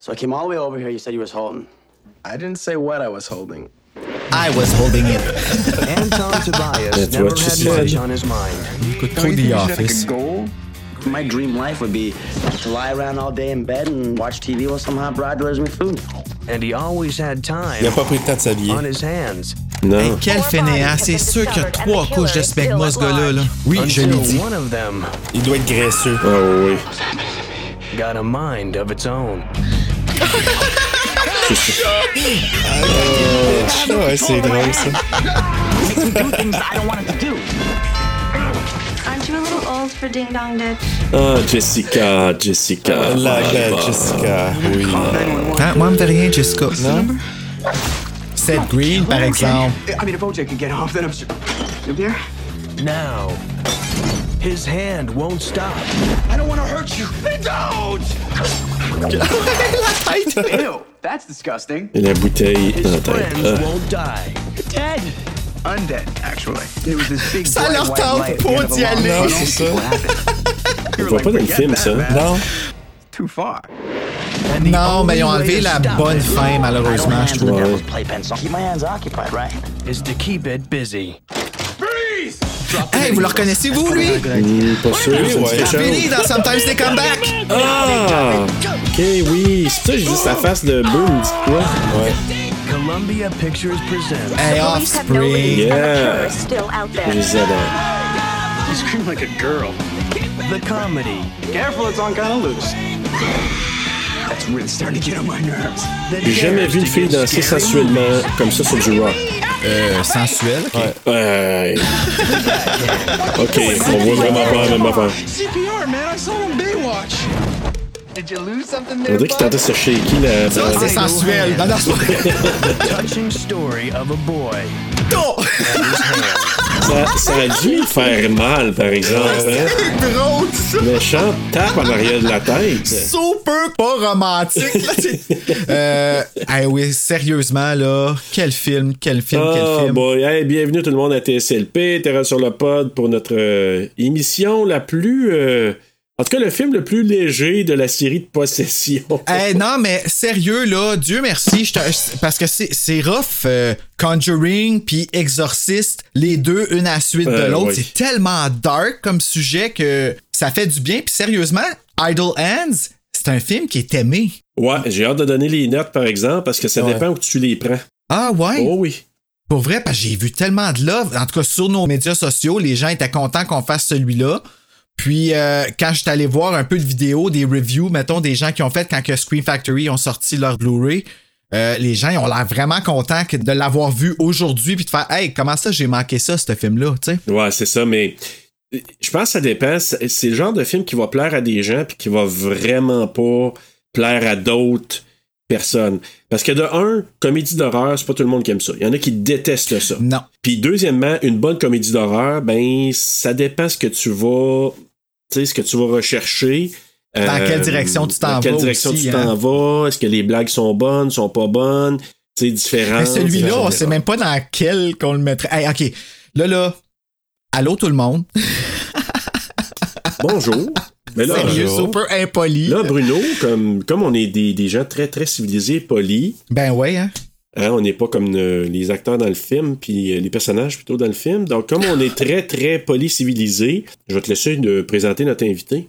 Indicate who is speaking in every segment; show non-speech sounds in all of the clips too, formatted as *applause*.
Speaker 1: So I came all the way over here. You said you was holding.
Speaker 2: I didn't say what I was holding.
Speaker 3: I was holding it.
Speaker 4: Anton Tobias
Speaker 5: That's
Speaker 4: never
Speaker 5: what she
Speaker 4: had
Speaker 5: said.
Speaker 4: much on his mind.
Speaker 5: Écoute trop The Office.
Speaker 1: goal? My dream life would be to lie around all day in bed and watch TV while some hot broad delivers me food.
Speaker 4: And he always had
Speaker 5: Il a
Speaker 4: time
Speaker 5: pas pris le temps de s'habiller.
Speaker 4: on his hands.
Speaker 5: Non.
Speaker 3: Quel fainéant, c'est sûr qu'il y a trois couches de smegma, ce gars-là. Oui, je l'ai
Speaker 4: Until
Speaker 3: dit.
Speaker 4: one of them
Speaker 5: Il doit être graisseux. Oh oui.
Speaker 4: got a mind of its own.
Speaker 3: Ah,
Speaker 5: Ah
Speaker 3: ben,
Speaker 5: Ouais, c'est drôle ça.
Speaker 6: Aren't you a little old for Ding Dong Ditch?
Speaker 7: Ah, Jessica, Jessica.
Speaker 5: La
Speaker 7: Ah,
Speaker 5: gueule,
Speaker 7: bah.
Speaker 5: Jessica. Oui.
Speaker 3: Hein, moi, me fait rien, Jessica. Non? Seth Green, par exemple.
Speaker 1: I mean, if OJ could get off, then I'm sure. You there?
Speaker 4: Now, his hand won't stop.
Speaker 1: I don't want to hurt you. They *laughs* don't. Ew, that's disgusting.
Speaker 5: Et la bouteille dans la
Speaker 4: His
Speaker 5: tête.
Speaker 4: friends
Speaker 5: Ah.
Speaker 4: won't die.
Speaker 1: Dead. Undead, actually. It was this big
Speaker 3: Ça
Speaker 1: bright
Speaker 3: leur
Speaker 1: white
Speaker 3: tente
Speaker 1: light at
Speaker 3: pas
Speaker 1: the end of a
Speaker 3: d'y
Speaker 1: long
Speaker 3: aller.
Speaker 1: tunnel.
Speaker 5: C'est ça.
Speaker 1: What happened?
Speaker 5: On voit pas dans le film ça.
Speaker 1: Non.
Speaker 5: Non.
Speaker 1: Too far.
Speaker 3: Non, mais ils ont enlevé la bonne fin, malheureusement, je trouve.
Speaker 1: devil's playpen, so keep my hands occupied, right?
Speaker 4: Is to keep it busy.
Speaker 3: Hey, vous le reconnaissez, vous, lui?
Speaker 5: Hmm, Pas sûr, ça me dit quelque
Speaker 3: Billy
Speaker 5: chose.
Speaker 3: dans Sometimes They Come Back!
Speaker 5: Ah! Ok, oui. C'est pour ça que j'ai dit sa face de boom, dit quoi? Ouais.
Speaker 4: Columbia Pictures presents
Speaker 3: Hey,
Speaker 6: Police have no
Speaker 3: Offspring.
Speaker 6: leads, and the
Speaker 5: Yeah.
Speaker 6: killer is still out there.
Speaker 5: Je les adore.
Speaker 4: the comedy
Speaker 1: Careful, it's on kind of loose. That's really starting to get on my nerves.
Speaker 4: that
Speaker 5: J'ai jamais
Speaker 4: dares
Speaker 5: vu une
Speaker 4: to
Speaker 5: fille
Speaker 4: get
Speaker 5: danser
Speaker 4: scary.
Speaker 5: sensuellement comme ça sur du rock.
Speaker 3: Euh, sensuel, ok.
Speaker 5: Ouais. Ok, on voit vraiment pas la même affaire.
Speaker 2: CPR, man. I saw him Baywatch. Did you lose something
Speaker 5: On dirait qu'il tentait de se shaker la.
Speaker 3: Ça, c'est
Speaker 4: I know
Speaker 3: sensuel.
Speaker 4: hands.
Speaker 3: Non, non, c'est pas-
Speaker 4: Touching story of a boy.
Speaker 3: Non! *laughs*
Speaker 5: Ça, ça a dû lui faire mal, par exemple. Hein?
Speaker 3: C'est drôle, ça!
Speaker 5: Méchant tape en arrière de la tête.
Speaker 3: Super pas romantique, là, c'est- Euh, hey, oui, sérieusement, là, quel film, quel film, quel
Speaker 5: Oh
Speaker 3: film.
Speaker 5: boy, hey, bienvenue tout le monde à TSLP, Terra sur le pod pour notre euh, émission la plus... euh, en tout cas, le film le plus léger de la série de Possession.
Speaker 3: Hey, non, mais sérieux, là, Dieu merci, je te- parce que c'est c'est rough. euh, Conjuring puis Exorciste, les deux, une à la suite de
Speaker 5: Euh,
Speaker 3: l'autre.
Speaker 5: oui.
Speaker 3: C'est tellement dark comme sujet que ça fait du bien. Puis sérieusement, Idle Hands, c'est un film qui est aimé.
Speaker 5: Ouais, j'ai hâte de donner les notes, par exemple, parce que ça
Speaker 3: Ouais.
Speaker 5: dépend où tu les prends.
Speaker 3: Ah ouais?
Speaker 5: Oh oui.
Speaker 3: Pour vrai, parce que j'ai vu tellement de love. En tout cas, sur nos médias sociaux, les gens étaient contents qu'on fasse celui-là. Puis, euh, quand je suis allé voir un peu de vidéos, des reviews, mettons, des gens qui ont fait quand que Scream Factory ont sorti leur Blu-ray, euh, les gens ils ont l'air vraiment contents que de l'avoir vu aujourd'hui puis de faire « Hey, comment ça j'ai manqué ça, ce film-là? » Tu sais,
Speaker 5: Ouais, c'est ça, mais... euh, Je pense que ça dépend. C'est c'est le genre de film qui va plaire à des gens puis qui va vraiment pas plaire à d'autres personnes. Parce que de un, comédie d'horreur, c'est pas tout le monde qui aime ça. Il y en a qui détestent ça.
Speaker 3: Non.
Speaker 5: Puis deuxièmement, une bonne comédie d'horreur, ben ça dépend ce que tu vas, tu sais, ce que tu vas rechercher. Euh,
Speaker 3: Dans quelle direction tu t'en
Speaker 5: Dans quelle
Speaker 3: vas
Speaker 5: direction
Speaker 3: aussi,
Speaker 5: tu
Speaker 3: hein.
Speaker 5: t'en vas Est-ce que les blagues sont bonnes, sont pas bonnes Tu sais, différentes.
Speaker 3: Mais celui-là, on
Speaker 5: etc.
Speaker 3: sait même pas dans quel qu'on le mettrait. Hey, OK. Là, là, allô tout le monde. *laughs*
Speaker 5: Bonjour. Mais là,
Speaker 3: Sérieux, super impoli.
Speaker 5: là, Bruno, comme comme on est des, des gens très très civilisés, polis,
Speaker 3: Ben ouais, hein.
Speaker 5: Hein, on n'est pas comme euh, les acteurs dans le film, puis euh, les personnages plutôt dans le film. Donc, comme on est très, très poli civilisé, je vais te laisser de présenter notre invité.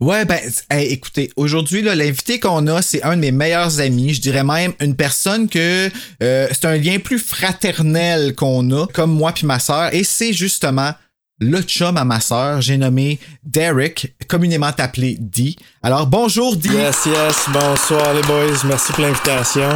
Speaker 3: Ouais, ben, c- hey, écoutez, aujourd'hui, là, l'invité qu'on a, c'est un de mes meilleurs amis. Je dirais même une personne que euh, c'est un lien plus fraternel qu'on a, comme moi puis ma sœur. Et c'est justement le chum à ma sœur. J'ai nommé Derek, communément appelé Dee. Alors, bonjour Dee.
Speaker 8: Yes, yes, bonsoir les boys, merci pour l'invitation.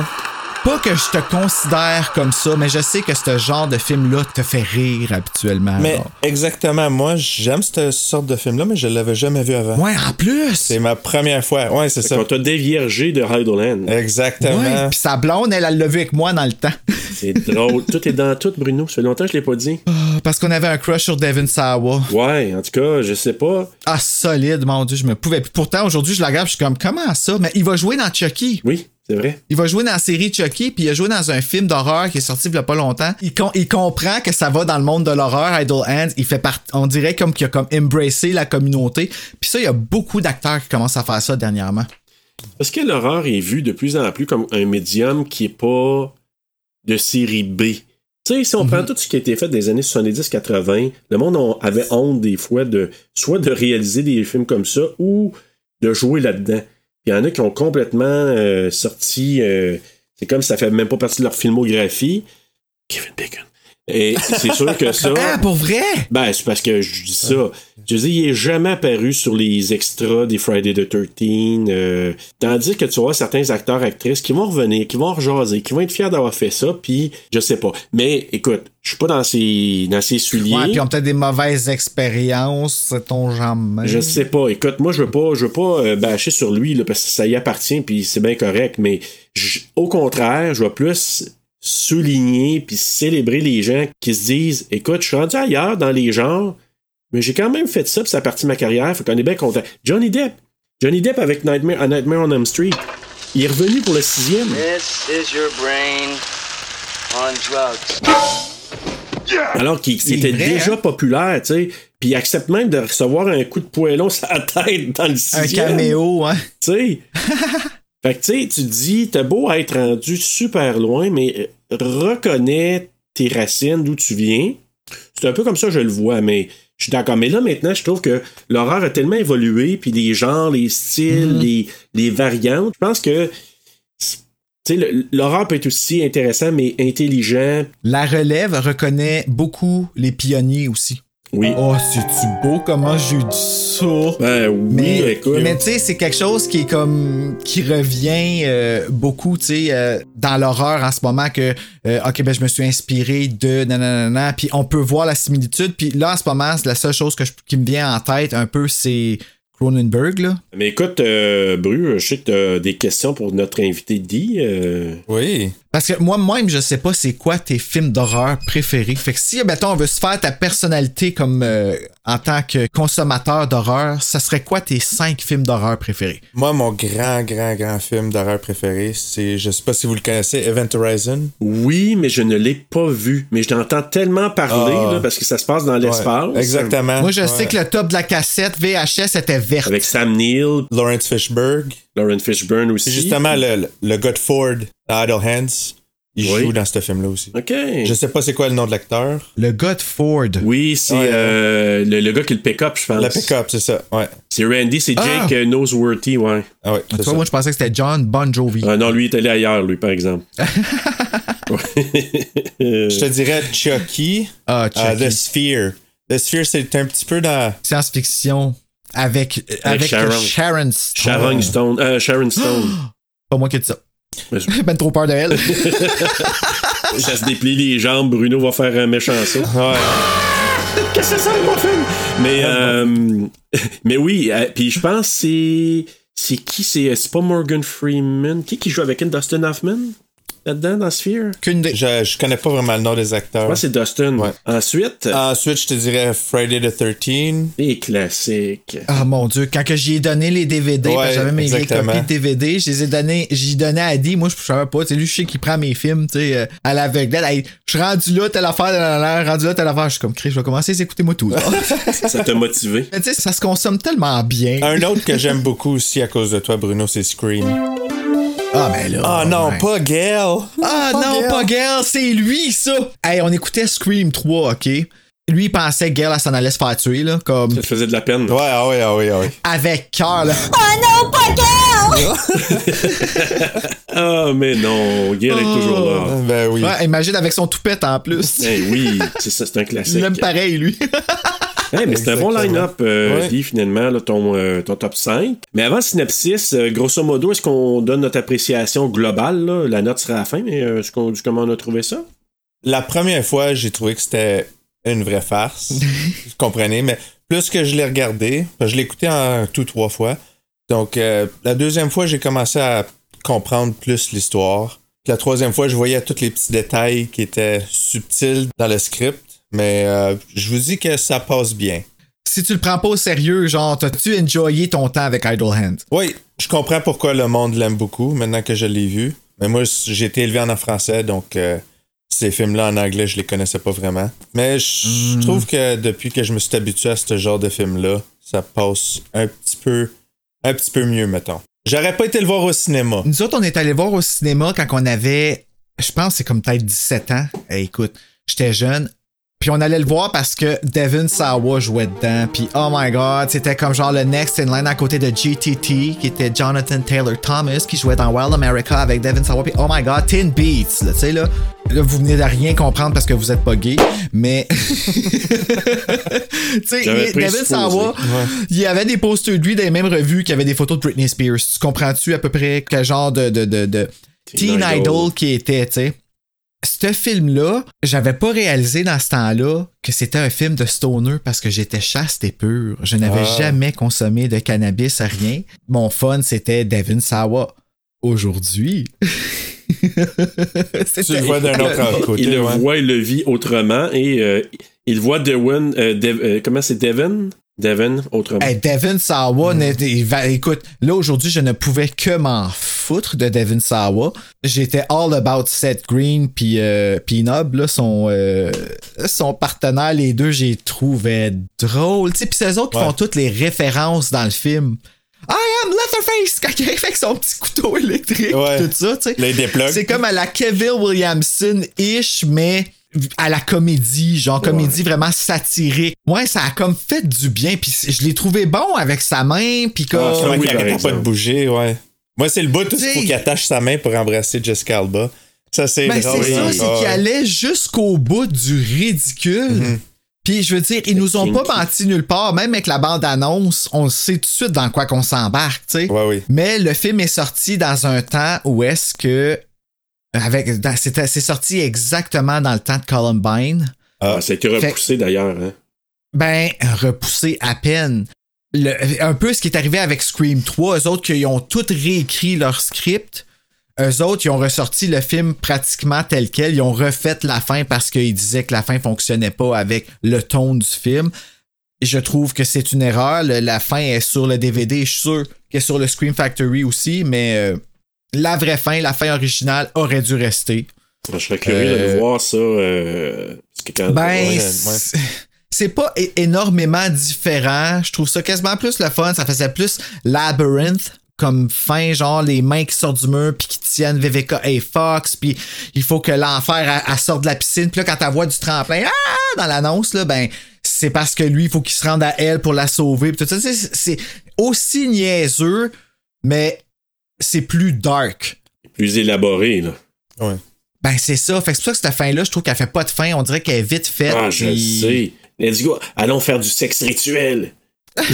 Speaker 3: pas que je te considère comme ça, mais je sais que ce genre de film-là te fait rire habituellement.
Speaker 8: Mais
Speaker 3: genre.
Speaker 8: exactement, Ah, moi, j'aime cette sorte de film-là, mais je l'avais jamais vu avant.
Speaker 3: Ouais, en plus!
Speaker 8: euh, C'est ma première fois. Ouais, c'est ça.
Speaker 5: Quand t'as déviergé de Highland,
Speaker 8: Exactement.
Speaker 3: Ouais, Puis sa blonde, elle, elle l'a vu avec moi dans le temps.
Speaker 5: c'est drôle. tout est dans tout, Bruno. Ça fait longtemps que je l'ai pas dit.
Speaker 3: Ah, Parce qu'on avait un crush sur Devin Sawa.
Speaker 5: Ouais, en tout cas, je sais pas.
Speaker 3: Ah, solide, mon Dieu, je me pouvais plus. Pourtant, aujourd'hui, je la regarde, je suis comme, comment ça? Mais il va jouer dans Chucky.
Speaker 5: Oui, c'est vrai.
Speaker 3: Il va jouer dans la série Chucky, puis il a joué dans un film d'horreur qui est sorti il y a pas longtemps. Il, com- il comprend que ça va dans le monde de l'horreur, Idle Hands. Il fait part, on dirait comme qu'il a comme embracé la communauté. Puis ça, il y a beaucoup d'acteurs qui commencent à faire ça dernièrement.
Speaker 5: Parce que l'horreur est vue de plus en plus comme un médium qui est pas de série B. Tu sais, si on
Speaker 8: Mhm.
Speaker 5: prend tout ce qui a été fait des années 70-80, le monde on- avait honte des fois de soit de réaliser des films comme ça ou de jouer là-dedans. Il y en a qui ont complètement euh, sorti. euh, c'est comme ça fait même pas partie de leur filmographie. Kevin Bacon. Et c'est sûr que ça.
Speaker 3: Ah, pour vrai?
Speaker 5: Ben, c'est parce que je dis ça. Je dis, il est jamais apparu sur les extras des Friday the 13. euh, tandis que tu vois certains acteurs, actrices qui vont revenir, qui vont rejaser, qui vont être fiers d'avoir fait ça, puis je sais pas. Mais écoute, je suis pas dans ces, dans ces souliers.
Speaker 3: Ouais, puis ils ont peut-être des mauvaises expériences, c'est ton jamais.
Speaker 5: Je sais pas. Écoute, moi, je veux pas, je veux pas euh, bâcher sur lui, là, parce que ça y appartient, puis c'est bien correct. Mais j- au contraire, je veux plus souligner puis célébrer les gens qui se disent, écoute, je suis rendu ailleurs dans les genres, mais j'ai quand même fait ça, puis ça a parti de ma carrière. Fait qu'on est bien content. Johnny Depp, Johnny Depp avec Nightmare, A Nightmare on Elm Street, il est revenu pour le sixième.
Speaker 4: This is your brain on drugs.
Speaker 5: Alors qu'il
Speaker 3: C'est
Speaker 5: était
Speaker 3: vrai,
Speaker 5: déjà
Speaker 3: hein?
Speaker 5: populaire, tu sais. Puis il accepte même de recevoir un coup de poêlon sur la tête dans le
Speaker 3: Un
Speaker 5: sixième.
Speaker 3: caméo, hein?
Speaker 5: Tu *laughs* sais. fait que tu sais, tu te dis, t'as beau être rendu super loin, mais euh, reconnais tes racines, d'où tu viens. C'est un peu comme ça, je le vois, mais je suis d'accord. Mais là, maintenant, je trouve que l'horreur a tellement évolué, puis les genres, les styles, les, les variantes. Je pense que. c'est- Tu sais, le- l'horreur peut être aussi intéressant, mais intelligent.
Speaker 3: La relève reconnaît beaucoup les pionniers aussi.
Speaker 5: Oui.
Speaker 3: Oh, c'est-tu beau comment j'ai eu du ça?
Speaker 5: Ben oui,
Speaker 3: Mais,
Speaker 5: écoute.
Speaker 3: mais tu sais, c'est quelque chose qui est comme qui revient euh, beaucoup, tu sais, euh, dans l'horreur en ce moment que euh, ok ben je me suis inspiré de nanana, puis on peut voir la similitude, puis là en ce moment c'est la seule chose que je- qui me vient en tête un peu c'est Cronenberg là.
Speaker 5: Mais écoute, euh, Bru, je sais que t'as des questions pour notre invité euh. dit.
Speaker 8: Oui.
Speaker 3: Parce que moi-même, je sais pas c'est quoi tes films d'horreur préférés. Fait que si, mettons, on veut se faire ta personnalité comme euh, en tant que consommateur d'horreur, ça serait quoi tes cinq films d'horreur préférés?
Speaker 8: Moi, mon grand, grand, grand film d'horreur préféré, c'est, je sais pas si vous le connaissez, Event Horizon.
Speaker 5: Oui, mais je ne l'ai pas vu. Mais je l'entends tellement parler
Speaker 8: Ah.
Speaker 5: là, parce que ça se passe dans l'espace.
Speaker 8: Ouais, exactement.
Speaker 3: Moi, je
Speaker 8: Ah, Ouais.
Speaker 3: sais que le top de la cassette VHS était verte.
Speaker 5: Avec Sam Neill,
Speaker 8: Lawrence Fishburne,
Speaker 5: Lauren Fishburne aussi.
Speaker 8: c'est justement le, le, le gars de Ford, dans Idle Hands, il
Speaker 5: Oui.
Speaker 8: joue dans ce film-là aussi.
Speaker 5: OK.
Speaker 8: Je sais pas c'est quoi le nom de l'acteur.
Speaker 3: Le gars de Ford.
Speaker 5: Oui, c'est
Speaker 8: Ouais,
Speaker 5: euh, le, le gars qui le pick-up, je pense.
Speaker 8: La pick-up, c'est ça. Ouais.
Speaker 5: C'est Randy, c'est
Speaker 3: Ah!
Speaker 5: Jake euh, Noseworthy, ouais.
Speaker 8: Ah ouais,
Speaker 3: Tu
Speaker 8: c'est
Speaker 3: vois,
Speaker 8: ça.
Speaker 3: moi, je pensais que c'était John Bon Jovi.
Speaker 5: Ah non, lui, il est allé ailleurs, lui, par exemple. *laughs* Ouais. *laughs*
Speaker 8: Je te dirais Chucky,
Speaker 3: Ah,
Speaker 8: euh,
Speaker 3: Chucky.
Speaker 8: The Sphere. The Sphere, c'est un petit peu dans.
Speaker 3: Science-fiction avec, euh, avec,
Speaker 5: Avec
Speaker 3: Sharon.
Speaker 5: Sharon.
Speaker 3: Stone.
Speaker 5: Sharon Stone. Euh, Sharon *gasps* Stone.
Speaker 3: Pas moi qui ai dit ça.
Speaker 5: Mais-
Speaker 3: J'ai *laughs* ben trop peur de elle.
Speaker 5: ça se déplie les jambes, Bruno va faire un méchant saut.
Speaker 8: Ouais.
Speaker 5: Qu'est-ce que c'est ça, le bon film? Mais, euh, *laughs* mais oui, euh, puis je pense que c'est. C'est qui C'est euh, c'est pas Morgan Freeman Qui qui joue avec elle Dustin Hoffman Là-dedans, dans Sphere
Speaker 3: Qu'une des-
Speaker 8: Je, je connais pas vraiment le nom des
Speaker 5: Je
Speaker 8: acteurs.
Speaker 5: pense que c'est Dustin.
Speaker 8: Ouais.
Speaker 5: Ensuite,
Speaker 8: Ensuite, Euh, je te dirais Friday the 13.
Speaker 5: les *laughs* classiques.
Speaker 3: Ah mon dieu, quand que j'y ai donné les DVD, parce que
Speaker 8: Ouais,
Speaker 3: j'avais mes vieilles
Speaker 8: exactement.
Speaker 3: copies de DVD, je les ai donné, j'y donnais à Adi, moi je savais pas, tu sais, lui je sais qu'il prend mes films, tu sais, euh, à l'aveuglette, Hey, je suis rendu là, telle affaire, telle affaire, rendu là, telle affaire, je suis comme, Chris, je vais commencer à les écouter moi tout.
Speaker 8: *laughs*
Speaker 3: là.
Speaker 5: Ça t'a motivé.
Speaker 3: Mais tu sais, ça se consomme tellement bien.
Speaker 8: Un autre que j'aime *laughs* beaucoup aussi à cause de toi, Bruno, c'est Scream.
Speaker 3: Ah ben là.
Speaker 8: Ah non,
Speaker 3: ouais.
Speaker 8: pas Gail!
Speaker 3: Ah non,
Speaker 8: Gale.
Speaker 3: pas Gale, c'est lui ça. Hey, on écoutait Scream 3, OK lui, il pensait que Gale, elle s'en allait se faire tuer, là, comme
Speaker 5: Ça te faisait de la peine.
Speaker 8: Ouais, ah ouais, ah ouais, ah ouais.
Speaker 3: avec cœur,
Speaker 8: *laughs*
Speaker 3: là.
Speaker 5: Ah, mais non, Gail est toujours là.
Speaker 8: Ben oui.
Speaker 3: Ouais, imagine avec son toupette en plus.
Speaker 5: Eh oui, c'est ça, c'est un classique.
Speaker 3: Il aime pareil, lui.
Speaker 5: Hey, mais c'est un bon
Speaker 8: Exactement.
Speaker 5: line-up, euh,
Speaker 8: Ouais.
Speaker 5: Guy, finalement, là, ton, euh, ton top 5. Mais avant le synopsis, euh, grosso modo, est-ce qu'on donne notre appréciation globale? là? La note sera à la fin, mais euh, est-ce qu'on dit comment on a trouvé ça?
Speaker 8: La première fois, j'ai trouvé que c'était une vraie farce. Vous comprenez, mais plus que je l'ai regardé, parce que je l'ai écouté en tout trois fois. Donc, euh, la deuxième fois, j'ai commencé à comprendre plus l'histoire. Puis La troisième fois, je voyais tous les petits détails qui étaient subtils dans le script. Mais euh, je vous dis que ça passe bien.
Speaker 3: Si tu le prends pas au sérieux, genre, t'as-tu enjoyé ton temps avec Idle Hand?
Speaker 8: Oui, je comprends pourquoi le monde l'aime beaucoup maintenant que je l'ai vu. Mais moi, j'ai été élevé en français, donc euh, ces films-là en anglais, je les connaissais pas vraiment. Mais
Speaker 3: Hmm.
Speaker 8: je trouve que depuis que je me suis habitué à ce genre de film-là, ça passe un petit peu, un petit peu mieux, mettons. J'aurais pas été le voir au cinéma.
Speaker 3: Nous autres, on est allés voir au cinéma quand on avait, je pense, que c'est comme peut-être 17 ans. Eh, écoute, j'étais jeune. Puis on allait le voir parce que Devin Sawa jouait dedans. Puis oh my god, c'était comme genre le next in line à côté de GTT, qui était Jonathan Taylor Thomas, qui jouait dans Wild America avec Devin Sawa. Puis oh my god, Tin Beats, là, tu sais, là. Là, vous venez de rien comprendre parce que vous êtes pas gay, mais. *laughs* tu sais,
Speaker 5: J'avais
Speaker 3: il- Devin
Speaker 5: présupposé.
Speaker 3: Sawa, *laughs* il y avait des posters de lui dans les mêmes revues qui avaient des photos de Britney Spears. Tu comprends-tu à peu près quel genre de, de, de, de
Speaker 5: Teen
Speaker 3: teen
Speaker 5: idol.
Speaker 3: idol qui était, tu sais? Ce film-là, j'avais pas réalisé dans ce temps-là que c'était un film de stoner parce que j'étais chaste et pur. Je n'avais
Speaker 8: Ah.
Speaker 3: jamais consommé de cannabis, rien. Mon fun, c'était Devin Sawa. Aujourd'hui, *laughs*
Speaker 8: Tu le vois d'un
Speaker 3: *laughs*
Speaker 8: autre côté.
Speaker 5: il le
Speaker 8: ouais.
Speaker 5: voit, il le vit autrement et euh, il voit Devin. euh, Dev- euh, comment c'est Devin? Devin, autrement.
Speaker 3: Hey, Devin Sawa, n'est- il va- écoute, là aujourd'hui, je ne pouvais que m'en foutre de Devin Sawa. J'étais all about Seth Green puis euh, puis Nob, là, son euh, son partenaire, les deux, j'ai trouvé drôle. Tu sais, puis c'est eux autres qui
Speaker 8: Ouais.
Speaker 3: font toutes les références dans le film. I am Leatherface *laughs* quand il arrive avec son petit couteau électrique
Speaker 8: Ouais.
Speaker 3: tout ça, tu sais.
Speaker 8: Là, il déplugue.
Speaker 3: C'est comme à la Kevin Williamson-ish, mais à la comédie, genre comédie vraiment satirique. Ouais, ça a comme fait du bien, puis je l'ai trouvé bon avec sa main, puis comme...
Speaker 8: Ah, comment
Speaker 5: oui,
Speaker 8: qu'il
Speaker 5: par
Speaker 8: arrête pas
Speaker 5: exemple.
Speaker 8: de bouger, ouais. Moi, c'est le bout où
Speaker 3: T'sais-
Speaker 8: il faut qu'il attache sa main pour embrasser Jessica Alba. Ça, c'est
Speaker 3: Ben,
Speaker 8: drôle.
Speaker 3: c'est ça,
Speaker 8: hein.
Speaker 3: c'est
Speaker 8: Ah,
Speaker 3: qu'il allait jusqu'au bout du ridicule.
Speaker 8: Mm-hmm.
Speaker 3: Puis je veux dire, ils nous ont pas
Speaker 5: kinky.
Speaker 3: menti nulle part, même avec la bande-annonce, on le sait tout de suite dans quoi qu'on s'embarque, tu sais.
Speaker 8: Ouais, oui.
Speaker 3: Mais le film est sorti dans un temps où est-ce que avec dans- c'était- c'est sorti exactement dans le temps de Columbine.
Speaker 5: Ah, ça a été repoussé d'ailleurs. hein.
Speaker 3: Ben, repoussé à peine. Le- un peu ce qui est arrivé avec Scream 3, eux autres qui ont toutes réécrit leur script. Eux autres, ils ont ressorti le film pratiquement tel quel. Ils ont refait la fin parce qu'ils disaient que la fin fonctionnait pas avec le ton du film. Je trouve que c'est une erreur. Le- la fin est sur le DVD, je suis sûr qu'elle est sur le Scream Factory aussi, mais euh, la vraie fin, la fin originale, aurait dû rester.
Speaker 5: Je serais curieux de
Speaker 3: Euh,
Speaker 5: le voir ça. euh, parce que quand-
Speaker 3: Ben,
Speaker 8: ouais,
Speaker 3: c'est- *laughs* c'est pas é- énormément différent. Je trouve ça quasiment plus le fun. Ça faisait plus labyrinthe comme fin, genre les mains qui sortent du mur puis qui tiennent VVK et Fox, puis il faut que l'enfer elle- elle sorte de la piscine. Puis là, quand t'as voix du tremplin, ah, dans l'annonce, là, ben, c'est parce que lui, il faut qu'il se rende à elle pour la sauver. Puis tout ça, c'est- c'est aussi niaiseux, mais c'est plus dark.
Speaker 5: plus élaboré, là.
Speaker 3: Ben, c'est ça. Fait que c'est pour ça que cette fin-là, je trouve qu'elle fait pas de fin. On dirait qu'elle est vite faite.
Speaker 5: Ah, je le
Speaker 3: puis-
Speaker 5: sais. Let's go. Allons faire du sexe rituel.
Speaker 3: Ouais,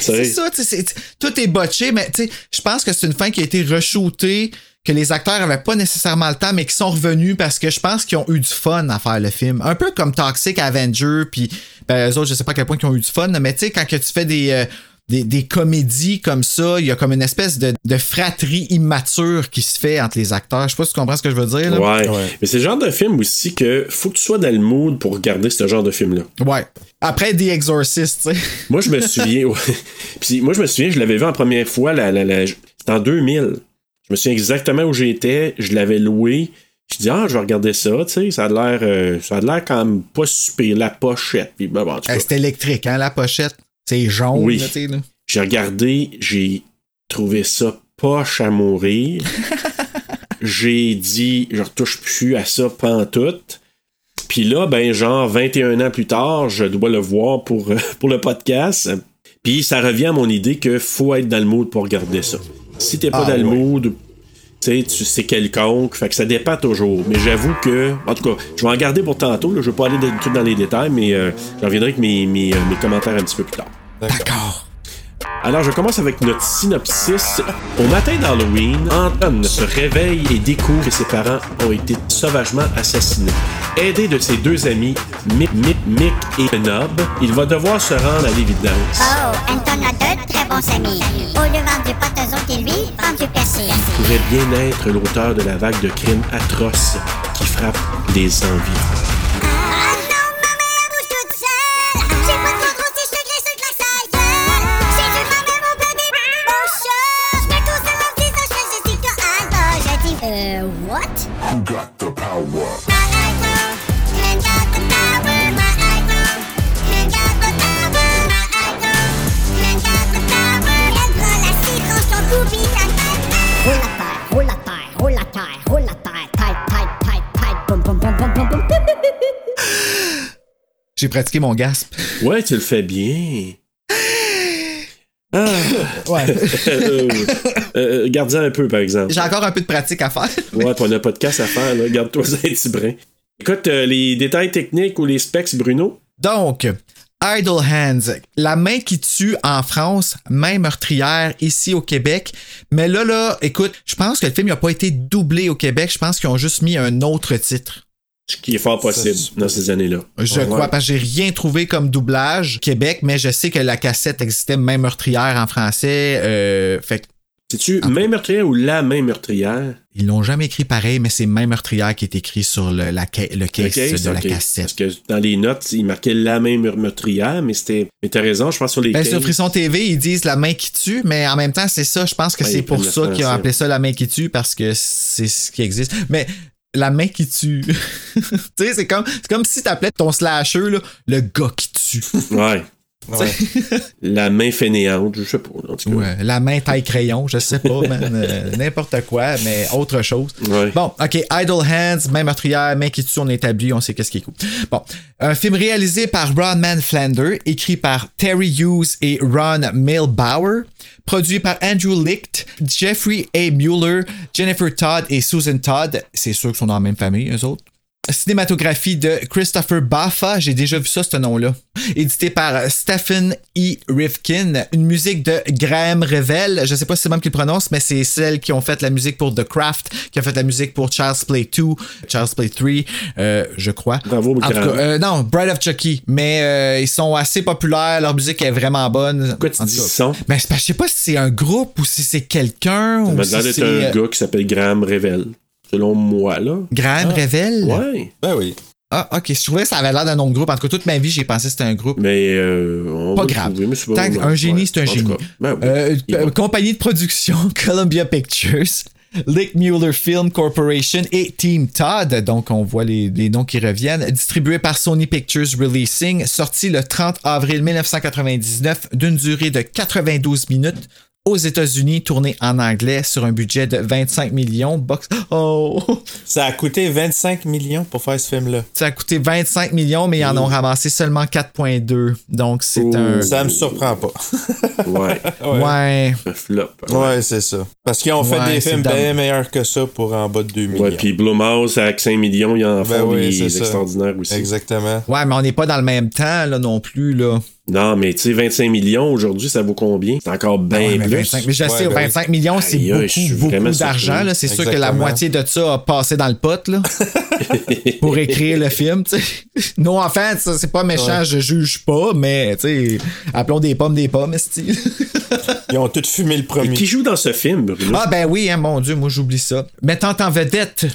Speaker 3: c'est
Speaker 5: T'sais.
Speaker 3: ça, tu sais, c'est- tout est botché, mais tu sais, je pense que c'est une fin qui a été reshootée, que les acteurs avaient pas nécessairement le temps, mais qui sont revenus parce que je pense qu'ils ont eu du fun à faire le film. Un peu comme Toxic Avenger, puis ben, eux autres, je sais pas à quel point ils ont eu du fun, mais tu sais, quand que tu fais des, euh, des, des comédies comme ça, il y a comme une espèce de, de fratrie immature qui se fait entre les acteurs. Je sais pas si tu comprends ce que je veux dire. Là.
Speaker 5: Ouais.
Speaker 8: Ouais.
Speaker 5: Mais c'est le genre de film aussi que faut que tu sois dans le mood pour regarder ce genre de film-là.
Speaker 3: Ouais. Après The Exorcist, tu sais.
Speaker 5: Moi, je me souviens. ouais. Puis moi, je me souviens, je l'avais vu en première fois. La, la, la- C'était en 2000. Je me souviens exactement où j'étais. Je l'avais loué. Je dis, ah, je vais regarder ça. Tu sais, ça a l'air, euh, ça a l'air quand même pas super. La pochette. Puis, ben, bon, en tout
Speaker 3: Euh,
Speaker 5: cas,
Speaker 3: c'est électrique, hein, la pochette. C'est jaune,
Speaker 5: Oui.
Speaker 3: là, tu sais. là.
Speaker 5: j'ai regardé. J'ai trouvé ça poche à mourir. j'ai dit, je retouche plus à ça pantoute. Puis là, ben, genre, 21 ans plus tard, je dois le voir pour, euh, *laughs* pour le podcast. Puis ça revient à mon idée que faut être dans le mood pour regarder ça. Si t'es pas
Speaker 3: Ah,
Speaker 5: dans le
Speaker 3: ouais.
Speaker 5: mood, Tu sais, tu- c'est quelconque. Fait que ça dépend toujours. Mais j'avoue que. En tout cas, je vais en garder pour tantôt. Là. Je vais pas aller de- tout dans les détails, mais euh, j'en reviendrai avec mes, mes, euh, mes commentaires un petit peu plus tard.
Speaker 3: D'accord.
Speaker 5: Alors, je commence avec notre synopsis. Au matin d'Halloween, Anton se réveille et découvre que ses parents ont été sauvagement assassinés. Aidé de ses deux amis, Mick, Mick, Mick et Nob, il va devoir se rendre à l'évidence.
Speaker 9: Oh, Anton a deux très bons amis. Au devant du pâteau et lui, prend du persil.
Speaker 5: pourrait bien être l'auteur de la vague de crimes atroces qui frappe les envies.
Speaker 9: Ah non, ma mère bouge toute seule. J'ai pas trop grossi, je te glisse une claque sale gueule. J'ai dû fermer mon bébé, mon chat. Je me consomme en disant, je fais Jessica Alba. Je dis, euh, what? My eyes glow, and got the power. My eyes glow, and got the power. My eyes glow, and got the power. Elle prend la scie, tranche son cou, puis la tête. Roule la paille, roule la paille, roule la paille, roule la paille. Paille, paille, paille, paille. Boum, boum, boum, boum, boum, boum. Boum, boum, boum, boum.
Speaker 3: J'ai pratiqué mon gasp.
Speaker 5: Ouais, tu le fais bien. Ah,
Speaker 3: Ouais.
Speaker 5: *laughs* euh, euh, garde-en un peu, par exemple.
Speaker 3: J'ai encore un peu de pratique à faire.
Speaker 5: Ouais, puis on a pas de casse à faire, là. Garde-toi *laughs* un petit brin. Écoute, euh, les détails techniques ou les specs, Bruno?
Speaker 3: Donc, Idle Hands, la main qui tue en France, main meurtrière ici au Québec. Mais là, là, écoute, je pense que le film n'a pas été doublé au Québec. Je pense qu'ils ont juste mis un autre titre.
Speaker 5: Ce qui est fort possible dans ces années-là.
Speaker 3: Je
Speaker 5: Ouais.
Speaker 3: crois, parce que j'ai rien trouvé comme doublage Québec, mais je sais que la cassette existait, main meurtrière en français. Euh, fait que
Speaker 5: C'est-tu main meurtrière ou la main meurtrière?
Speaker 3: Ils l'ont jamais écrit pareil, mais c'est main meurtrière qui est écrit sur le, la, ca- le
Speaker 5: Le
Speaker 3: case,
Speaker 5: case,
Speaker 3: de la
Speaker 5: ok. Parce
Speaker 3: cassette.
Speaker 5: que dans les notes, il marquait la main mur- meurtrière, mais c'était. Mais t'as raison, je pense sur les
Speaker 3: Ben,
Speaker 5: cases.
Speaker 3: sur Frisson TV, ils disent la main qui tue, mais en même temps, c'est ça. Je pense que
Speaker 5: Ouais,
Speaker 3: c'est
Speaker 5: ils
Speaker 3: pour
Speaker 5: prennent
Speaker 3: ça
Speaker 5: le
Speaker 3: qu'ils ont
Speaker 5: français.
Speaker 3: appelé ça la main qui tue, parce que c'est ce qui existe. Mais la main qui tue. *laughs* tu sais, c'est comme, c'est comme si t'appelais ton slasher, là, le gars qui tue.
Speaker 5: Ouais. *laughs*
Speaker 8: Ouais.
Speaker 5: La main fainéante, je sais pas, en tout cas.
Speaker 3: Ouais, la main taille crayon, je sais pas, man,
Speaker 5: *laughs*
Speaker 3: euh, n'importe quoi, mais autre chose.
Speaker 5: Ouais.
Speaker 3: Bon, ok, Idle Hands, main meurtrière, main qui tue, on établit, on sait qu'est-ce qui est cool. Bon, un film réalisé par Rodman Flander, écrit par Terry Hughes et Ron Milbauer, produit par Andrew Licht, Jeffrey A. Mueller, Jennifer Todd et Susan Todd. C'est sûr qu'ils sont dans la même famille, eux autres. Cinématographie de Christopher Baffa, j'ai déjà vu ça ce nom-là. Édité par Stephen E. Rifkin, une musique de Graham Revell, je sais pas si c'est le même qu'il prononce, mais c'est celle qui ont fait la musique pour The Craft, qui a fait la musique pour Child's Play 2, Child's Play 3, euh, je crois.
Speaker 5: Bravo,
Speaker 3: en tout
Speaker 5: Graham.
Speaker 3: cas, euh, non, Bride of Chucky, mais euh, ils sont assez populaires, leur musique est vraiment bonne.
Speaker 5: Pourquoi tu
Speaker 3: En
Speaker 5: dis
Speaker 3: tout cas.
Speaker 5: son?
Speaker 3: Ben, c'est parce que je sais pas si c'est un groupe ou si c'est quelqu'un ou
Speaker 5: Maintenant,
Speaker 3: si
Speaker 5: d'être
Speaker 3: c'est
Speaker 5: un
Speaker 3: euh,
Speaker 5: gars qui s'appelle Graham Revel. Selon moi, là.
Speaker 3: Graham Revell.
Speaker 5: Ouais.
Speaker 8: Ben oui.
Speaker 3: Ah, ok. Je trouvais que ça avait l'air d'un nom de groupe. En tout cas, toute ma vie, j'ai pensé que c'était un groupe.
Speaker 5: Mais euh, on
Speaker 3: Pas
Speaker 5: va
Speaker 3: grave.
Speaker 5: trouver, mais c'est pas-
Speaker 3: Tant
Speaker 5: non,
Speaker 3: qu'un génie,
Speaker 5: ouais.
Speaker 3: c'est un
Speaker 5: En tout
Speaker 3: génie.
Speaker 5: cas, ben oui.
Speaker 3: Euh,
Speaker 5: Il
Speaker 3: euh,
Speaker 5: va-
Speaker 3: compagnie de production *laughs* Columbia Pictures, Lick Mueller Film Corporation et Team Todd. Donc, on voit les, les noms qui reviennent. Distribué par Sony Pictures Releasing, sorti le 30 avril 1999, d'une durée de 92 minutes. Aux États-Unis, tourné en anglais sur un budget de 25 millions. Box. Oh! *laughs*
Speaker 8: Ça a coûté 25 millions pour faire ce film-là.
Speaker 3: Ça a coûté 25 millions, mais ils en ont ramassé seulement 4,2. Donc, c'est
Speaker 5: Ouh.
Speaker 3: un.
Speaker 8: Ça me
Speaker 5: *laughs*
Speaker 8: surprend pas.
Speaker 3: *laughs*
Speaker 5: Ouais.
Speaker 3: Ouais.
Speaker 5: Un flop. hein.
Speaker 8: Ouais, c'est ça. Parce qu'ils ont fait
Speaker 3: Ouais,
Speaker 8: des
Speaker 3: c'est
Speaker 8: films
Speaker 3: dommage.
Speaker 8: bien meilleurs que ça pour en bas de 2 millions.
Speaker 5: Ouais, puis Blumhouse, avec 5 millions, il en
Speaker 8: Ben
Speaker 5: font
Speaker 8: oui,
Speaker 5: des
Speaker 8: c'est ça.
Speaker 5: extraordinaires aussi.
Speaker 8: Exactement.
Speaker 3: Ouais, mais on n'est pas dans le même temps, là, non plus, là.
Speaker 5: Non, mais tu sais, 25 millions, aujourd'hui, ça vaut combien? C'est encore bien
Speaker 3: Ben Ouais, mais
Speaker 5: plus.
Speaker 3: 25, mais je
Speaker 8: Ouais,
Speaker 3: sais,
Speaker 8: ben
Speaker 3: 25 millions, c'est
Speaker 5: Aïe, aïe, je suis
Speaker 3: beaucoup, beaucoup
Speaker 5: vraiment
Speaker 3: d'argent,
Speaker 5: surpris.
Speaker 3: là. C'est sûr que la
Speaker 8: Exactement.
Speaker 3: moitié de ça a passé dans le pot,
Speaker 5: *laughs*
Speaker 3: là. pour écrire le film, tu sais. *laughs* Non, en fait, ça, c'est pas méchant, je juge pas, mais, tu sais, appelons des pommes des pommes, style.
Speaker 8: Ils ont tous fumé le
Speaker 5: Et
Speaker 8: premier.
Speaker 5: qui joue dans ce film, Bruno?
Speaker 3: Ah ben oui, hein, mon Dieu, moi j'oublie ça. Mettant en vedette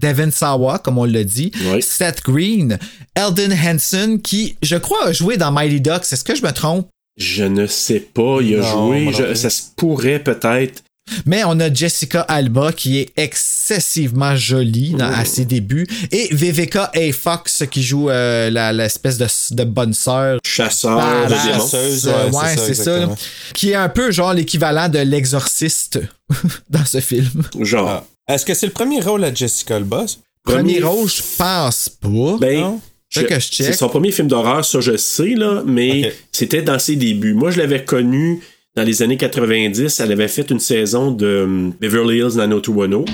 Speaker 3: Devin Sawa, comme on l'a dit,
Speaker 5: Oui.
Speaker 3: Seth Green, Eldon Hanson, qui, je crois, a joué dans Mighty Ducks. Est-ce que je me trompe?
Speaker 5: Je ne sais pas. Il a
Speaker 8: Non, moi
Speaker 5: joué.
Speaker 8: non
Speaker 5: je-
Speaker 8: plus.
Speaker 5: ça se pourrait peut-être.
Speaker 3: Mais on a Jessica Alba, qui est excessivement jolie dans- à ses débuts, et Vivica A. Fox, qui joue euh, la- l'espèce de, de bonne sœur
Speaker 5: Chasseur
Speaker 3: Ah,
Speaker 5: de
Speaker 3: la
Speaker 5: démons.
Speaker 8: chasseuse,
Speaker 3: Euh,
Speaker 8: ouais,
Speaker 3: ouais,
Speaker 8: c'est ça,
Speaker 3: c'est ça, là.
Speaker 8: exactement.
Speaker 3: qui est un peu genre l'équivalent de l'exorciste *laughs* dans ce film.
Speaker 5: Genre.
Speaker 8: Ah. Est-ce que c'est le premier rôle à Jessica Alba?
Speaker 3: Premier, rôle, je pense pas.
Speaker 5: Ben,
Speaker 8: non?
Speaker 5: je-
Speaker 3: Fait que je check.
Speaker 5: c'est son premier film d'horreur, ça je sais, là, mais
Speaker 8: Ok.
Speaker 5: c'était dans ses débuts. Moi, je l'avais connu dans les années 90, elle avait fait une saison de hum, Beverly Hills 90210.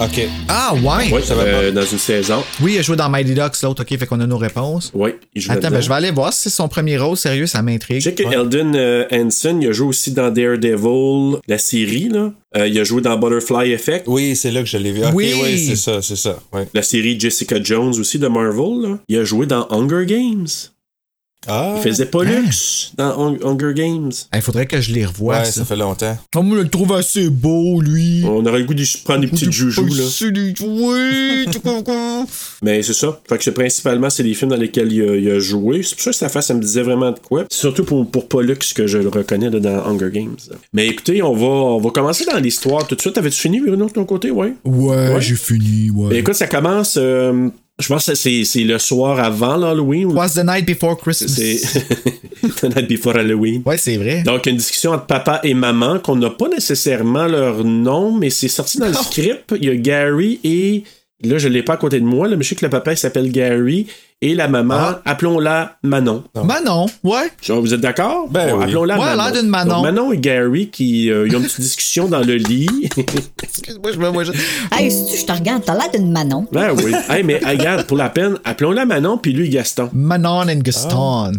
Speaker 8: OK.
Speaker 3: Ah, ouais.
Speaker 5: Ouais, oh. euh, dans une saison.
Speaker 3: Oui, il a joué dans Mighty Ducks, l'autre. OK, fait qu'on a nos réponses.
Speaker 5: Oui, il joue
Speaker 3: Attends,
Speaker 5: là-dedans.
Speaker 3: ben, je vais aller voir si c'est son premier rôle. Sérieux, ça m'intrigue.
Speaker 5: Je sais que
Speaker 3: Ouais.
Speaker 5: Eldon euh, Hansen, il a joué aussi dans Daredevil, la série, là. Euh, il a joué dans Butterfly Effect,
Speaker 8: Oui, c'est là que je l'ai vu. OK,
Speaker 3: Oui.
Speaker 8: oui, c'est ça, c'est ça. ouais.
Speaker 5: la série Jessica Jones aussi de Marvel, là. Il a joué dans Hunger Games.
Speaker 8: Ah,
Speaker 5: Il faisait Pollux
Speaker 3: Hein?
Speaker 5: dans Hung- Hunger Games.
Speaker 3: Il faudrait que je les revoie.
Speaker 8: ouais,
Speaker 3: ça.
Speaker 8: ça fait longtemps.
Speaker 3: Comme je le trouve assez beau, lui.
Speaker 5: On aurait le goût de se prendre des petites joujoux, là.
Speaker 3: Oui, tu comprends.
Speaker 5: Mais c'est ça. Fait que c'est principalement, c'est les films dans lesquels il a, il a joué. C'est pour ça que sa face, elle me disait vraiment de quoi. C'est surtout pour, pour Pollux que je le reconnais là, dans Hunger Games. Mais écoutez, on va, on va commencer dans l'histoire tout de suite. T'avais-tu fini, Bruno, de ton côté? Ouais.
Speaker 3: Ouais,
Speaker 5: Ouais.
Speaker 3: j'ai fini, ouais.
Speaker 5: Mais écoute, ça commence, euh, je pense que c'est, c'est le soir avant l'Halloween. ou
Speaker 3: Was the night before Christmas.
Speaker 5: C'est *laughs* The Night Before Halloween.
Speaker 3: Ouais, c'est vrai.
Speaker 5: Donc, une discussion entre papa et maman qu'on n'a pas nécessairement leur nom, mais c'est sorti dans le script. Il y a Gary et. Là, je l'ai pas à côté de moi, là, mais je sais que le papa il s'appelle Gary et la maman,
Speaker 3: Ah.
Speaker 5: appelons-la Manon.
Speaker 3: Manon, ouais.
Speaker 5: Genre, vous êtes d'accord?
Speaker 8: Ben oui.
Speaker 5: Appelons-la
Speaker 3: Ouais, elle a
Speaker 5: Manon.
Speaker 3: l'air d'une Manon.
Speaker 5: Donc, Manon et Gary qui euh, ils ont une petite discussion dans le
Speaker 8: *laughs*
Speaker 5: lit.
Speaker 3: Excuse-moi, je me vois.
Speaker 10: Hey, si tu, je te regarde, t'as l'air d'une Manon.
Speaker 5: ben oui. Hey, mais hey, regarde, pour la peine, appelons-la Manon puis lui Gaston.
Speaker 3: Manon and Gaston.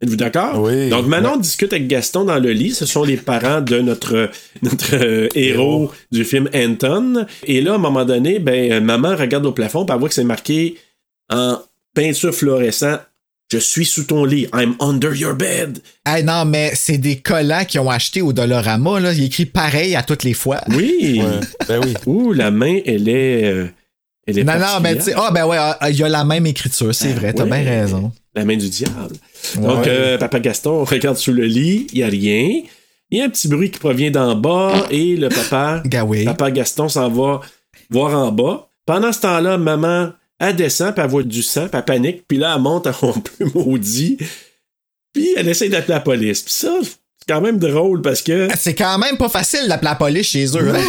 Speaker 5: Êtes-vous d'accord?
Speaker 8: Oui.
Speaker 5: Donc Manon discute avec Gaston dans le lit. Ce sont les parents de notre, *laughs* notre euh, héros du film Anton. Et là, à un moment donné, ben, euh, maman regarde au plafond et voit que c'est marqué en peinture fluorescente Je suis sous ton lit. I'm under your bed.
Speaker 3: Hey, non, mais c'est des collants qu'ils ont acheté au Dollarama, là. Il écrit pareil à toutes les fois.
Speaker 5: Oui.
Speaker 8: Ouais, Ben oui.
Speaker 5: Ouh, la main, elle est. euh, elle est
Speaker 3: Non, non, ben, tu sais,
Speaker 5: particulière.
Speaker 3: ah, ben ouais, ah, ah, il y a la même écriture, c'est vrai, t'as
Speaker 5: ouais.
Speaker 3: bien raison.
Speaker 5: La main du diable. Ah, Donc, euh, Papa Gaston *laughs* regarde sous le lit, il n'y a rien. Il y a un petit bruit qui provient d'en bas et le papa,
Speaker 3: Gawé.
Speaker 5: papa Gaston s'en va voir en bas. Pendant ce temps-là, maman, elle descend, puis elle voit du sang, puis elle panique, puis là, elle monte *laughs* en plus maudit, puis elle essaie d'appeler la police. Puis ça, c'est quand même drôle parce que.
Speaker 3: C'est quand même pas facile d'appeler la police chez eux,
Speaker 5: *laughs*
Speaker 3: hein.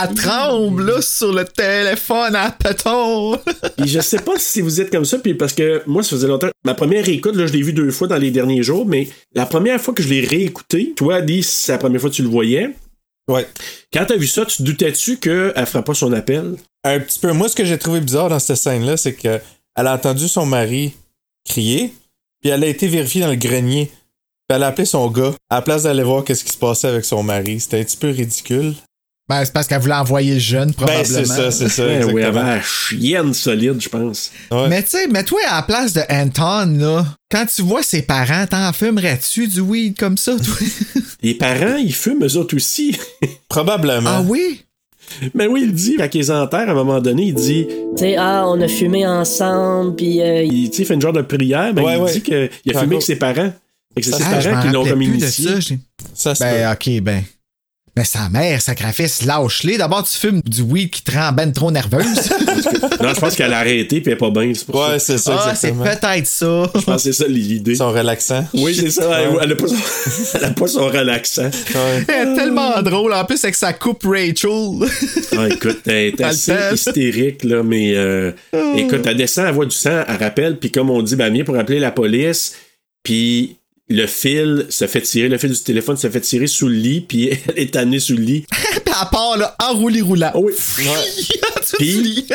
Speaker 3: Elle tremble, là, sur le téléphone à péton.
Speaker 5: Puis je sais pas si vous êtes comme ça, puis parce que moi, ça faisait longtemps. Ma première réécoute, là, je l'ai vu deux fois dans les derniers jours, mais la première fois que je l'ai réécouté, toi, dis, c'est la première fois que tu le voyais.
Speaker 8: Ouais.
Speaker 5: Quand t'as vu ça, tu te doutais-tu qu'elle ferait pas son appel?
Speaker 8: Un petit peu. Moi, ce que j'ai trouvé bizarre dans cette scène-là, c'est que elle a entendu son mari crier, puis elle a été vérifiée dans le grenier. Puis elle a appelé son gars à la place d'aller voir qu'est-ce qui se passait avec son mari. C'était un petit peu ridicule.
Speaker 3: Ben, c'est parce qu'elle voulait envoyer le jeune, probablement.
Speaker 8: Ben, c'est ça,
Speaker 3: *laughs*
Speaker 8: c'est ça.
Speaker 5: Ben oui, elle avait
Speaker 8: exactement.
Speaker 5: la chienne solide, je pense.
Speaker 8: Ouais.
Speaker 3: Mais tu sais, mets-toi à la place de Anton, là. Quand tu vois ses parents, t'en fumerais-tu du weed comme ça, toi?
Speaker 5: Les parents, ils fument eux autres aussi.
Speaker 8: Probablement.
Speaker 3: ah oui?
Speaker 5: Mais oui, il dit, quand ils enterrent, à un moment donné, il dit,
Speaker 10: Tu sais, ah, on a fumé ensemble, puis euh,
Speaker 5: il tu sais, il fait une genre de prière, mais
Speaker 8: Ouais,
Speaker 5: il
Speaker 8: ouais.
Speaker 5: dit qu'il a fumé
Speaker 8: Par
Speaker 5: avec
Speaker 8: contre-
Speaker 5: ses parents. Fait que c'est ses
Speaker 3: Ah, je m'en
Speaker 5: parents qui l'ont
Speaker 3: rappelais plus
Speaker 5: comme
Speaker 3: de
Speaker 5: initié.
Speaker 3: ça, j'ai-
Speaker 8: Ça se
Speaker 3: Ben, ok, ben. Mais sa mère, sacrifice, lâche-les. D'abord, tu fumes du weed qui te rend ben trop
Speaker 8: *laughs*
Speaker 3: nerveuse.
Speaker 5: Non, je pense qu'elle a arrêté, puis elle est pas bien. c'est pour
Speaker 8: peut.
Speaker 5: ça.
Speaker 8: Ouais, c'est ça,
Speaker 3: ah, c'est
Speaker 8: exactement.
Speaker 3: peut-être
Speaker 8: *laughs*
Speaker 3: ça.
Speaker 5: Je pense que c'est ça l'idée.
Speaker 8: Ils sont relaxants.
Speaker 5: Oui, c'est ça. Elle,
Speaker 8: Ouais.
Speaker 5: elle a pas son, *laughs* elle a pas son relaxant.
Speaker 3: *laughs*
Speaker 8: Ouais.
Speaker 3: Elle est tellement drôle. En plus, avec sa coupe Rachel. *laughs*
Speaker 5: Ah, écoute, elle est
Speaker 3: Elle
Speaker 5: assez
Speaker 3: pète.
Speaker 5: hystérique, là, mais euh,
Speaker 8: Oh.
Speaker 5: écoute, elle descend, elle voit du sang, elle rappelle, puis comme on dit, ben, viens pour appeler la police, puis le fil se fait tirer, le fil du téléphone se fait tirer sous le lit, puis *laughs* elle est amenée sous le lit.
Speaker 3: Puis à part, là, en roulis-roulant.
Speaker 8: Ah
Speaker 5: Oh oui.
Speaker 8: *laughs*
Speaker 3: Tu
Speaker 5: Puis-
Speaker 3: te lis.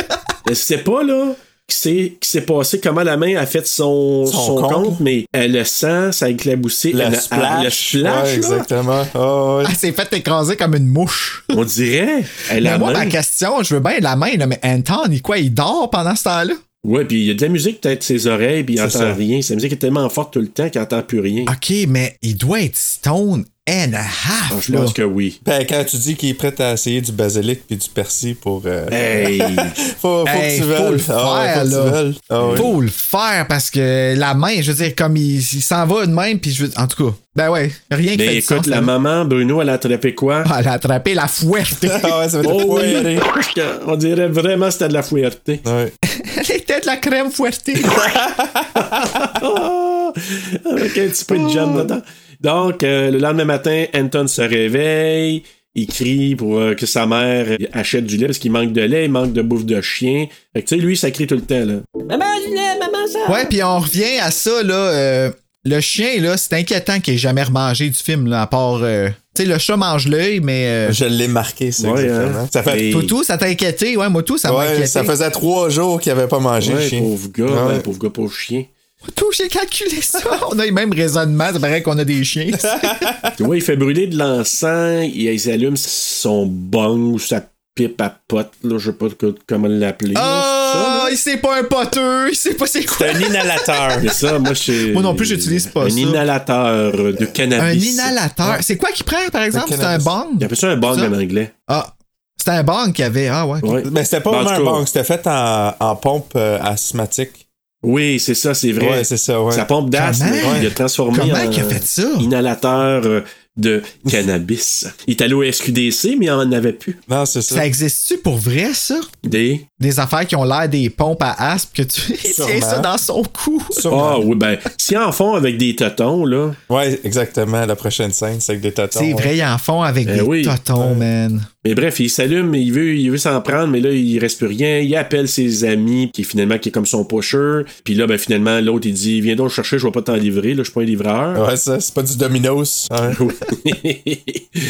Speaker 5: Je sais pas, là, qui s'est qui s'est passé, comment la main a fait son,
Speaker 8: Son
Speaker 5: son
Speaker 8: compte.
Speaker 5: compte, mais elle le sent, ça a éclaboussé.
Speaker 8: La
Speaker 5: elle a-
Speaker 3: ah,
Speaker 8: splash.
Speaker 5: le splash,
Speaker 8: Ouais,
Speaker 5: là,
Speaker 8: exactement. Ah, ouais.
Speaker 3: Elle s'est fait écraser comme une mouche.
Speaker 5: on dirait. Elle a
Speaker 3: Mais moi,
Speaker 5: main.
Speaker 3: ma question, je veux bien la main, là, mais Anton, il quoi, il dort pendant ce temps-là?
Speaker 5: Ouais, puis il y a de la musique peut-être ses oreilles, puis il
Speaker 8: C'est
Speaker 5: entend
Speaker 8: ça.
Speaker 5: rien. Sa musique est tellement forte tout le temps qu'il entend plus rien.
Speaker 3: OK, mais il doit être stone and a
Speaker 5: Ah,
Speaker 3: half.
Speaker 5: je
Speaker 3: là.
Speaker 5: pense que
Speaker 8: *laughs*
Speaker 5: oui.
Speaker 8: Ben, quand tu dis qu'il est prêt à essayer du basilic puis du persil pour. euh,
Speaker 5: Hey!
Speaker 8: Faut, faut
Speaker 3: Ben, Hey,
Speaker 8: que tu
Speaker 3: faut
Speaker 8: veuilles.
Speaker 3: le faire,
Speaker 8: Ah ouais, faut que
Speaker 3: là.
Speaker 8: tu veuilles. Ah ouais.
Speaker 3: Faut le faire parce que la main, je veux dire, comme il, il s'en va de même, puis je veux. En tout cas, ben ouais, rien qui
Speaker 5: Mais
Speaker 3: fait
Speaker 5: écoute,
Speaker 3: du sens,
Speaker 5: la
Speaker 3: là.
Speaker 5: maman, Bruno, elle a attrapé quoi?
Speaker 3: Ah, elle a attrapé la
Speaker 8: *laughs*
Speaker 3: fouette.
Speaker 8: Ah ouais, ça va être
Speaker 5: Oh oui! *laughs*
Speaker 8: foiré.
Speaker 5: On dirait vraiment que c'était de la fouetteté.
Speaker 8: Ouais.
Speaker 3: Elle était de la crème fouettée.
Speaker 5: Ah! Avec un petit peu de jam dedans. Donc, euh, le lendemain matin, Anton se réveille. Il crie pour euh, que sa mère achète du lait parce qu'il manque de lait, il manque de bouffe de chien. Fait que tu sais, lui, ça crie tout le temps, là.
Speaker 3: ouais, puis on revient à ça, là. euh, Le chien, là, c'est inquiétant qu'il ait jamais remangé du film, là, à part. euh, tu sais, le chat mange l'œil, mais. euh,
Speaker 8: Je l'ai marqué, ça,
Speaker 5: Ouais,
Speaker 8: exactement.
Speaker 5: hein.
Speaker 8: Ça fait
Speaker 5: Et-
Speaker 3: Toutou, ça t'a inquiété? Ouais, moi, tout, ça m'a
Speaker 8: Ouais,
Speaker 3: inquiété.
Speaker 8: ça faisait trois jours qu'il avait pas mangé, le
Speaker 5: Ouais,
Speaker 8: chien. Ah
Speaker 5: pauvre gars,
Speaker 8: Ouais.
Speaker 5: ouais, pauvre gars, pauvre chien.
Speaker 3: Tout, j'ai calculé ça. *laughs* On a les mêmes raisonnements, ça paraît qu'on a des chiens.
Speaker 5: Tu vois, il fait brûler de l'encens, il, il allume son bong ou sa pipe à pote, là, je sais pas que- comment l'appeler.
Speaker 3: Ah, il sait pas un poteux, il sait pas c'est quoi.
Speaker 8: C'est un inhalateur.
Speaker 5: C'est ça, moi, je
Speaker 3: Moi non plus, j'utilise pas
Speaker 5: un
Speaker 3: ça.
Speaker 5: inhalateur de
Speaker 3: Un
Speaker 5: cannabis.
Speaker 3: inhalateur. C'est quoi qu'il prend, par exemple? C'est un
Speaker 5: Il
Speaker 8: cannabis.
Speaker 3: bang?
Speaker 5: appelle ça un bong
Speaker 3: Ça?
Speaker 5: en anglais.
Speaker 3: Ah, c'est un bang qu'il y avait. Ah, ouais.
Speaker 5: Ouais.
Speaker 8: *laughs* Mais c'était pas
Speaker 5: Ben, en
Speaker 8: vraiment un
Speaker 5: tout cas,
Speaker 8: bong, c'était fait en, en pompe euh, asthmatique.
Speaker 5: Oui, c'est ça, c'est vrai.
Speaker 8: Ouais, c'est ça, ouais.
Speaker 5: Sa pompe d'asthme,
Speaker 3: Comment?
Speaker 5: il a transformé
Speaker 3: Comment
Speaker 5: en
Speaker 3: qu'il a fait ça?
Speaker 5: inhalateur euh, de cannabis. il est allé au SQDC, mais il en avait plus.
Speaker 8: Non, c'est ça.
Speaker 3: Ça existe-tu pour vrai, ça?
Speaker 5: Des...
Speaker 3: Des affaires qui ont l'air des pompes à aspe que tu *laughs* il tient
Speaker 8: Sûrement.
Speaker 3: ça dans son cou.
Speaker 8: Sûrement.
Speaker 5: Ah oui, ben, si en font avec des totons, là,
Speaker 8: Ouais, exactement. La prochaine scène, c'est avec des tatons.
Speaker 3: C'est
Speaker 8: ouais.
Speaker 3: vrai, ils en font avec
Speaker 5: Eh
Speaker 3: des
Speaker 5: oui.
Speaker 3: totons, man.
Speaker 5: Mais bref, il s'allume, il veut, il veut s'en prendre, mais là, il reste plus rien. Il appelle ses amis, qui est finalement qui est comme son pusher. Puis là, ben, finalement, l'autre, il dit Viens donc le chercher, je vais pas t'en livrer, là, je suis pas un livreur.
Speaker 8: Ouais, ça, c'est pas du Domino's. hein.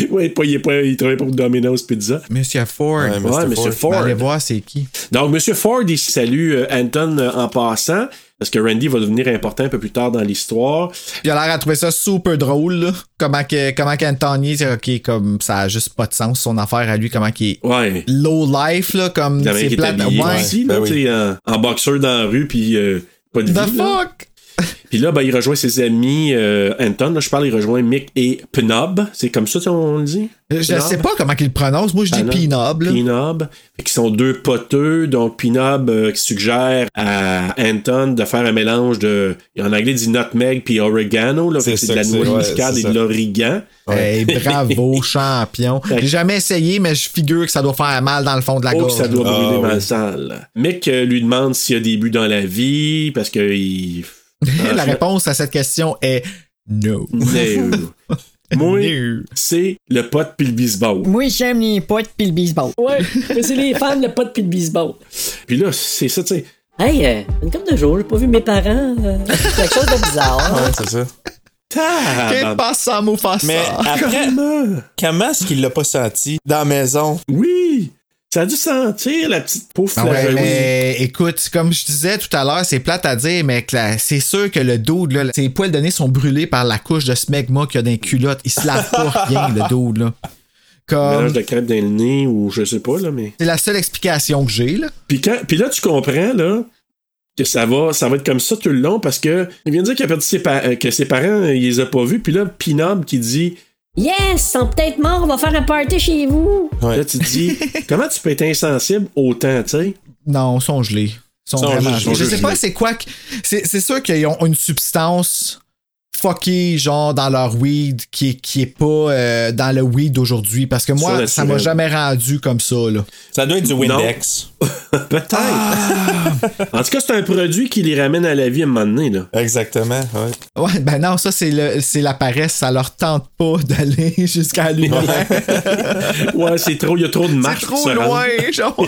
Speaker 5: *laughs* ouais, pas, il, est pas, il travaille pour Domino's Pizza.
Speaker 3: Monsieur Ford.
Speaker 8: Ouais,
Speaker 3: Ouais,
Speaker 8: Mr.
Speaker 5: Ouais, Monsieur Ford.
Speaker 8: Ben,
Speaker 3: Allez voir, c'est qui?
Speaker 5: Donc, M. Ford, il salue euh, Anton euh, en passant, parce que Randy va devenir important un peu plus tard dans l'histoire.
Speaker 3: Puis il a l'air à trouver ça super drôle, là. Comment que, comment qu'Anthony, c'est ok, comme ça a juste pas de sens, son affaire à lui, comment qu'il est
Speaker 5: Ouais.
Speaker 3: low life, là, comme
Speaker 5: Il y en a un qui
Speaker 3: c'est
Speaker 5: est
Speaker 3: plate.
Speaker 5: habillé
Speaker 3: Ouais.
Speaker 5: aussi, là,
Speaker 8: ben oui.
Speaker 5: tu sais, en, en boxeur dans la rue, puis euh, pas de vie,
Speaker 3: The
Speaker 5: là.
Speaker 3: fuck?
Speaker 5: Puis là, ben, il rejoint ses amis euh, Anton. Là, je parle, il rejoint Mick et Pnob. C'est comme ça qu'on le dit?
Speaker 3: Je
Speaker 5: Pnob?
Speaker 3: sais pas comment qu'il le prononce. Moi, je dis
Speaker 5: Pnob.
Speaker 3: Pinob, là.
Speaker 5: Pnob. Qui sont deux poteux. Donc, Pnob euh, qui suggère à Anton de faire un mélange de. En anglais, il dit nutmeg puis oregano. là. Fait que
Speaker 8: C'est
Speaker 5: C'est de la
Speaker 8: ça que
Speaker 5: noix
Speaker 8: c'est, ouais,
Speaker 5: muscade
Speaker 8: c'est
Speaker 5: et de
Speaker 8: ça.
Speaker 5: l'origan.
Speaker 3: Hey,
Speaker 5: *laughs*
Speaker 3: bravo, champion. J'ai jamais essayé, mais je figure que ça doit faire mal dans le fond de la
Speaker 5: Oh,
Speaker 3: gorge. *laughs*
Speaker 5: ça doit
Speaker 8: Ah,
Speaker 5: brûler
Speaker 8: oui.
Speaker 5: dans le sale. Mick euh, lui demande s'il y a des buts dans la vie parce que
Speaker 8: *laughs*
Speaker 5: il.
Speaker 3: la réponse à cette question est no.
Speaker 8: *laughs*
Speaker 5: No. Moi, c'est le pot puis le bisbal.
Speaker 10: Moi, j'aime les potes pis le baseball. Ouais, mais c'est les fans, le pot pis le baseball.
Speaker 5: Puis là, c'est ça, tu sais.
Speaker 10: Hey, euh, une couple de jours, j'ai pas vu mes parents. euh, quelque chose de bizarre.
Speaker 8: Ouais, c'est ça.
Speaker 3: Qu'est-ce
Speaker 5: Tabarnak.
Speaker 3: passe sans mot face?
Speaker 8: Mais après,
Speaker 5: Comment?
Speaker 8: comment est-ce qu'il l'a pas senti dans la maison?
Speaker 5: Oui! Ça a dû sentir la petite peau
Speaker 3: Ah ouais,
Speaker 8: Ben
Speaker 5: flageolée.
Speaker 3: mais écoute, comme je disais tout à l'heure, c'est plate à dire, mais que la- c'est sûr que le dude, là, ses poils de nez sont brûlés par la couche de smegma qu'il y a dans les culottes. Il se lave pas
Speaker 8: *laughs*
Speaker 3: rien, le dude, là. Comme,
Speaker 5: Mélange de crêpes dans le nez ou je sais pas, là, mais.
Speaker 3: c'est la seule explication que j'ai, là.
Speaker 5: Puis, quand- puis là, tu comprends, là, que ça va, ça va être comme ça tout le long parce que il vient de dire qu'il a perdu ses pa- euh, que ses parents, euh, il les a pas vus. Puis là, Pinob qui dit,
Speaker 10: Yes, ils sont peut-être morts, on va faire un party chez vous.
Speaker 8: Ouais.
Speaker 5: là, tu
Speaker 3: *laughs*
Speaker 5: te dis, comment tu peux être insensible autant, tu sais?
Speaker 3: Non, ils sont gelés. Ils sont
Speaker 8: Ils sont
Speaker 3: vraiment
Speaker 8: juste-
Speaker 3: gelés.
Speaker 8: ils sont
Speaker 3: Je sais
Speaker 8: juste
Speaker 3: pas
Speaker 8: gelés.
Speaker 3: c'est quoi. que- C'est c'est sûr qu'ils ont une substance fuckée, genre dans leur weed, qui, est- qui est pas euh, dans le weed d'aujourd'hui. Parce que moi,
Speaker 5: Surnaturel.
Speaker 3: ça m'a jamais rendu comme ça, là.
Speaker 8: Ça doit être du Windex.
Speaker 5: Peut-être.
Speaker 3: Ah!
Speaker 5: en tout cas, c'est un produit qui les ramène à la vie à un moment donné, là.
Speaker 8: Exactement, ouais.
Speaker 3: Ouais, ben non, ça, c'est le- c'est la paresse. Ça leur tente pas *laughs* d'aller jusqu'à la lumière.
Speaker 5: Ouais, c'est trop, il y a trop de
Speaker 3: C'est
Speaker 5: marches. pour
Speaker 3: trop
Speaker 5: se rendre.
Speaker 3: loin, genre.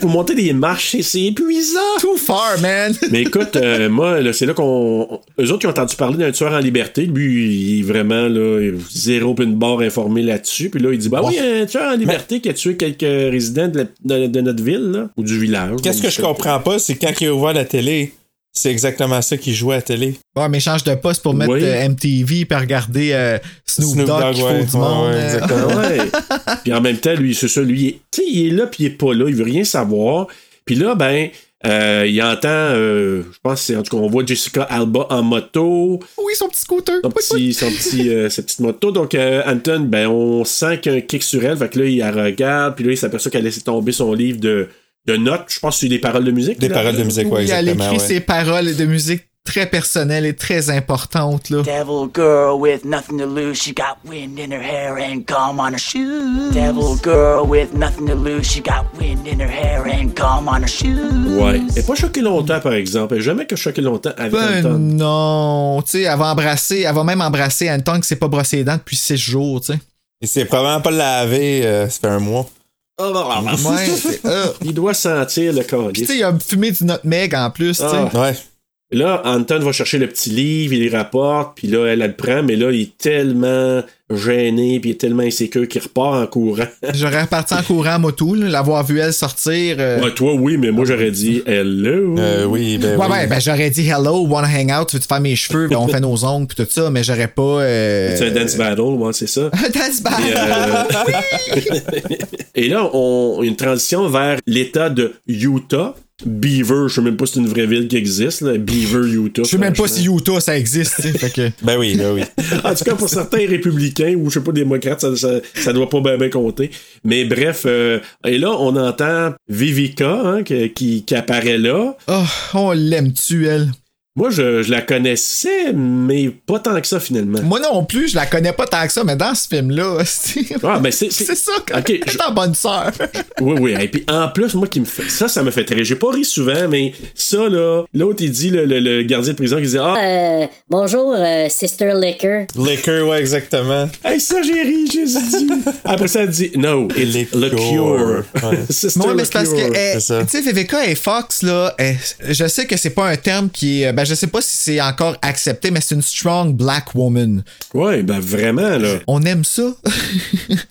Speaker 5: Pour monter des marches, c'est- c'est épuisant.
Speaker 3: Too far, man.
Speaker 5: Mais écoute, euh, moi, là, c'est là qu'on. Eux autres, ils ont entendu parler d'un tueur en liberté. Lui, il est vraiment là, zéro pin barre informé là-dessus. Puis là, il dit Bah oui, un tueur en liberté qui a tué quelques résidents de, la- de- de notre ville, là, ou du village.
Speaker 8: Qu'est-ce que je comprends pas, c'est quand il a ouvert la télé, c'est exactement ça qu'il jouait à la télé.
Speaker 3: Ouais, mais change de poste pour mettre
Speaker 5: Oui.
Speaker 3: euh, MTV puis regarder euh, Snoop,
Speaker 8: Snoop
Speaker 3: Dogg,
Speaker 8: Dogg,
Speaker 3: qui faut
Speaker 8: ouais,
Speaker 3: du
Speaker 8: ouais,
Speaker 3: monde.
Speaker 8: ouais,
Speaker 3: euh,
Speaker 8: exactement.
Speaker 5: Ah ouais. puis en même temps, lui, c'est ça, lui, il est- tu sais, il est là, puis il est pas là, il veut rien savoir. Puis là, ben, euh, il entend, euh, je pense, que c'est en tout cas, on voit Jessica Alba en moto.
Speaker 3: *laughs* oui, son petit scooter.
Speaker 5: son
Speaker 3: Oui, oui.
Speaker 5: petit, son petit, euh, sa petite moto. Donc, euh, Anton, ben, on sent qu'il y a un kick sur elle. Fait que là, il la regarde, puis là, il s'aperçoit qu'elle a laissé tomber son livre de, de notes. Je pense que c'est des paroles de musique.
Speaker 8: Des
Speaker 5: là.
Speaker 8: paroles de musique, ouais,
Speaker 3: Oui, elle
Speaker 8: exactement.
Speaker 3: écrit
Speaker 8: ouais.
Speaker 3: ses paroles de musique très personnelles et très importantes. Là.
Speaker 4: Devil girl with nothing to lose, she got wind in her hair and calm on her shoes. Devil girl with nothing to lose, she got wind in her hair and calm on her shoes.
Speaker 5: Ouais. Elle n'est pas choquée longtemps, par exemple. Elle est jamais que choquée longtemps avec
Speaker 3: Ben
Speaker 5: Anton.
Speaker 3: non, tu sais, elle va embrasser, elle va même embrasser Anton qui s'est pas brossé les dents depuis six jours, tu sais.
Speaker 8: Il s'est probablement pas lavé, euh, ça fait un mois.
Speaker 5: Ah, ben,
Speaker 3: Ouais, c'est- euh,
Speaker 8: *laughs*
Speaker 5: Il doit sentir le corps.
Speaker 3: Puis tu sais, il a fumé du nutmeg en plus, tu sais.
Speaker 5: Ah.
Speaker 8: Ouais.
Speaker 5: Là, Anton va chercher le petit livre, il le rapporte, puis là, elle, elle le prend, mais là, il est tellement gêné, puis il est tellement insécure qu'il repart en courant.
Speaker 3: J'aurais reparti en courant à moto, là, l'avoir vu elle sortir. euh,
Speaker 5: Ouais, toi, oui, mais moi, j'aurais dit hello.
Speaker 8: Euh, oui, ben
Speaker 3: ouais,
Speaker 8: oui.
Speaker 3: ouais, ben j'aurais dit hello, wanna hang out, tu veux te faire mes cheveux, ben on fait nos ongles pis tout ça, mais j'aurais pas. euh,
Speaker 5: C'est un
Speaker 3: *laughs*
Speaker 5: dance battle, ouais, c'est ça.
Speaker 3: un dance battle.
Speaker 5: Et, euh, Et là, on une transition vers l'État de Utah. Beaver, je sais même pas si c'est une vraie ville qui existe, là. Beaver, Utah.
Speaker 3: Je sais même pas si Utah ça existe, tu sais, fait
Speaker 5: *laughs*
Speaker 3: que.
Speaker 8: Ben oui, ben oui.
Speaker 5: En tout cas, pour certains républicains ou je sais pas, démocrates, ça, ça, ça doit pas bien compter. Mais bref, euh, et là, on entend Vivica hein, qui, qui- qui apparaît là.
Speaker 3: Oh, on l'aime-tu, elle?
Speaker 5: Moi, je, je la connaissais, mais pas tant que ça finalement.
Speaker 3: Moi non plus, je la connais pas tant que ça, mais dans ce film-là, *laughs* c'est
Speaker 5: Ah, ben c'est.
Speaker 3: c'est ça, quand
Speaker 5: Ok,
Speaker 3: elle
Speaker 5: je-
Speaker 3: est en bonne sœur. *laughs*
Speaker 5: Oui, oui. Et puis en plus, moi qui me fait. Ça, ça me fait très. J'ai pas ri souvent, mais ça, là. L'autre, il dit, le, le- le gardien de prison, qui dit Ah,
Speaker 11: Euh, bonjour, euh, Sister Liquor.
Speaker 8: Liquor, ouais, exactement.
Speaker 5: hey, ça, j'ai ri, j'ai dit. *laughs* Après ça, elle dit No, it's
Speaker 8: Le
Speaker 5: le cure.
Speaker 8: cure.
Speaker 5: *laughs*
Speaker 8: Ouais.
Speaker 5: Sister
Speaker 3: Moi, mais
Speaker 5: Le
Speaker 3: c'est parce que,
Speaker 5: Cure.
Speaker 3: eh,
Speaker 8: c'est ça.
Speaker 3: tu sais, VVK et Fox, là, eh, je sais que c'est pas un terme qui est, ben, je sais pas si c'est encore accepté, mais c'est une strong black woman.
Speaker 5: Ouais, ben vraiment, là.
Speaker 3: On aime ça. *laughs*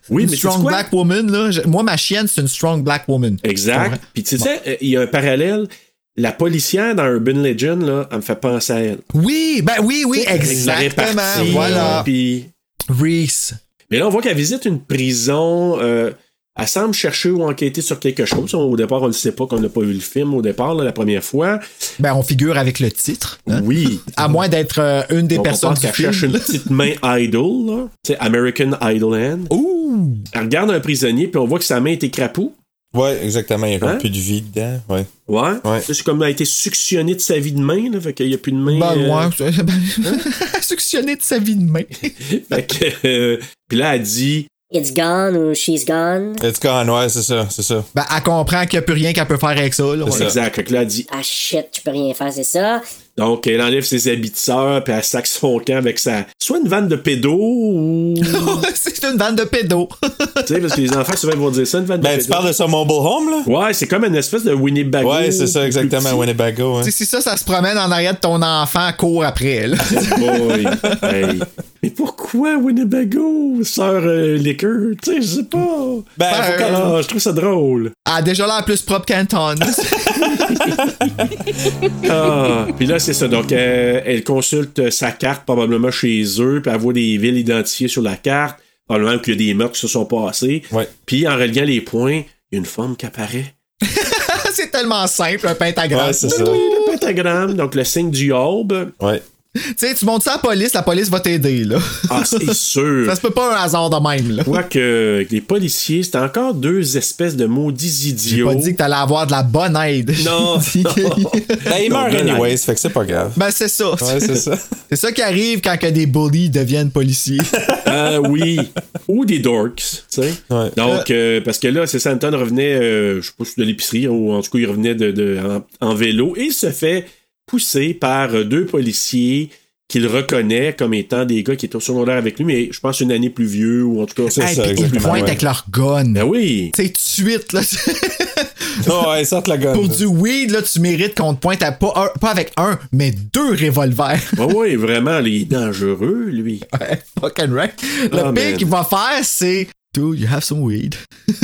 Speaker 5: Oui,
Speaker 3: une
Speaker 5: mais
Speaker 3: strong
Speaker 5: sais-tu quoi?
Speaker 3: black woman, là. je- moi, ma chienne, c'est une strong black woman.
Speaker 5: Exact. Puis tu sais, euh, il y a un parallèle. La policière dans Urban Legend, là, elle me fait penser à elle.
Speaker 3: Oui, ben oui, oui,
Speaker 5: La
Speaker 3: exactement.
Speaker 5: répartie,
Speaker 3: Voilà.
Speaker 5: Puis.
Speaker 3: Reese.
Speaker 5: Mais là, on voit qu'elle visite une prison. euh, elle semble chercher ou enquêter sur quelque chose. On- Au départ, on ne sait pas qu'on n'a pas vu le film au départ, là, la première fois.
Speaker 3: Ben, on figure avec le titre. hein.
Speaker 5: Oui.
Speaker 3: À moins d'être euh, une des
Speaker 5: Mm-hmm. Donc, on
Speaker 3: personnes
Speaker 5: pense
Speaker 3: qui
Speaker 5: qu'elle cherche une petite main idol, là. Tu sais, American Idol Hand.
Speaker 3: Ouh!
Speaker 5: Elle regarde un prisonnier, puis on voit que sa main était écrapoue.
Speaker 8: Ouais, exactement. Il y a comme
Speaker 5: Hein?
Speaker 8: plus de vie dedans. Ouais.
Speaker 5: Ouais.
Speaker 8: Ouais.
Speaker 5: Ça, C'est comme elle a été suctionnée de sa vie de main, là. Fait qu'il n'y a plus de main.
Speaker 3: Ben,
Speaker 5: euh,
Speaker 3: moi, *laughs* suctionner de sa vie de main.
Speaker 5: *laughs* fait que, euh, puis là, elle dit.
Speaker 11: It's gone ou she's gone.
Speaker 8: It's gone, ouais, c'est ça, c'est ça.
Speaker 3: Ben, elle comprend qu'il n'y a plus rien qu'elle peut faire avec ça, là.
Speaker 8: C'est ça.
Speaker 5: Exact. Fait que là, elle dit.
Speaker 11: Ah shit, tu peux rien faire, c'est ça.
Speaker 5: Donc, elle enlève ses habits de sœur, puis elle sac son camp avec sa. Soit une vanne de pédo, ou.
Speaker 3: *laughs* c'est une bande de pédos.
Speaker 5: tu sais, parce que les enfants souvent vont dire ça, une vanne de
Speaker 8: Ben, tu
Speaker 5: pédo.
Speaker 8: parles de son mobile home, là?
Speaker 5: Ouais, c'est comme une espèce de Winnebago.
Speaker 8: Ouais, c'est ça,
Speaker 5: plus
Speaker 8: exactement,
Speaker 5: petit.
Speaker 8: Winnebago. Hein.
Speaker 3: Tu sais, si ça, ça se promène en arrière de ton enfant, court après,
Speaker 5: *laughs*
Speaker 3: là.
Speaker 5: Boy. *laughs* Hey. Mais pourquoi Winnebago, sœur euh, Liquor? Tu sais, je sais pas.
Speaker 3: Ben,
Speaker 8: Ben, faut
Speaker 3: euh,
Speaker 5: Ah, je trouve ça drôle.
Speaker 3: Elle a déjà l'air plus propre qu'Anton. *laughs*
Speaker 5: Ah. Puis là, c'est ça. Donc, euh, elle consulte euh, sa carte probablement chez eux, puis elle voit des villes identifiées sur la carte, probablement qu'il y a des meurtres qui se sont passés.
Speaker 8: Ouais.
Speaker 5: Puis en reliant les points, il y a une forme qui apparaît.
Speaker 3: c'est tellement simple, un pentagramme.
Speaker 8: Ouais, c'est ça.
Speaker 5: Le pentagramme, donc le signe du orbe.
Speaker 8: Ouais.
Speaker 3: tu sais, tu montes ça à la police, la police va t'aider, là. *laughs*
Speaker 5: Ah, c'est sûr.
Speaker 3: Ça se peut pas un hasard de même, là.
Speaker 5: Je vois que les policiers, c'est encore deux espèces de maudits
Speaker 3: J'ai
Speaker 5: idiots.
Speaker 3: pas dit que t'allais avoir de la bonne aide. *laughs*
Speaker 5: Non,
Speaker 3: J'ai dit que-
Speaker 8: *laughs*
Speaker 3: *laughs*
Speaker 8: Ben, il
Speaker 5: Non,
Speaker 8: meurt
Speaker 5: ben,
Speaker 8: anyways, fait que c'est pas grave.
Speaker 3: ben, c'est ça.
Speaker 8: Ouais, c'est ça.
Speaker 3: c'est ça qui arrive quand que des bullies deviennent policiers.
Speaker 5: Ah oui. Ou des dorks, tu sais.
Speaker 8: Ouais.
Speaker 5: Donc, euh, parce que là, c'est ça, Anton revenait, euh, je sais pas si de l'épicerie, ou en tout cas, il revenait de, de- en, en vélo et il se fait pousser par euh, deux policiers qu'il reconnaît comme étant des gars qui étaient au secondaire avec lui, mais je pense une année plus vieux, ou en tout cas,
Speaker 8: C'est
Speaker 3: Hey,
Speaker 8: ça,
Speaker 3: puis ils
Speaker 8: exactement,
Speaker 3: pointent
Speaker 8: ouais.
Speaker 3: avec leur gun.
Speaker 5: Ben oui.
Speaker 3: Tu sais, tout de suite, là. *laughs*
Speaker 8: Non, ouais, sorte la gomme.
Speaker 3: Pour du weed, là, tu mérites qu'on te pointe à pas, un- pas avec un, mais deux revolvers. *laughs*
Speaker 5: Ben oui, vraiment, là, il est dangereux, lui.
Speaker 8: Ah,
Speaker 3: Ouais, fucking right. Le
Speaker 5: Ah, man.
Speaker 3: pire qu'il va faire, c'est Dude, you have some weed.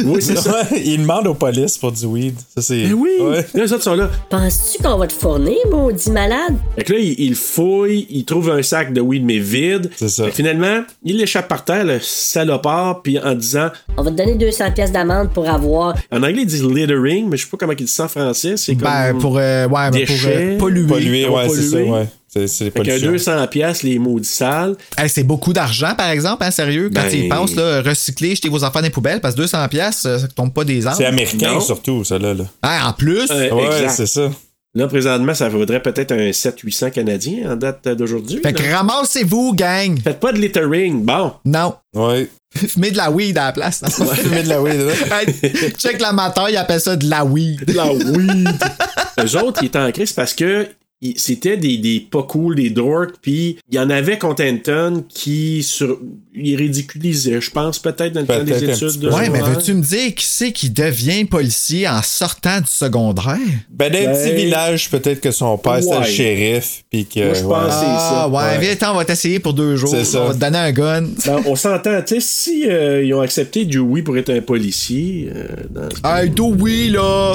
Speaker 5: Oui, c'est ça.
Speaker 8: Ouais, il demande aux polices pour du weed. Ça, c'est.
Speaker 5: Ben oui.
Speaker 8: Ouais.
Speaker 5: Là, les autres sont là.
Speaker 11: Penses-tu qu'on va te fournir, maudit malade?
Speaker 5: Fait que là, il, il fouille, il trouve un sac de weed, mais vide.
Speaker 8: C'est ça.
Speaker 5: Fait que finalement, il l'échappe par terre, le salopard, puis en disant
Speaker 11: On va te donner 200 pièces d'amende pour avoir.
Speaker 5: En anglais, ils disent littering, mais je sais pas comment ils disent ça en français. C'est comme.
Speaker 3: Ben, pour, euh, ouais, mais pour
Speaker 5: déchets,
Speaker 3: euh, polluer.
Speaker 8: Pollué,
Speaker 5: on va
Speaker 8: ouais, c'est ça,
Speaker 5: polluer.
Speaker 8: ouais. C'est, c'est les
Speaker 5: Fait que
Speaker 8: pollutions.
Speaker 5: 200 pièces les maudits sales.
Speaker 3: Hey, c'est beaucoup d'argent, par exemple, hein, sérieux. Quand
Speaker 5: Ben-
Speaker 3: tu y penses, là, recycler, jeter vos enfants dans les poubelles, parce que 200$, piastres, euh, ça te tombe pas des arbres.
Speaker 8: C'est américain,
Speaker 5: Non.
Speaker 8: surtout, ça, là. là.
Speaker 3: Hey, en plus,
Speaker 5: Euh,
Speaker 8: Ouais,
Speaker 5: exact.
Speaker 8: c'est ça.
Speaker 5: Là, présentement, ça vaudrait peut-être un 7-800 canadien en date euh, d'aujourd'hui.
Speaker 3: fait
Speaker 5: là.
Speaker 3: que ramassez-vous, gang.
Speaker 5: Faites pas de littering. Bon.
Speaker 3: Non. *laughs*
Speaker 8: Ouais.
Speaker 3: Fumez de la weed à la place.
Speaker 8: Fumer de la weed, là.
Speaker 3: *laughs* Hey, check l'amateur, il appelle ça de *laughs* la weed.
Speaker 5: La weed. Eux autres, ils étaient en crise parce que il- c'était des, des pas cool, des dorks, puis il y en avait contre Anton qui sur, il ridiculisait, je pense, peut-être dans le temps des
Speaker 8: Peut-être un petit
Speaker 5: études. de
Speaker 8: peu.
Speaker 3: Ouais, mais
Speaker 5: secondaire.
Speaker 3: veux-tu me dire qui c'est qui devient policier en sortant du secondaire?
Speaker 8: Ben, d'un
Speaker 5: Ben,
Speaker 8: petit village, peut-être que son père, c'était le
Speaker 5: ouais.
Speaker 8: shérif. Puis que.
Speaker 5: Moi, je pense que c'est
Speaker 3: Ah,
Speaker 5: ça.
Speaker 3: ouais,
Speaker 8: Ouais.
Speaker 3: viens, attends, on va t'essayer pour deux jours.
Speaker 8: C'est ça.
Speaker 3: On va te donner un gun.
Speaker 5: Ben, on s'entend, tu sais, si euh, ils ont accepté Dewey pour être un policier, euh, dans ce-
Speaker 3: Hey, Dewey, là!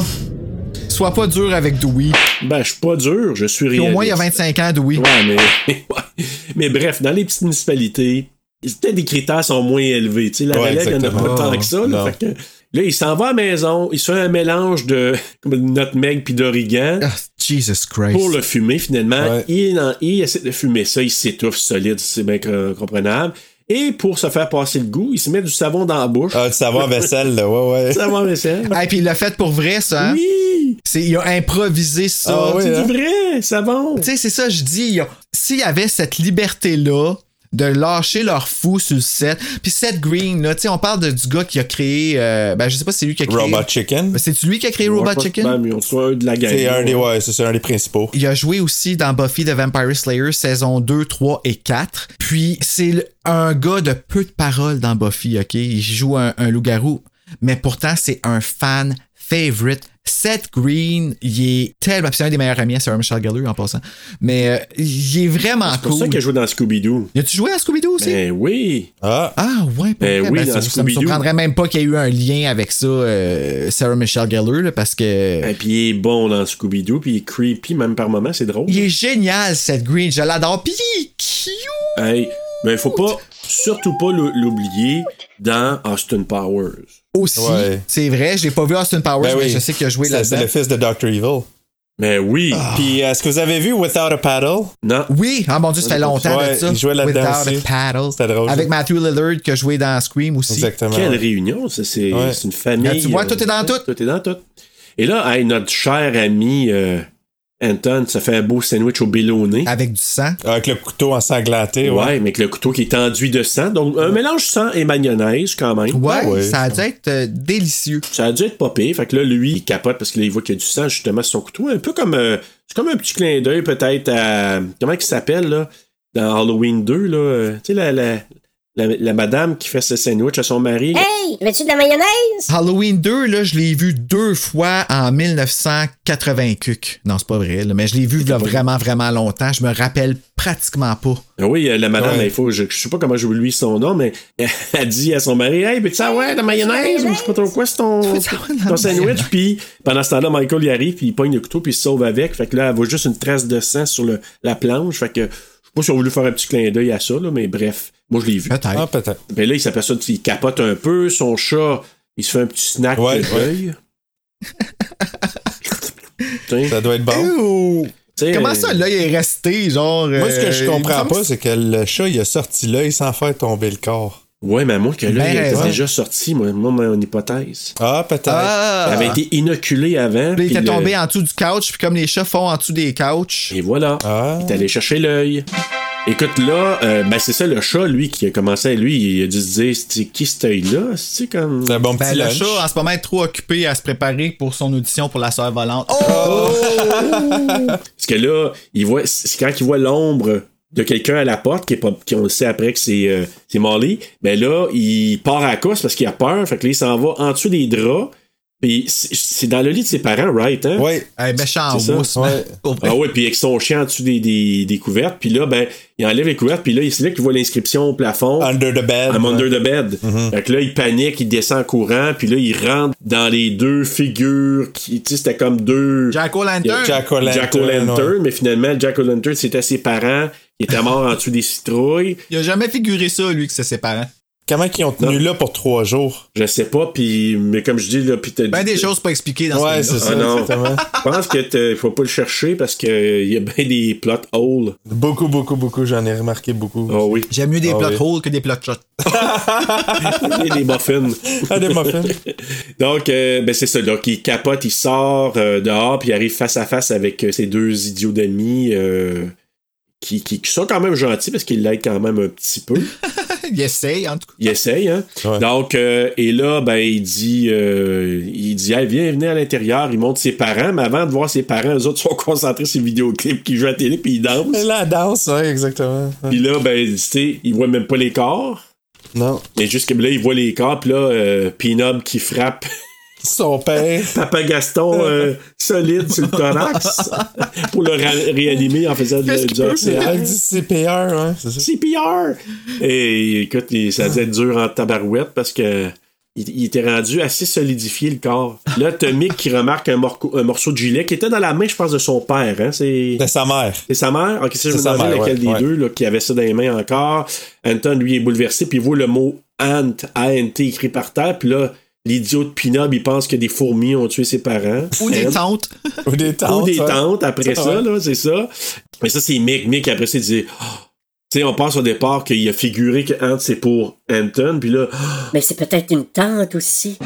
Speaker 3: Sois pas dur avec Dewey.
Speaker 5: ben, je suis pas dur, je suis
Speaker 3: Puis
Speaker 5: réaliste.
Speaker 3: au moins, il y a 25 ans, Dewey.
Speaker 5: euh, *laughs* Ouais, mais... mais bref, dans les petites municipalités, peut-être des critères sont moins élevés. Tu sais, la
Speaker 8: Ouais,
Speaker 5: relève, il n'y en a
Speaker 8: exactement.
Speaker 5: pas tant que ça. Là,
Speaker 8: Non.
Speaker 5: Fait que, là, il s'en va à la maison, il se fait un mélange de *laughs* comme de nutmeg puis d'origan.
Speaker 3: Ah, Jesus Christ.
Speaker 5: Pour le fumer, finalement,
Speaker 8: Ouais.
Speaker 5: il, en- il essaie de fumer ça, il s'étouffe solide, c'est bien que- comprenable. Et pour se faire passer le goût, il se met du savon dans la bouche.
Speaker 8: Ah, le savon à vaisselle, là, ouais,
Speaker 5: *laughs*
Speaker 8: ouais.
Speaker 5: savon à vaisselle.
Speaker 3: Hey, Ah, puis il l'a fait pour vrai, ça. hein?
Speaker 5: Oui!
Speaker 3: C'est- Il a improvisé ça.
Speaker 8: Ah, oui,
Speaker 5: C'est
Speaker 8: hein?
Speaker 5: vrai, savon!
Speaker 3: Tu sais, c'est ça, je dis. il y a- S'il y avait cette liberté-là de lâcher leur fou sur le set, puis Seth Green, là, tu sais, on parle de, du gars qui a créé. euh, ben, je sais pas si c'est lui qui a créé.
Speaker 8: Robot Chicken.
Speaker 3: C'est lui qui a créé
Speaker 5: Ouais,
Speaker 3: Robot
Speaker 5: pas-
Speaker 3: Chicken?
Speaker 5: Ben, mais on soit un de la gang.
Speaker 8: C'est un des, ouais, c'est ça, un des principaux.
Speaker 3: Il a joué aussi dans Buffy the Vampire Slayer saison 2, 3 et 4. Puis c'est le- un gars de peu de paroles dans Buffy, OK? Il joue un, un loup-garou, mais pourtant c'est un fan favorite. Seth Green, il est tellement. puis C'est un des meilleurs amis à Sarah Michelle Gellar en passant. Mais euh, il est vraiment
Speaker 5: C'est pour ça
Speaker 3: cool.
Speaker 5: qu'il a joué dans Scooby-Doo.
Speaker 3: Y a-tu joué à Scooby-Doo aussi?
Speaker 5: Ben oui!
Speaker 8: Ah,
Speaker 3: Ah ouais, pour
Speaker 5: Ben
Speaker 3: vrai,
Speaker 5: oui,
Speaker 3: ça- ça,
Speaker 5: dans
Speaker 3: me
Speaker 5: Scooby-Doo.
Speaker 3: surprendrait même pas qu'il y ait eu un lien avec ça, euh, Sarah Michelle Gellar, là, parce que...
Speaker 5: Et Euh, puis il est bon dans Scooby-Doo, puis il est creepy même par moment, c'est drôle.
Speaker 3: Il est génial, Seth Green, je l'adore. Puis il est cute.
Speaker 5: Hey, mais faut pas, surtout pas le- l'oublier dans Austin Powers.
Speaker 3: aussi.
Speaker 8: Ouais.
Speaker 3: C'est vrai, je l'ai pas vu Austin Powers,
Speaker 8: ben
Speaker 3: mais
Speaker 8: oui.
Speaker 3: je sais qu'il a joué
Speaker 8: C'est- C'est le
Speaker 3: là-dedans.
Speaker 8: fils de Dr. Evil.
Speaker 5: Mais oui,
Speaker 3: Ah.
Speaker 8: Puis, euh, est-ce que vous avez vu Without a Paddle?
Speaker 5: non.
Speaker 3: Oui, ah mon dieu, ça fait longtemps
Speaker 8: Ouais,
Speaker 3: de ça.
Speaker 8: il jouait là-dedans
Speaker 3: Without
Speaker 8: aussi.
Speaker 3: a paddle.
Speaker 8: C'était drôle,
Speaker 3: Avec
Speaker 8: ça.
Speaker 3: Matthew Lillard qui a joué dans Scream aussi.
Speaker 8: Exactement.
Speaker 5: Quelle réunion, ça, c'est
Speaker 8: Ouais.
Speaker 5: c'est une famille.
Speaker 3: Ah, tu vois,
Speaker 5: euh,
Speaker 3: tout est dans tout.
Speaker 5: Tout est dans tout. Et là, hey, notre cher ami euh, Anton, ça fait un beau sandwich au bélonné.
Speaker 3: Avec du sang.
Speaker 8: Avec le couteau ensanglanté, ouais.
Speaker 5: ouais. mais avec le couteau qui est enduit de sang. Donc, un mélange sang et mayonnaise, quand même.
Speaker 3: Ouais,
Speaker 8: ouais.
Speaker 3: ça a dû être euh, délicieux.
Speaker 5: Ça a dû être pas pire. Fait que là, lui, il capote parce qu'il voit qu'il y a du sang justement sur son couteau. Un peu comme. euh, c'est comme un petit clin d'œil peut-être à. Comment il s'appelle, là Dans Halloween 2, là. euh, Tu sais, la, la, la, la madame qui fait ce sandwich à son mari. là.
Speaker 11: Hey, veux-tu de la mayonnaise?
Speaker 3: Halloween 2, là, je l'ai vu deux fois en 1980 cuc. Non, c'est pas vrai, là, mais je l'ai vu il y a vraiment, vraiment longtemps. Je me rappelle pratiquement pas.
Speaker 5: Ah Oui, euh, la madame,
Speaker 8: Ouais.
Speaker 5: il faut. Je, je sais pas comment je lui son nom, mais *laughs* elle dit à son mari Hey, peux-tu avoir de la mayonnaise ou je sais pas trop quoi, c'est ton,
Speaker 3: Peux-tu avoir de la
Speaker 5: ton sandwich.
Speaker 3: mayonnaise?
Speaker 5: Puis pendant ce temps-là, Michael il arrive, puis il pogne le couteau, puis il se sauve avec. Fait que là, elle voit juste une trace de sang sur le, la planche. Fait que je sais pas si on voulu faire un petit clin d'œil à ça, là, mais bref, moi je l'ai vu.
Speaker 3: Peut-être.
Speaker 8: Ah, peut-être.
Speaker 5: Ben là, il s'aperçoit qu'il capote un peu. Son chat, il se fait un petit snack
Speaker 8: Ouais,
Speaker 5: de
Speaker 8: ouais.
Speaker 5: deuil. Tiens,
Speaker 8: Ça doit être bon.
Speaker 3: Ew!
Speaker 5: tiens,
Speaker 3: Comment ça, l'œil est resté, genre.
Speaker 8: Moi, ce que je
Speaker 3: euh, il
Speaker 8: comprends
Speaker 3: me semble
Speaker 8: pas, c'est que le chat, il a sorti l'œil sans faire tomber le corps.
Speaker 5: Ouais, mais moi, que là,
Speaker 3: Ben
Speaker 5: il était
Speaker 3: raison.
Speaker 5: déjà sorti, moi, moi, mon hypothèse.
Speaker 8: Ah, peut-être.
Speaker 3: Ah!
Speaker 5: Il avait été inoculé avant.
Speaker 3: Puis
Speaker 5: puis
Speaker 3: il était
Speaker 5: le-
Speaker 3: tombé en dessous du couch, puis comme les chats font en dessous des couches.
Speaker 5: Et voilà.
Speaker 8: Ah.
Speaker 5: Il est allé chercher l'œil. Écoute, là, euh, ben c'est ça, le chat, lui, qui a commencé, lui, il a dû se dire, c'est qui cet œil-là? C'est comme...
Speaker 8: C'est un bon
Speaker 3: Ben,
Speaker 8: petit
Speaker 3: le
Speaker 8: lunch.
Speaker 3: chat, en ce moment, est trop occupé à se préparer pour son audition pour la soeur volante. Oh!
Speaker 5: Parce que là, il voit, c'est quand il voit l'ombre de quelqu'un à la porte, qui est pas, qui on le sait après que c'est, euh, c'est Molly, ben là, il part à la course parce qu'il a peur, fait que là, il s'en va en dessous des draps, puis c'est- c'est dans le lit de ses parents, right, hein?
Speaker 8: Ouais.
Speaker 3: Eh, méchant
Speaker 5: C'est ça,
Speaker 3: rousse,
Speaker 8: ouais.
Speaker 3: man.
Speaker 5: Ah ouais, puis avec son chien en dessous des, des, des couvertes, puis là, ben, il enlève les couvertes, puis là, il- c'est là qu'il voit l'inscription au plafond.
Speaker 8: Under the bed.
Speaker 5: I'm under the bed. Fait que là, il panique, il descend en courant, puis là, il rentre dans les deux figures qui, tu sais, c'était comme deux.
Speaker 3: Jack O'Lantern.
Speaker 8: Jack O'Lantern.
Speaker 5: Jack O'Lantern,
Speaker 8: ouais.
Speaker 5: mais finalement, Jack O'Lantern, c'était ses parents. Il était mort en dessous des citrouilles.
Speaker 3: Il a jamais figuré ça, lui, que c'est ses parents.
Speaker 8: Comment qu'ils ont tenu là pour trois jours?
Speaker 5: Je sais pas, puis mais comme je dis, là, puis t'as
Speaker 3: Ben,
Speaker 5: dit-
Speaker 3: des choses pas expliquées dans
Speaker 8: Ouais,
Speaker 3: ce
Speaker 8: c'est
Speaker 3: film
Speaker 8: ça,
Speaker 5: Ah non.
Speaker 8: exactement.
Speaker 5: Je pense que t'as- faut pas le chercher parce que euh, il y a bien des plot holes.
Speaker 8: Beaucoup, beaucoup, beaucoup. J'en ai remarqué beaucoup.
Speaker 5: Oh oui.
Speaker 3: J'aime mieux des
Speaker 8: Ah
Speaker 3: plot
Speaker 8: oui.
Speaker 3: holes que des plot shots.
Speaker 5: Et *laughs* des muffins.
Speaker 8: Ah, des muffins.
Speaker 5: Donc, euh, ben c'est ça. Donc, il capote, il sort euh, dehors, puis il arrive face à face avec euh, ses deux idiots d'amis euh, qui, qui- qui sont quand même gentils parce qu'ils l'aident quand même un petit peu.
Speaker 3: il essaye, en tout cas.
Speaker 5: Il essaye, hein?
Speaker 8: Ouais.
Speaker 5: Donc, euh, et là, ben, il dit, euh, il dit, hey, viens, venez à l'intérieur. Il montre ses parents, mais avant de voir ses parents, eux autres sont *laughs* concentrés sur le vidéoclip qui joue à la télé, puis ils dansent.
Speaker 8: La danse, ouais, exactement. Ouais.
Speaker 5: Puis là, ben, tu sais, il voit même pas les corps.
Speaker 8: Non.
Speaker 5: Mais juste que là, il voit les corps, puis là, euh, Pinob qui frappe *laughs*
Speaker 8: Son père.
Speaker 5: Papa Gaston euh, solide sur
Speaker 3: *laughs*
Speaker 5: le thorax pour le ra- réanimer en faisant du,
Speaker 3: Qu'est-ce qu'il
Speaker 5: du
Speaker 3: peut
Speaker 5: RCR.
Speaker 8: Avec du CPR, ouais, c'est ça.
Speaker 5: CPR! Et écoute, il- ça faisait dur en tabarouette parce que il, il était rendu assez solidifié le corps. Là, t'as Mick qui remarque un, morco- un morceau de gilet qui était dans la main, je pense, de son père. Hein? C'est
Speaker 8: De sa mère.
Speaker 5: c'est sa mère. Ok, ça, je me
Speaker 8: Ben, C'est sa
Speaker 5: demandais
Speaker 8: mère,
Speaker 5: laquelle
Speaker 8: ouais,
Speaker 5: des
Speaker 8: ouais.
Speaker 5: deux là, qui avait ça dans les mains encore. Anton, lui, est bouleversé, puis il voit le mot Ant, A-N-T, écrit par terre, puis là, l'idiot de Pinob, il pense que des fourmis ont tué ses parents.
Speaker 3: Ou des
Speaker 5: Ant.
Speaker 3: tentes.
Speaker 8: Ou des tentes. hein.
Speaker 5: Ou des
Speaker 8: ouais.
Speaker 5: tentes après
Speaker 8: Ça,
Speaker 5: ça,
Speaker 8: ouais.
Speaker 5: là, c'est ça. Mais ça, c'est Mick. Mick, après ça, il disait. Ah! Tu sais, on pense au départ qu'il a figuré que Ant, c'est pour Anton, puis là.
Speaker 11: Mais c'est peut-être une tente aussi.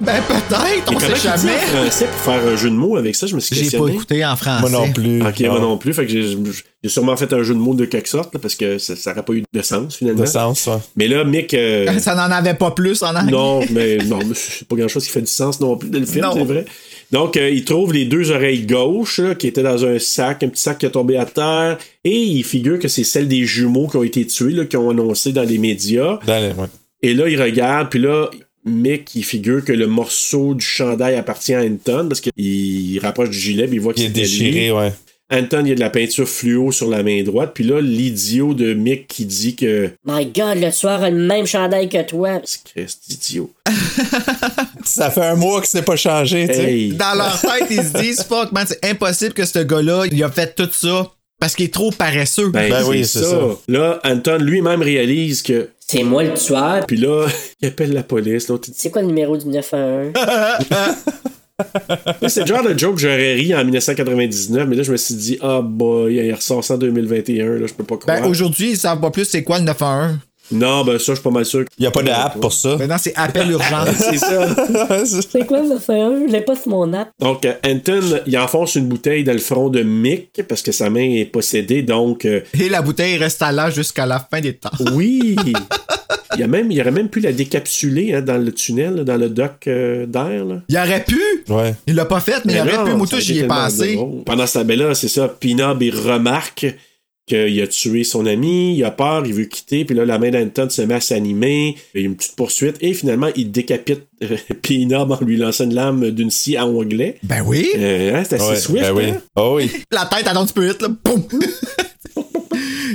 Speaker 3: Ben peut-être,
Speaker 5: Et
Speaker 3: on
Speaker 5: comment
Speaker 3: sait
Speaker 5: il dit en
Speaker 3: jamais.
Speaker 5: français pour faire un jeu de mots avec ça, je me suis
Speaker 3: J'ai pas
Speaker 5: questionné.
Speaker 3: écouté en français.
Speaker 8: Moi non plus.
Speaker 5: Ah, Ok, moi non plus. Fait que j'ai- j'ai sûrement fait un jeu de mots de quelque sorte, là, parce que ça n'aurait pas eu de sens, finalement.
Speaker 8: De sens, ouais.
Speaker 5: Mais là, Mick. euh,
Speaker 3: *laughs* Ça n'en avait pas plus en anglais.
Speaker 5: Non, mais non, mais c'est pas grand-chose qui fait du sens non plus dans le film,
Speaker 3: Non.
Speaker 5: c'est vrai. Donc, euh, il trouve les deux oreilles gauches là, qui étaient dans un sac, un petit sac qui est tombé à terre, et il figure que c'est celle des jumeaux qui ont été tués, là, qui ont annoncé dans les médias.
Speaker 8: Dans les- ouais.
Speaker 5: Et là, il regarde, puis là, Mick, il figure que le morceau du chandail appartient à Anton, parce qu'il rapproche du gilet, puis il voit que
Speaker 8: Il est
Speaker 5: c'est
Speaker 8: déchiré, ouais.
Speaker 5: Anton, il y a de la peinture fluo sur la main droite, puis là, l'idiot de Mick qui dit que...
Speaker 11: My God, le soir a le même chandail que toi.
Speaker 5: Christ, idiot.
Speaker 8: Ça fait un mois que c'est pas changé, tu sais.
Speaker 5: Hey.
Speaker 3: Dans leur tête, ils se disent fuck man, c'est impossible que ce gars-là il a fait tout ça parce qu'il est trop paresseux.
Speaker 5: Ben,
Speaker 8: Ben
Speaker 5: oui,
Speaker 8: oui,
Speaker 5: c'est
Speaker 8: c'est
Speaker 5: ça.
Speaker 8: ça.
Speaker 5: Là, Anton lui-même réalise que.
Speaker 11: C'est moi le tueur.
Speaker 5: Puis là, *laughs* il appelle la police. L'autre, il dit,
Speaker 11: C'est quoi le numéro du 911?
Speaker 5: Tu sais, c'est le genre de joke que j'aurais ri en 1999, mais là, je me suis dit, ah boy, il ressort ça en 2021, là, je peux pas croire.
Speaker 3: Ben, aujourd'hui, ils savent pas plus c'est quoi le 911.
Speaker 5: non, ben ça, je suis pas mal sûr.
Speaker 8: Il n'y a pas d'app pour ça.
Speaker 3: Maintenant, c'est appel urgence.
Speaker 5: C'est ça.
Speaker 11: c'est quoi le 911? Je l'ai pas sur mon app.
Speaker 5: Donc, euh, Anton, il enfonce une bouteille dans le front de Mick parce que sa main est possédée. Donc, euh,
Speaker 3: Et la bouteille reste à là jusqu'à la fin des temps.
Speaker 5: oui. Il, a même, il aurait même pu la décapsuler hein, dans le tunnel, là, dans le dock euh, d'air. là.
Speaker 3: Il aurait pu.
Speaker 8: Ouais.
Speaker 3: Il l'a pas fait, mais, il
Speaker 5: Ben non,
Speaker 3: aurait pu.
Speaker 5: ça
Speaker 3: Moi, tout,
Speaker 5: aurait
Speaker 3: j'y
Speaker 5: été
Speaker 3: ai
Speaker 5: tellement
Speaker 3: pensé.
Speaker 5: drôle. Pendant ce temps-là, c'est ça, Pinob, il remarque qu'il a tué son ami, il a peur, il veut quitter, puis là, la main d'Anton se met à s'animer, il y a une petite poursuite, et finalement, il décapite euh, *laughs* Pinob en lui lançant une lame d'une scie à onglet.
Speaker 3: Ben oui.
Speaker 5: Euh, hein, c'est assez
Speaker 8: Ouais,
Speaker 5: swift,
Speaker 8: ben oui.
Speaker 5: hein?
Speaker 8: Oh oui.
Speaker 3: La tête, elle tombe un petit peu vite, là. Boum.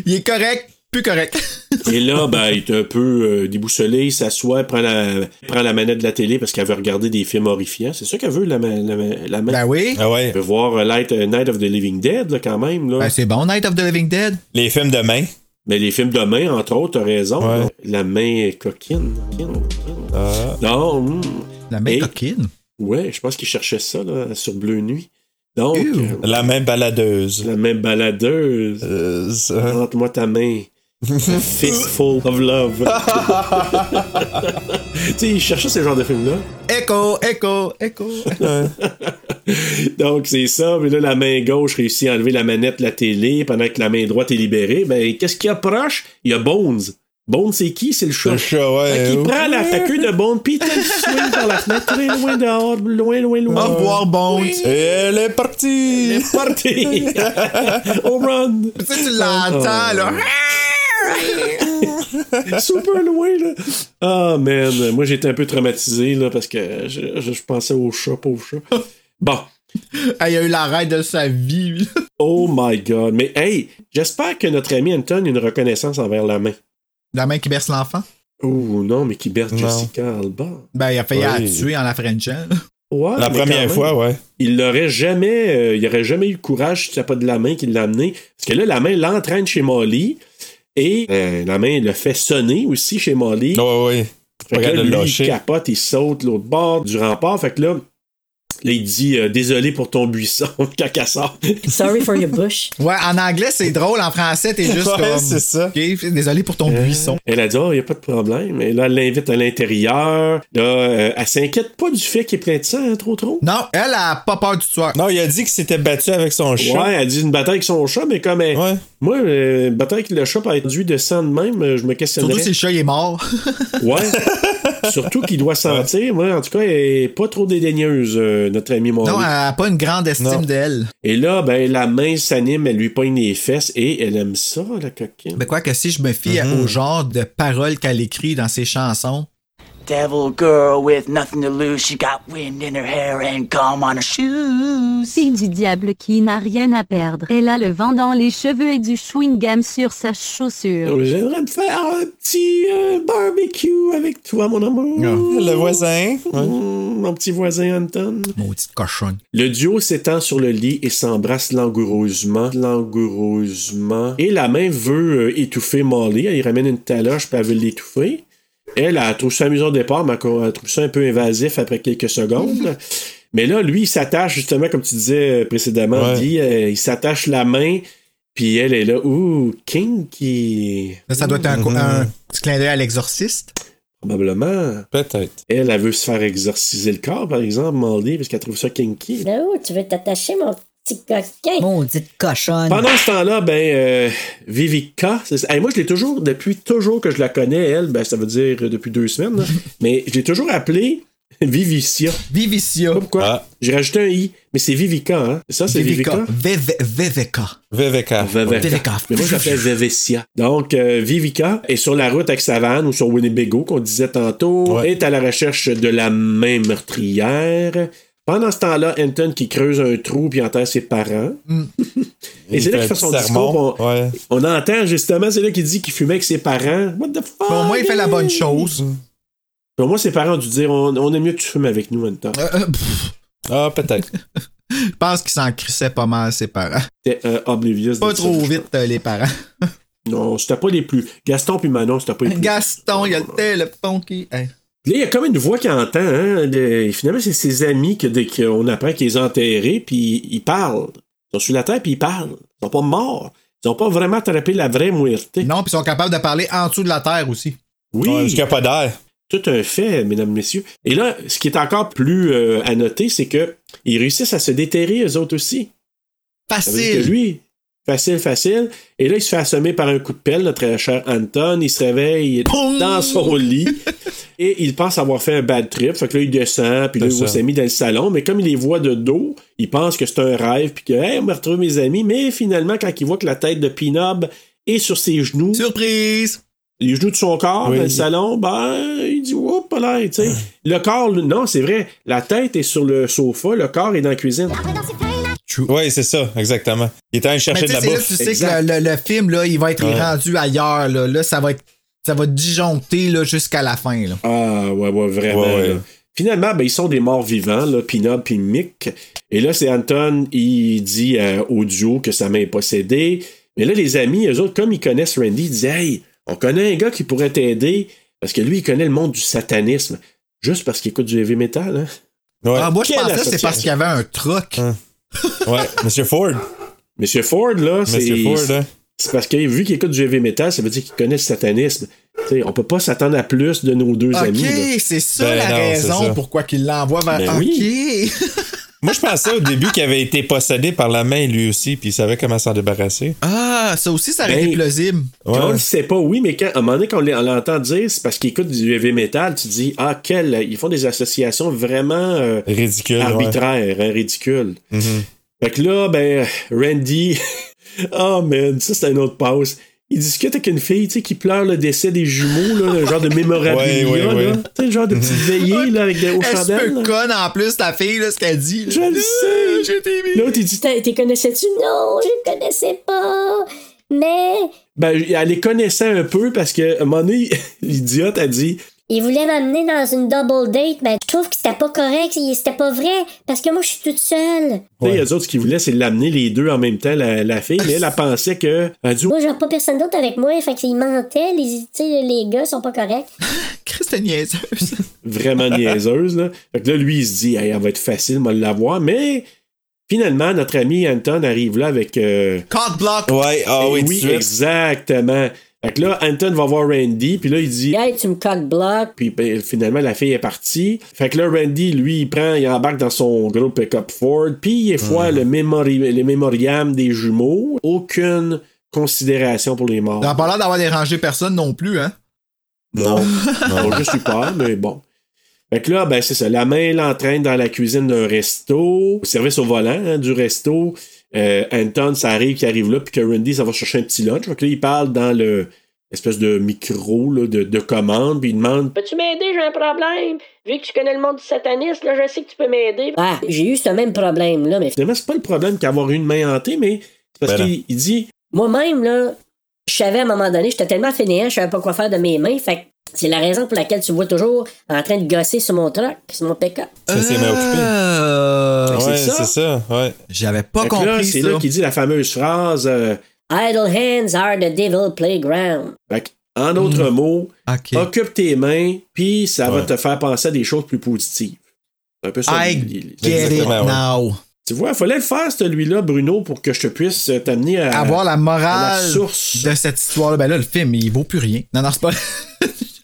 Speaker 3: il est correct. Plus correct.
Speaker 5: Et là, ben, il est un peu euh, déboussolé, il s'assoit, prend la, prend la manette de la télé parce qu'elle veut regarder des films horrifiants. C'est ça qu'elle veut, la, ma- la, ma- la main.
Speaker 3: Ben oui.
Speaker 8: Ah ouais.
Speaker 5: Elle veut voir euh, Light- euh, Night of the Living Dead, là, quand même. Là.
Speaker 3: Ben, c'est bon, Night of the Living Dead.
Speaker 8: Les films de main.
Speaker 5: Mais les films de main, entre autres, t'as raison.
Speaker 8: Ouais.
Speaker 5: là. La main est coquine. coquine, coquine.
Speaker 8: Ah.
Speaker 5: Non, hmm.
Speaker 3: La main
Speaker 5: Et-
Speaker 3: coquine.
Speaker 5: ouais, je pense qu'ils cherchaient ça là, sur Bleu Nuit. Donc,
Speaker 3: Ew.
Speaker 5: euh,
Speaker 8: La main
Speaker 5: *laughs*
Speaker 8: baladeuse.
Speaker 5: la main baladeuse.
Speaker 8: Euh, ça.
Speaker 5: Rentre-moi ta main. A Fistful of
Speaker 8: *laughs*
Speaker 5: love. *laughs* tu sais, ils cherchaient ce genre de films-là.
Speaker 3: Echo, echo, echo.
Speaker 5: Donc, c'est ça. Mais là, la main gauche réussit à enlever la manette de la télé pendant que la main droite est libérée. Ben, qu'est-ce qui approche? Il y a Bones. Bones, c'est qui? C'est le chat.
Speaker 8: Le chat,
Speaker 5: Fait
Speaker 8: ouais.
Speaker 5: qu'il prend la, la queue de Bond, pis il te le swing par la fenêtre, très loin dehors, loin, loin, loin.
Speaker 3: Au revoir, Bones.
Speaker 8: Et elle est partie!
Speaker 5: Party!
Speaker 8: *laughs*
Speaker 5: On run!
Speaker 3: Tu sais, tu l'entends, là.
Speaker 5: Super loin, là! Ah, man, moi j'étais un peu traumatisé, là, parce que je, je- je pensais au chat, pauvre chat. Bon,
Speaker 3: Ah, il a eu l'arrêt de sa vie. là.
Speaker 5: oh my god. Mais hey, j'espère que notre ami Anton a une reconnaissance envers la main.
Speaker 3: La main qui berce l'enfant.
Speaker 5: Oh non, mais qui berce
Speaker 8: Non.
Speaker 5: Jessica Alba.
Speaker 3: Ben, il a failli la
Speaker 8: Oui.
Speaker 3: tuer en la frenchant. là.
Speaker 5: Ouais,
Speaker 8: La
Speaker 5: mais quand
Speaker 8: première
Speaker 5: même.
Speaker 8: fois, ouais.
Speaker 5: il l'aurait jamais, euh, il aurait jamais eu le courage si c'était pas de la main qui l'a amené. Parce que là, la main l'entraîne chez Molly et euh, la main le fait sonner aussi chez Molly.
Speaker 8: Ouais, ouais, ouais.
Speaker 5: fait que
Speaker 8: regarde
Speaker 5: là,
Speaker 8: de
Speaker 5: lui, il
Speaker 8: lâcher.
Speaker 5: capote, il saute l'autre bord du rempart. Fait que là, Là, il dit euh, Désolé pour ton buisson *laughs* quand elle sort.
Speaker 11: *laughs* Sorry for
Speaker 12: *laughs*
Speaker 11: your bush.
Speaker 3: Ouais, en anglais, c'est drôle. En français, t'es juste
Speaker 5: Ouais,
Speaker 3: comme.
Speaker 5: c'est ça. Euh.
Speaker 3: Ok, désolé pour ton buisson.
Speaker 5: Elle a dit, oh, il n'y a pas de problème. Et là, elle l'invite à l'intérieur. Là, euh, elle s'inquiète pas du fait qu'il est plein de sang, hein, trop trop.
Speaker 3: Non, elle a pas peur du tueur.
Speaker 8: Non, il a dit qu'il s'était battu avec son chat.
Speaker 5: Ouais, elle dit une bataille avec son chat, mais comme elle- Moi, euh, une bataille avec le chat pour être réduit de sang de même, euh, je me questionnerais.
Speaker 3: Surtout si le chat il est mort.
Speaker 5: Ouais. *laughs* Surtout qu'il doit sentir. Moi, en tout cas, elle est pas trop dédaigneuse, euh, notre amie Molly.
Speaker 3: Non, elle a pas une grande estime
Speaker 5: Non.
Speaker 3: d'elle.
Speaker 5: Et là, ben, la main s'anime, elle lui pogne les fesses et elle aime ça, la coquine.
Speaker 3: Mais quoi que si je me fie
Speaker 5: Mm-hmm.
Speaker 3: au genre de paroles qu'elle écrit dans ses chansons,
Speaker 4: Devil girl with nothing to lose, she got wind in her hair and calm on her shoes.
Speaker 12: Fille du diable qui n'a rien à perdre. Elle a le vent dans les cheveux et du chewing-gum sur sa chaussure.
Speaker 5: J'aimerais me faire un petit euh, barbecue avec toi, mon amour.
Speaker 3: Ah,
Speaker 8: Le voisin.
Speaker 5: Mmh, mon petit voisin Anton.
Speaker 3: maudite cochonne.
Speaker 5: Le duo s'étend sur le lit et s'embrasse langoureusement, langoureusement. Et la main veut euh, étouffer Molly. Elle y ramène une taloche puis elle veut l'étouffer. Elle, elle trouve ça amusant au départ, mais elle trouve ça un peu invasif après quelques secondes. mais là, lui, il s'attache justement, comme tu disais euh, précédemment,
Speaker 8: Ouais.
Speaker 5: dit, euh, il s'attache la main. Puis elle est là, ouh, kinky.
Speaker 3: Ça, ça doit être un,
Speaker 5: Mhm.
Speaker 3: un petit clin d'œil à l'exorciste.
Speaker 5: Probablement.
Speaker 8: Peut-être.
Speaker 5: Elle, elle veut se faire exorciser le corps, par exemple, Molly, parce qu'elle trouve ça kinky.
Speaker 11: Ben
Speaker 13: Là où tu veux t'attacher, mon petit coquin?
Speaker 14: Maudite cochonne.
Speaker 5: Pendant ce temps-là, ben, euh, Vivica, c'est ça. Hey, moi je l'ai toujours, depuis toujours que je la connais, elle, ben, ça veut dire euh, depuis deux semaines, *laughs* là. mais je l'ai toujours appelée Vivicia.
Speaker 3: Vivicia.
Speaker 5: Pourquoi? J'ai rajouté un i, mais c'est Vivica, hein? C'est Ça, c'est Ah. Vivica.
Speaker 3: VVK. VVK.
Speaker 8: VVK.
Speaker 5: Vivica. Mais moi, je l'appelle Vivicia. Donc, euh, Vivica est sur la route avec Savane ou sur Winnebago, qu'on disait tantôt, est à la recherche de la main meurtrière. Pendant ce temps-là, Anton qui creuse un trou puis enterre ses parents. Et
Speaker 8: Il
Speaker 5: c'est là qu'il
Speaker 8: fait un
Speaker 5: fait son
Speaker 8: petit sermon.
Speaker 5: discours. On, on entend justement, c'est là qu'il dit qu'il fumait avec ses parents. What the fuck?
Speaker 3: Bon, au moins, il fait la bonne chose.
Speaker 5: Au moins, ses parents ont dû dire on, on aime mieux que tu fumes avec nous en même temps.
Speaker 3: Euh, euh, pff,
Speaker 8: Ah, peut-être.
Speaker 3: je pense qu'il s'en crissait pas mal, ses parents.
Speaker 5: C'était euh, oblivious. de
Speaker 3: Pas
Speaker 5: ça,
Speaker 3: trop
Speaker 5: je
Speaker 3: vite, euh, les parents.
Speaker 5: Non, c'était pas les plus. Gaston puis Manon, c'était pas les plus.
Speaker 3: Gaston, il y a le téléphone qui. Hey.
Speaker 5: Là, il y a comme une voix qui entend. Hein, de- finalement, c'est ses amis que, dès qu'on apprend qu'ils les ont enterrés, puis ils parlent. Ils sont sur la terre, puis ils parlent. Ils sont pas morts. Ils ont pas vraiment attrapé la vraie
Speaker 3: *laughs*
Speaker 5: muerte.
Speaker 3: Non, puis ils sont capables de parler en dessous de la terre aussi.
Speaker 5: Oui.
Speaker 8: Ouais, parce qu'il y a pas d'air.
Speaker 5: Tout un fait, mesdames, messieurs. Et là, ce qui est encore plus euh, à noter, c'est que ils réussissent à se déterrer eux autres aussi. Ça veut dire
Speaker 3: Facile.
Speaker 5: que lui, facile, facile. Et là, il se fait assommer par un coup de pelle, notre cher Anton. Il se réveille dans son lit. et il pense avoir fait un bad trip. Fait que là, il descend, puis là, il
Speaker 8: C'est
Speaker 5: voit
Speaker 8: ça.
Speaker 5: ses amis dans le salon. Mais comme il les voit de dos, il pense que c'est un rêve, puis que, hey, on va retrouver mes amis. Mais finalement, quand il voit que la tête de Pinob est sur ses genoux.
Speaker 3: Surprise!
Speaker 5: Les genoux de son corps
Speaker 8: Oui.
Speaker 5: dans le salon, ben, il dit, oh, pas là, tu sais. Le corps, lui, non, c'est vrai. La tête est sur le sofa, le corps est dans la cuisine.
Speaker 13: Ah
Speaker 8: Oui, c'est ça, exactement. Il était allé
Speaker 3: Mais
Speaker 8: chercher
Speaker 3: tu
Speaker 8: de la
Speaker 3: sais, c'est là
Speaker 8: bouffe.
Speaker 3: que tu sais que le, le- le film, là, il va être
Speaker 8: Ouais.
Speaker 3: rendu ailleurs. Là. Là, ça va être. Ça va disjoncter là, jusqu'à la fin. Là.
Speaker 5: Ah, ouais, ouais, vraiment.
Speaker 8: Ouais, ouais.
Speaker 5: là. Finalement, ben, ils sont des morts vivants, là, Pinob puis Mick. Et là, c'est Anton, il dit euh, au duo que sa main est possédée. Mais là, les amis, eux autres, comme ils connaissent Randy, ils disent Hey, on connaît un gars qui pourrait t'aider parce que lui, il connaît le monde du satanisme. Juste parce qu'il écoute du heavy metal, hein.
Speaker 3: Ah, moi, je
Speaker 5: Quelle
Speaker 3: pensais que c'est
Speaker 5: association.
Speaker 3: parce qu'il y avait un truc.
Speaker 8: Ouais, Monsieur Ford.
Speaker 5: Monsieur Ford, là, c'est.
Speaker 8: Monsieur Ford, hein.
Speaker 5: C'est parce que vu qu'il écoute du heavy metal, ça veut dire qu'il connaît le satanisme. T'sais, on peut pas s'attendre à plus de nos deux amis. là.
Speaker 3: Ok, c'est ça
Speaker 5: Ben
Speaker 3: la
Speaker 5: non, c'est
Speaker 3: raison
Speaker 5: ça.
Speaker 3: pourquoi qu'il l'envoie vers.
Speaker 5: Ben
Speaker 3: ok.
Speaker 8: Moi, je pensais au début qu'il avait été possédé par la main lui aussi, puis il savait comment s'en débarrasser.
Speaker 3: Ah, ça aussi, ça aurait
Speaker 5: Ben,
Speaker 3: été plausible.
Speaker 5: Quand on
Speaker 8: Ouais.
Speaker 5: le sait pas, oui, mais quand, à un moment donné, quand on l'en- on l'entend dire, c'est parce qu'il écoute du heavy metal, tu dis, ah, quel, ils font des associations vraiment euh,
Speaker 8: Ridicule. ouais.
Speaker 5: arbitraires, hein, ridicules.
Speaker 8: Mhm.
Speaker 5: Fait que là, ben, Randy, *laughs* oh man, ça c'est un autre passe. Il discute avec une fille, tu sais, qui pleure le décès des jumeaux, là, le genre de mémorabilia,
Speaker 8: Ouais, ouais, ouais.
Speaker 5: là. Tu sais, le genre de petite veillée, là, avec des hauts
Speaker 3: Elle se
Speaker 5: chandelles.
Speaker 3: peut
Speaker 5: là.
Speaker 3: conne en plus, la fille, là, ce qu'elle dit. là.
Speaker 5: Je le
Speaker 3: *laughs*
Speaker 5: sais. Là, t'es dit,
Speaker 13: T'es t'es connaissais-tu? Non, je connaissais pas. Mais
Speaker 5: ben, elle les connaissait un peu parce que, à un moment donné, *laughs* l'idiote a dit,
Speaker 13: Il voulait m'amener dans une double date, mais je trouve que c'était pas correct, il- c'était pas vrai, parce que moi, je suis toute seule.
Speaker 5: Tu sais, eux autres, ce qu'ils voulaient, c'est l'amener les deux en même temps, la, la fille. Elle, elle pensait que. Elle dit,
Speaker 13: Moi, j'avais pas personne d'autre avec moi, fait qu'ils mentaient, les, tu sais, les gars sont pas corrects.
Speaker 3: Christine niaiseuse.
Speaker 5: vraiment niaiseuse. Là. Fait que là, lui, il se dit, Hey, elle va être facile, moi, de l'avoir. Mais finalement, notre ami Anton arrive là avec. euh,
Speaker 3: Code block!
Speaker 8: Ouais, ah
Speaker 5: eh
Speaker 8: oui, tout de
Speaker 5: oui,
Speaker 8: suite.
Speaker 5: exactement. Fait que là, Anton va voir Randy, puis là, il dit.
Speaker 11: Hey, tu me coques bloc.
Speaker 5: Puis ben, finalement, la fille est partie. Fait que là, Randy, lui, il prend, il embarque dans son gros pick-up Ford, puis il effoie le, mémori- le mémoriam des jumeaux. Aucune considération pour les morts.
Speaker 3: T'as pas l'air d'avoir dérangé personne non plus, hein?
Speaker 5: Non, non, je suis pas, mais bon. Fait que là, ben c'est ça. La main l'entraîne dans la cuisine d'un resto, au service au volant hein, du resto. Euh, Anton, ça arrive, qui arrive là, puis que Randy, ça va chercher un petit lunch. Fait que là, il parle dans le espèce de micro là, de, de commande, puis il demande
Speaker 11: Peux-tu m'aider? J'ai un problème. Vu que tu connais le monde du satanisme, là, je sais que tu peux m'aider. Ah, j'ai eu ce même problème, là, mais
Speaker 5: Finalement, c'est pas le problème qu'avoir une main hantée, mais c'est parce
Speaker 8: Voilà.
Speaker 5: qu'il il dit
Speaker 11: moi-même, là, je savais à un moment donné, j'étais tellement fainéant, je savais pas quoi faire de mes mains, fait que c'est la raison pour laquelle tu me vois toujours en train de gosser sur mon truck, sur mon pick-up.
Speaker 3: eh,
Speaker 8: Ça s'est mal
Speaker 3: ah,
Speaker 8: occupé.
Speaker 3: Euh...
Speaker 8: Ouais,
Speaker 5: ça.
Speaker 8: c'est ça. Ouais.
Speaker 3: J'avais pas
Speaker 5: Fait que là,
Speaker 3: compris
Speaker 5: c'est
Speaker 3: ça.
Speaker 5: là qu'il dit la fameuse phrase euh,
Speaker 11: Idle hands are the devil playground.
Speaker 5: fait que, En d'autres mots,
Speaker 3: Hmm. Ok.
Speaker 5: occupe tes mains, puis ça va
Speaker 8: Ouais.
Speaker 5: te faire penser à des choses plus positives. C'est un peu ça.
Speaker 3: I
Speaker 5: il- il-
Speaker 3: get it
Speaker 8: Exactement, ouais.
Speaker 3: now.
Speaker 5: Tu vois, il fallait le faire, celui-là, Bruno, pour que je te puisse euh, t'amener à.
Speaker 3: Avoir la
Speaker 5: à
Speaker 3: morale
Speaker 5: la source.
Speaker 3: de cette histoire-là. Ben là, le film, il vaut plus rien. Non, non, c'est pas.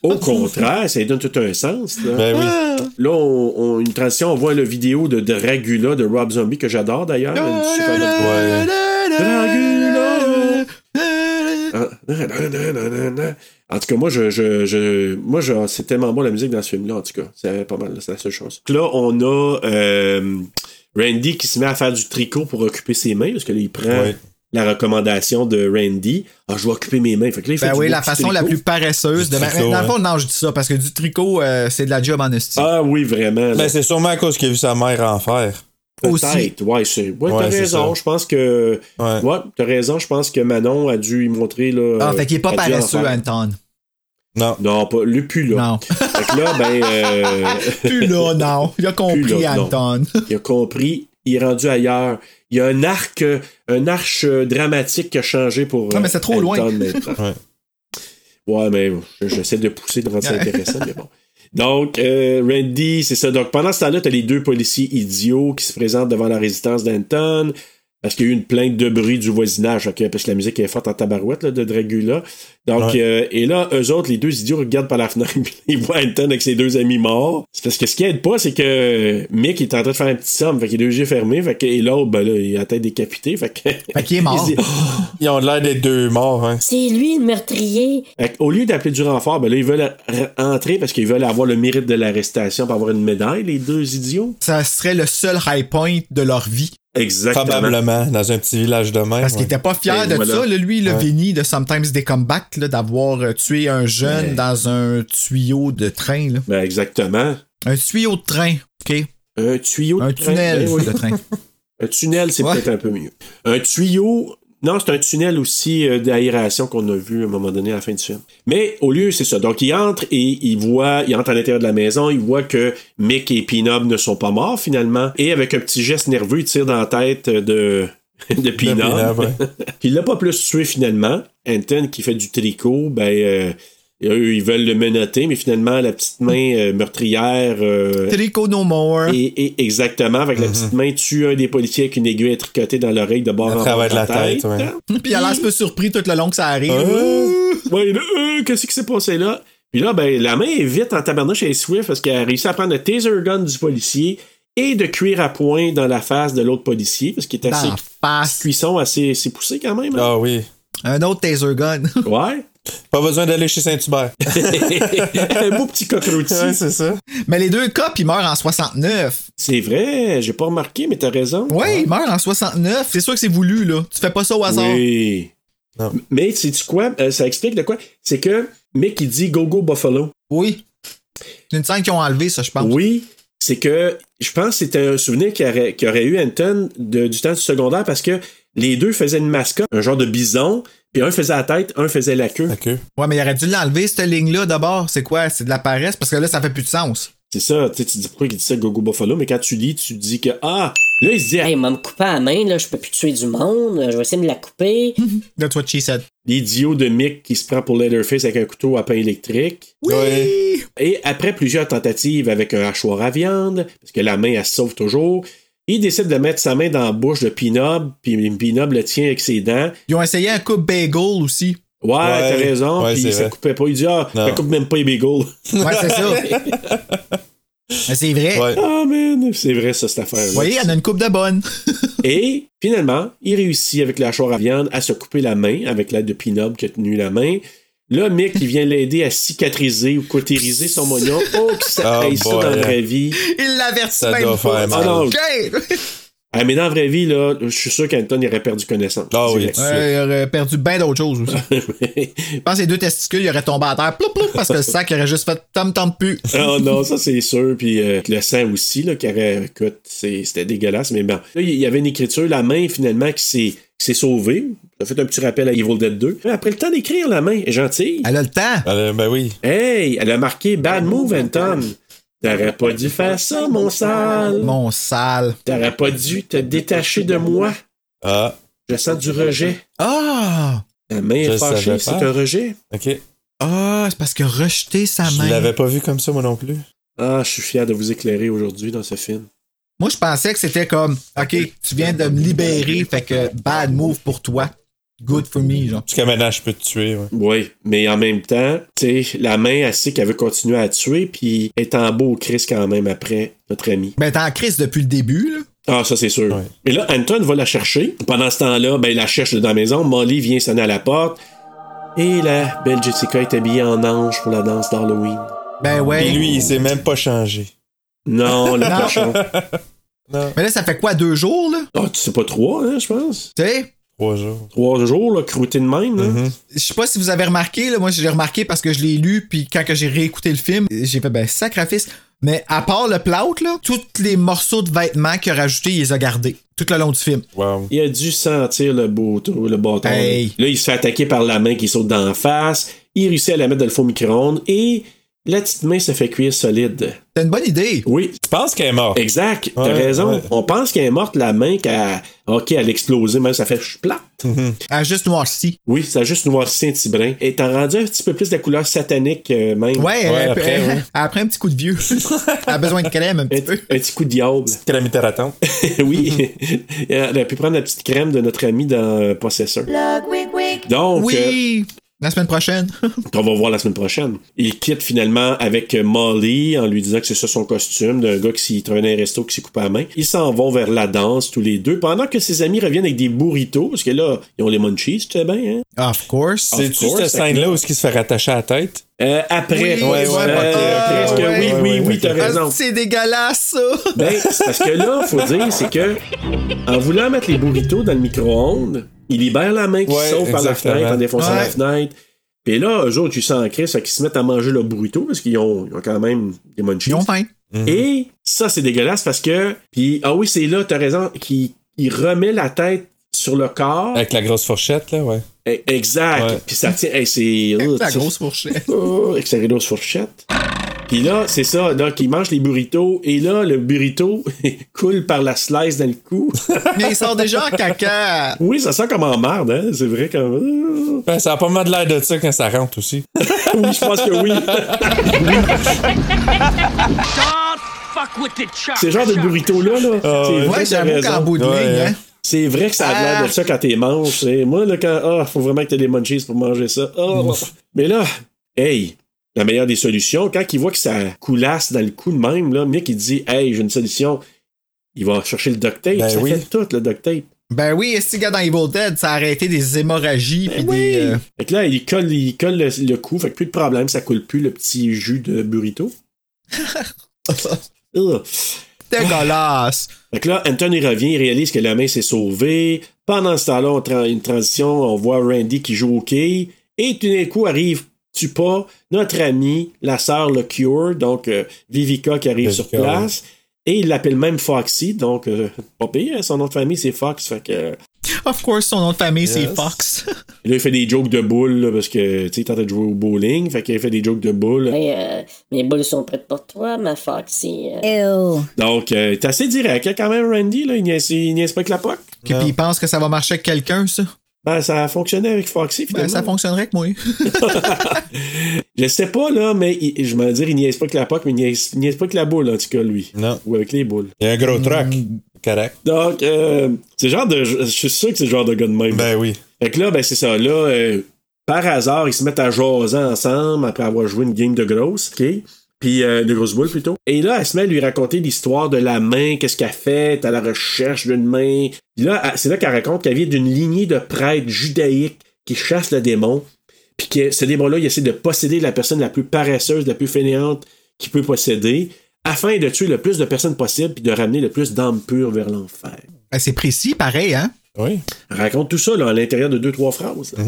Speaker 5: Au contraire, ça donne tout un sens. Là,
Speaker 3: *laughs*
Speaker 8: Ben
Speaker 3: Ah.
Speaker 8: oui.
Speaker 5: Là, on, on- une transition, on voit la vidéo de Dragula de Rob Zombie, que j'adore d'ailleurs. Une super bonne-
Speaker 8: Ouais.
Speaker 5: Dragula. Ah, nan, nan, nan, nan, nan. Euh, En tout cas, moi, je, je, je- moi je, c'est tellement bon la musique dans ce film-là, en tout cas. C'est pas mal, c'est la seule chose. Là, on a euh, Randy qui se met à faire du tricot pour occuper ses mains, parce que là, il prend
Speaker 8: Ouais.
Speaker 5: la recommandation de Randy. Ah, je dois occuper mes mains. Fait que là, il fait
Speaker 3: Ben
Speaker 5: du
Speaker 3: oui,
Speaker 5: beau
Speaker 3: la
Speaker 5: petit
Speaker 3: façon la
Speaker 5: tricot.
Speaker 3: plus paresseuse de.
Speaker 8: Du
Speaker 3: Ben,
Speaker 8: tricot,
Speaker 3: dans le fond,
Speaker 8: ouais.
Speaker 3: non, je dis ça parce que du tricot, euh, c'est de la job en esti.
Speaker 5: Ah oui, vraiment. là.
Speaker 8: Ben, c'est sûrement à cause qu'il a vu sa mère en faire.
Speaker 3: aussi.
Speaker 5: Peut-être, ouais, c'est. Ouais,
Speaker 8: Ouais,
Speaker 5: t'as
Speaker 8: c'est
Speaker 5: raison.
Speaker 8: ça.
Speaker 5: Je pense que.
Speaker 8: Ouais.
Speaker 5: Ouais, t'as raison. Je pense que Manon a dû y montrer. Là,
Speaker 3: Ah, fait qu'il est pas
Speaker 5: a dû en
Speaker 3: paresseux,
Speaker 5: faire.
Speaker 3: Anton.
Speaker 8: Non.
Speaker 5: Non, pas. Le hein. plus là.
Speaker 3: Non.
Speaker 5: Fait que là, ben. euh,
Speaker 3: Plus là, non. Il a
Speaker 5: Plus
Speaker 3: compris,
Speaker 5: là, non.
Speaker 3: Anton.
Speaker 5: il a compris. Il est rendu ailleurs. Il y a un arc, euh, un arche euh, dramatique qui a changé pour.
Speaker 3: Non,
Speaker 5: euh,
Speaker 3: mais c'est trop loin.
Speaker 5: Anton maintenant.
Speaker 8: Ouais.
Speaker 5: ouais, mais je- j'essaie de pousser de rendre ça
Speaker 3: Ouais.
Speaker 5: intéressant, mais bon. Donc, euh, Randy, c'est ça. Donc, pendant ce temps-là, t'as les deux policiers idiots qui se présentent devant la résistance d'Anton. Parce qu'il y a eu une plainte de bruit du voisinage, ok, parce que la musique est forte en tabarouette là, de Dragula. Donc,
Speaker 8: Ouais.
Speaker 5: euh, et là, eux autres, les deux idiots regardent par la fenêtre, *laughs* puis ils voient Anton avec ses deux amis morts. C'est parce que ce qui aide pas, c'est que Mick est en train de faire un petit somme, fait qu'il a deux yeux fermés, fait que, et l'autre, ben là, il a la tête décapitée, fait que.
Speaker 3: Fait qu'il est mort.
Speaker 5: *laughs* il se dit,
Speaker 8: Ils ont l'air d'être deux morts, hein.
Speaker 11: C'est lui le meurtrier.
Speaker 5: Fait que, au lieu d'appeler du renfort, ben là, ils veulent re- entrer parce qu'ils veulent avoir le mérite de l'arrestation pour avoir une médaille, les deux idiots.
Speaker 3: Ça serait le seul high point de leur vie.
Speaker 5: Exactement.
Speaker 8: Probablement, dans un petit village de même.
Speaker 3: Parce
Speaker 8: Eh, ouais.
Speaker 3: qu'il était pas fier
Speaker 5: Et
Speaker 3: de
Speaker 5: voilà.
Speaker 3: ça, là, lui, le
Speaker 8: Ouais.
Speaker 3: Vinny de Sometimes They Come Back, là, d'avoir euh, tué un jeune
Speaker 5: Ouais.
Speaker 3: dans un tuyau de train. là.
Speaker 5: Ben, exactement.
Speaker 3: Un tuyau de train, OK?
Speaker 5: Un tuyau de
Speaker 3: Un
Speaker 5: train-
Speaker 3: tunnel
Speaker 5: Ben oui.
Speaker 3: de train.
Speaker 5: Un tunnel,
Speaker 3: *laughs*
Speaker 5: c'est
Speaker 3: Ouais.
Speaker 5: peut-être un peu mieux. Un tuyau. Non, c'est un tunnel aussi euh, d'aération qu'on a vu à un moment donné à la fin du film. Mais au lieu, c'est ça. Donc, il entre et il voit, il entre à l'intérieur de la maison, il voit que Mick et Pinob ne sont pas morts finalement. Et avec un petit geste nerveux, il tire dans la tête euh, de, *laughs* de Pinob.
Speaker 8: Pinob, ouais.
Speaker 5: Puis il l'a pas plus tué finalement. Anton qui fait du tricot, ben, euh, eux, ils veulent le menotter, mais finalement, la petite main euh, meurtrière. euh,
Speaker 3: Tricot no more.
Speaker 5: et, et- exactement, avec la petite main tue un des policiers avec une aiguille tricotée dans l'oreille de bord
Speaker 8: Mhm. À
Speaker 5: en
Speaker 8: travers
Speaker 5: bord
Speaker 8: de la tête, ouais.
Speaker 3: *laughs* Puis il a l'air un peu surpris tout le long que ça arrive.
Speaker 8: Euh.
Speaker 5: Ouais, là, euh, qu'est-ce qui s'est passé là? Puis là, ben, la main est vite en tabarnouche chez Swift parce qu'elle a réussi à prendre le taser gun du policier et de cuire à point dans la face de l'autre policier parce qu'il est assez
Speaker 3: Dans
Speaker 8: Bah.
Speaker 3: la face.
Speaker 5: cuisson, assez, assez poussé quand même. hein.
Speaker 8: Ah oui.
Speaker 3: Un autre taser gun. *laughs*
Speaker 8: Ah.
Speaker 5: Ouais. *laughs*
Speaker 8: Pas besoin d'aller chez Saint-Hubert.
Speaker 5: un beau petit cockroach.
Speaker 8: ouais, c'est ça.
Speaker 3: Mais les deux cops, ils meurent en 69.
Speaker 5: C'est vrai, j'ai pas remarqué, mais t'as raison.
Speaker 3: Ouais, ils meurent en 69. C'est sûr que c'est voulu, là. Tu fais pas ça au hasard.
Speaker 5: Oui.
Speaker 8: Non.
Speaker 5: Mais sais-tu quoi? Euh, ça explique de quoi? C'est que Mick, il dit Go Go Buffalo.
Speaker 3: Oui. C'est une scène qu'ils ont enlevée, ça, je pense.
Speaker 5: Oui, c'est que je pense que c'était un souvenir qu'il aurait, qu'il aurait eu Anton de- du temps du secondaire parce que les deux faisaient une mascotte, un genre de bison. Puis un faisait la tête, un faisait la queue. La
Speaker 8: queue.
Speaker 3: Ouais, mais il aurait dû l'enlever, cette ligne-là, d'abord. C'est quoi? C'est de la paresse? Parce que là, ça fait plus de sens.
Speaker 5: C'est ça, tu sais, tu dis pourquoi il dit ça, Gogo Buffalo, mais quand tu lis, tu dis que, ah, là, il se dit,
Speaker 10: Hey, m'a me coupé à la main, là, je peux plus tuer du monde, je vais essayer de me la couper.
Speaker 3: That's what she said.
Speaker 5: l'idiot de Mick qui se prend pour Leatherface avec un couteau à pain électrique.
Speaker 3: Oui!
Speaker 5: Et après plusieurs tentatives avec un hachoir à viande, parce que la main, elle se sauve toujours, il décide de mettre sa main dans la bouche de Pinob, puis Pinob le tient avec ses dents.
Speaker 3: Ils ont essayé un coupe bagel aussi.
Speaker 5: Ouais, t'as raison,
Speaker 8: ouais,
Speaker 5: puis
Speaker 8: c'est
Speaker 5: ça
Speaker 8: vrai.
Speaker 5: coupait pas. Il dit, ah,
Speaker 8: Non.
Speaker 5: ça coupe même pas les bagels. *laughs*
Speaker 3: Ouais, c'est ça.
Speaker 8: *laughs*
Speaker 3: Mais c'est vrai.
Speaker 8: Ouais.
Speaker 5: Ah, man, c'est vrai, ça, cette affaire-là.
Speaker 3: Vous voyez, elle a une coupe de bonne.
Speaker 5: Et finalement, il réussit avec la hachoir à viande à se couper la main avec l'aide de Pinob qui a tenu la main. Là, Mick, il vient l'aider à cicatriser ou cautériser son moignon. Oh, que ça
Speaker 8: *laughs* Oh
Speaker 5: haït ça
Speaker 8: boy.
Speaker 5: dans la vraie vie.
Speaker 3: Il l'avertit
Speaker 8: Ça
Speaker 3: même
Speaker 8: doit
Speaker 3: pas.
Speaker 8: faire mal.
Speaker 5: Ah, non.
Speaker 3: Ok!
Speaker 5: Ah, mais dans la vraie vie, là, je suis sûr qu'Anton il aurait perdu connaissance.
Speaker 8: Ah oui.
Speaker 5: Direct.
Speaker 3: Ouais, il aurait perdu bien d'autres choses
Speaker 8: *laughs*
Speaker 3: aussi. Je pense que les deux testicules, ils auraient tombé à terre, ploup, ploup, parce que le sac aurait juste fait tom tom pu.
Speaker 5: *laughs* Ah non, ça c'est sûr. Puis euh, le sang aussi, là, qui aurait. Écoute, c'est- c'était dégueulasse, mais bon. Là, il y avait une écriture, la main finalement, qui s'est qui s'est sauvée. Ça fait un petit rappel à Evil Dead 2. Mais Après le temps d'écrire, la main est gentille.
Speaker 3: Elle a le temps.
Speaker 8: Euh, ben oui.
Speaker 5: Hey, elle a marqué Bad Move, Anton. T'aurais pas dû faire ça, mon sale.
Speaker 3: Mon sale.
Speaker 5: T'aurais pas dû te détacher de moi.
Speaker 8: Ah,
Speaker 5: Je sens du rejet.
Speaker 3: Ah!
Speaker 5: La main
Speaker 8: Je
Speaker 5: est fâchée,
Speaker 8: savais
Speaker 5: c'est
Speaker 8: pas.
Speaker 5: un rejet.
Speaker 8: ok.
Speaker 3: Ah, c'est parce que rejeter sa
Speaker 8: Je
Speaker 3: main.
Speaker 8: l'avais pas vu comme ça, moi non plus.
Speaker 5: Ah, je suis fier de vous éclairer aujourd'hui dans ce film.
Speaker 3: Moi, je pensais que c'était comme, OK, tu viens de me libérer, fait que bad move pour toi. Good for me, genre.
Speaker 8: Jusqu'à maintenant, je peux te tuer. ouais.
Speaker 5: Oui, mais en même temps, tu sais, la main, elle sait qu'elle veut continuer à tuer, puis elle est en beau Chris quand même après, notre ami.
Speaker 3: Ben, t'es en crise depuis le début, là.
Speaker 5: Ah, ça, c'est sûr.
Speaker 8: Ouais.
Speaker 5: Et là, Anton va la chercher. Pendant ce temps-là, ben, il la cherche dans la maison. Molly vient sonner à la porte. Et la belle Jessica est habillée en ange pour la danse d'Halloween.
Speaker 3: Ben ouais.
Speaker 8: Et lui, il s'est même pas changé.
Speaker 5: Non, le cochon.
Speaker 3: Mais là, ça fait quoi, deux jours, là?
Speaker 5: Ah, tu sais pas trois, hein, je pense.
Speaker 3: Tu sais?
Speaker 8: Trois jours.
Speaker 5: Trois jours, là, croûté de même, hein? là.
Speaker 3: Je sais pas si vous avez remarqué, là, moi je l'ai remarqué parce que je l'ai lu, puis quand que j'ai réécouté le film, j'ai fait ben sacrifice. Mais à part le plâtre, là, tous les morceaux de vêtements qu'il a rajoutés, il les a gardés tout le long du film.
Speaker 8: Wow.
Speaker 5: Il a dû sentir le beau trou, le bâton.
Speaker 3: Hey.
Speaker 5: Là, il se fait attaquer par la main qui saute d'en face. Il réussit à la mettre dans le faux micro-ondes et la petite main se fait cuire solide.
Speaker 3: C'est une bonne idée.
Speaker 5: Oui,
Speaker 8: Je pense qu'elle est morte.
Speaker 5: exact. T'as
Speaker 8: Ouais,
Speaker 5: raison.
Speaker 8: ouais.
Speaker 5: On pense qu'elle est morte, la main, qu'elle OK, elle a explosé, même ça fait ch-
Speaker 3: *laughs*
Speaker 5: plate.
Speaker 3: À juste noirci.
Speaker 5: Oui, ça a juste noirci un petit brin. Et t'as rendu un petit peu plus de la couleur satanique, euh, même.
Speaker 3: Ouais,
Speaker 8: Ouais,
Speaker 3: elle- *laughs*
Speaker 8: après,
Speaker 3: elle-
Speaker 8: ouais.
Speaker 3: après un petit coup de
Speaker 8: *laughs*
Speaker 3: vieux. elle a besoin de crème un
Speaker 5: Un,
Speaker 3: petit peu.
Speaker 5: un petit coup de diable. *laughs*
Speaker 8: Crème hydratante.
Speaker 3: *laughs*
Speaker 5: oui. elle a pu prendre la petite crème de notre ami dans euh, Possesseur. Donc, euh,
Speaker 3: Oui! La semaine
Speaker 8: *laughs*
Speaker 3: prochaine.
Speaker 5: qu'on va voir la semaine prochaine. Il quitte finalement avec Molly en lui disant que c'est ça son costume d'un gars qui s'y travaille dans un resto qui s'est coupé la main. Ils s'en vont vers la danse tous les deux pendant que ses amis reviennent avec des burritos parce que là, ils ont les munchies, tu sais bien. Hein?
Speaker 3: of course.
Speaker 5: Of
Speaker 8: *laughs* C'est-tu
Speaker 5: course,
Speaker 8: cette scène-là où ce qui se fait rattacher à la tête?
Speaker 5: Euh, après,
Speaker 3: Oui, Ah, ouais,
Speaker 5: Euh,
Speaker 3: ouais,
Speaker 8: ouais,
Speaker 5: presque,
Speaker 3: ouais,
Speaker 5: oui,
Speaker 8: ouais,
Speaker 5: oui,
Speaker 8: ouais,
Speaker 5: oui,
Speaker 8: ouais,
Speaker 5: t'as
Speaker 8: ouais.
Speaker 5: raison.
Speaker 3: Ah, c'est dégueulasse, ça!
Speaker 5: Ben, c'est parce que là, faut dire, c'est que en voulant mettre les burritos dans le micro-ondes, il libère la main qui
Speaker 8: Ouais,
Speaker 5: sauve par la
Speaker 8: exactement.
Speaker 5: fenêtre en défonçant
Speaker 3: Ouais.
Speaker 5: la fenêtre. Puis là, eux autres, tu sens en crise, fait qu'ils se mettent à manger le burrito parce qu'ils ont, ils ont quand même des munchies.
Speaker 3: Ils ont faim.
Speaker 5: Et ça, c'est dégueulasse parce que. Puis, ah oui, c'est là, t'as raison, qu'il il remet la tête sur le corps.
Speaker 8: Avec la grosse fourchette, là, ouais.
Speaker 5: E- Exact.
Speaker 8: Ouais.
Speaker 5: Puis ça tient. hey, c'est.
Speaker 3: La grosse
Speaker 8: *laughs*
Speaker 3: fourchette.
Speaker 5: Oh, avec sa grosse fourchette. Puis là, c'est ça, là, qu'il mange les burritos. Et là, le burrito *laughs* coule par la slice dans le cou.
Speaker 3: Mais il sort déjà en caca.
Speaker 5: oui, ça sent comme en marde, hein. C'est vrai, comme.
Speaker 8: Ben, ça a pas mal de l'air de ça quand ça rentre aussi.
Speaker 5: oui, je pense que oui.
Speaker 4: Don't fuck with the chop.
Speaker 5: Ces genres de burritos-là, là.
Speaker 8: Ah,
Speaker 5: c'est
Speaker 8: ouais.
Speaker 5: vrai
Speaker 3: Ouais,
Speaker 5: que t'as
Speaker 3: j'avoue qu'en
Speaker 5: raison.
Speaker 3: bout de
Speaker 8: Ouais,
Speaker 3: ligne,
Speaker 8: hein.
Speaker 3: hein.
Speaker 5: C'est vrai que ça a l'air de ça quand t'es manches. Et moi, là, quand. Ah, faut vraiment que t'aies des munchies pour manger ça. Oh. Mais là, hey, la meilleure des solutions, quand il voit que ça coulasse dans le cou de même, là, Mick, il dit, hey, j'ai une solution. Il va chercher le duct tape.
Speaker 8: Ben
Speaker 5: ça
Speaker 8: oui.
Speaker 5: fait tout, le duct tape.
Speaker 3: Ben oui, est-ce que dans Evil Dead, ça a arrêté des hémorragies pis des. euh,
Speaker 5: Fait que là, il colle, il colle le, le cou. Fait que plus de problème, ça coule plus le petit jus de
Speaker 8: *laughs*
Speaker 5: burrito. Ugh.
Speaker 3: Dégueulasse.
Speaker 5: Fait que là, Anthony revient, il réalise que la main s'est sauvée. Pendant ce temps-là, on tra- une transition, on voit Randy qui joue au quai. Et tout d'un coup arrive, tu pas, notre ami, la sœur Le Cure, donc euh, Vivica qui arrive
Speaker 8: Vivica,
Speaker 5: sur place. Et il l'appelle même Foxy, donc euh, pas pire, hein, son nom de famille c'est Fox. Fait que,
Speaker 3: Of course, son nom de famille, c'est Fox.
Speaker 5: Et là, il fait des jokes de boules, là, parce que, tu sais, il tentait de jouer au bowling, fait qu'il fait des jokes de boules.
Speaker 11: Mais, euh, mes boules sont prêtes pour toi, ma Foxy.
Speaker 5: Donc, euh, t'es assez direct, hein, quand même, Randy, là. Il niaise, il niaise pas avec la poque.
Speaker 3: Que puis il pense que ça va marcher avec quelqu'un, ça.
Speaker 5: Ben, ça a fonctionné avec Foxy,
Speaker 3: Ben,
Speaker 5: finalement.
Speaker 3: ça fonctionnerait avec moi.
Speaker 5: Je sais pas, là, mais il- je me dire, il niaise pas que la POC, mais il niaise, il niaise pas que la boule, en tout cas, lui.
Speaker 8: Non.
Speaker 5: Ou avec les boules.
Speaker 8: Il y a un gros truck. Mm. Correct.
Speaker 5: Donc, euh, c'est le genre de. Je je suis sûr que c'est le genre de gars de même.
Speaker 8: Ben oui.
Speaker 5: Fait que là, ben, c'est ça. Là, euh, par hasard, ils se mettent à jaser ensemble après avoir joué une game de grosse, OK? Puis euh, de grosse boule plutôt. Et là, elle se met à lui raconter l'histoire de la main, qu'est-ce qu'elle fait, à la recherche d'une main. Puis là, elle- c'est là qu'elle raconte qu'elle vient d'une lignée de prêtres judaïques qui chassent le démon. Puis que ce démon-là, il essaie de posséder la personne la plus paresseuse, la plus fainéante qu'il peut posséder, afin de tuer le plus de personnes possible puis de ramener le plus d'âmes pures vers l'enfer.
Speaker 3: Ben, c'est précis, pareil, hein?
Speaker 8: Oui.
Speaker 5: Elle raconte tout ça là, à l'intérieur de deux, trois phrases. là.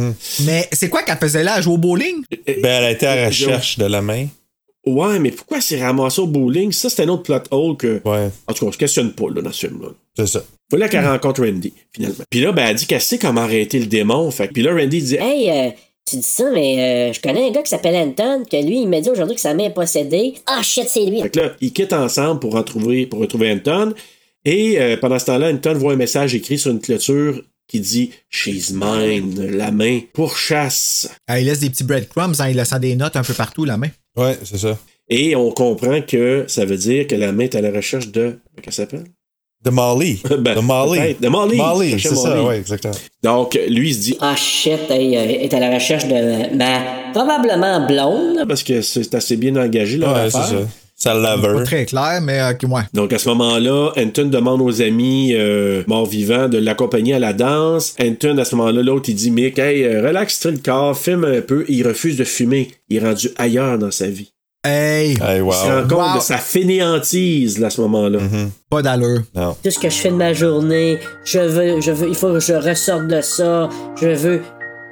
Speaker 3: Mais c'est quoi qu'elle faisait là? Elle jouait au bowling?
Speaker 8: Ben, elle a été à la recherche de la main.
Speaker 5: Ouais, mais pourquoi c'est ramassé au bowling? Ça, c'est un autre plot hole que.
Speaker 8: Ouais.
Speaker 5: En tout cas, on se questionne pas là, dans ce film-là.
Speaker 8: C'est ça.
Speaker 5: Voilà
Speaker 8: Mm.
Speaker 5: qu'elle rencontre Randy, finalement. Puis là, ben, elle dit qu'elle sait comment arrêter le démon. Fait que- Puis là, Randy dit
Speaker 11: Hey, euh, tu dis ça, mais euh, je connais un gars qui s'appelle Anton, que lui, il m'a dit aujourd'hui que sa main est possédée.
Speaker 13: Ah, shit, c'est lui.
Speaker 5: Fait que là, ils quittent ensemble pour retrouver, pour retrouver Anton. Et euh, pendant ce temps-là, Anton voit un message écrit sur une clôture qui dit She's mine, la main pour chasse.
Speaker 3: Elle laisse des petits breadcrumbs hein, en lui laissant des notes un peu partout, la main.
Speaker 8: Ouais, c'est ça.
Speaker 5: Et on comprend que ça veut dire que la main est à la recherche de. Qu'est-ce qu'elle s'appelle
Speaker 8: De *laughs* Molly.
Speaker 5: Ben,
Speaker 8: de Molly.
Speaker 5: peut-être. De Molly.
Speaker 8: Molly,
Speaker 5: Cherchez
Speaker 8: c'est ça,
Speaker 5: Molly.
Speaker 8: ouais, exactement.
Speaker 5: Donc, lui, il se dit
Speaker 11: Ah shit, hey, euh, est à la recherche de ma probablement blonde.
Speaker 5: parce que c'est assez bien engagé, là.
Speaker 8: Ouais, c'est ça. Ça
Speaker 3: Pas
Speaker 8: lover.
Speaker 3: très clair, mais euh, que- ouais.
Speaker 5: Donc à ce moment-là, Anton demande aux amis euh, morts vivants de l'accompagner à la danse. Anton, à ce moment-là, l'autre, il dit Mick, hey, euh, relaxe le corps, fume un peu. Et il refuse de fumer. Il est rendu ailleurs dans sa vie.
Speaker 3: Hey!
Speaker 8: Hey, wow.
Speaker 5: Il
Speaker 8: Mm-hmm.
Speaker 5: se rend compte
Speaker 3: Wow.
Speaker 5: de sa fainéantise là, à ce moment-là.
Speaker 3: Pas d'allure.
Speaker 8: Non.
Speaker 11: Tout ce que je fais de ma journée, je veux, je veux, il faut que je ressorte de ça. Je veux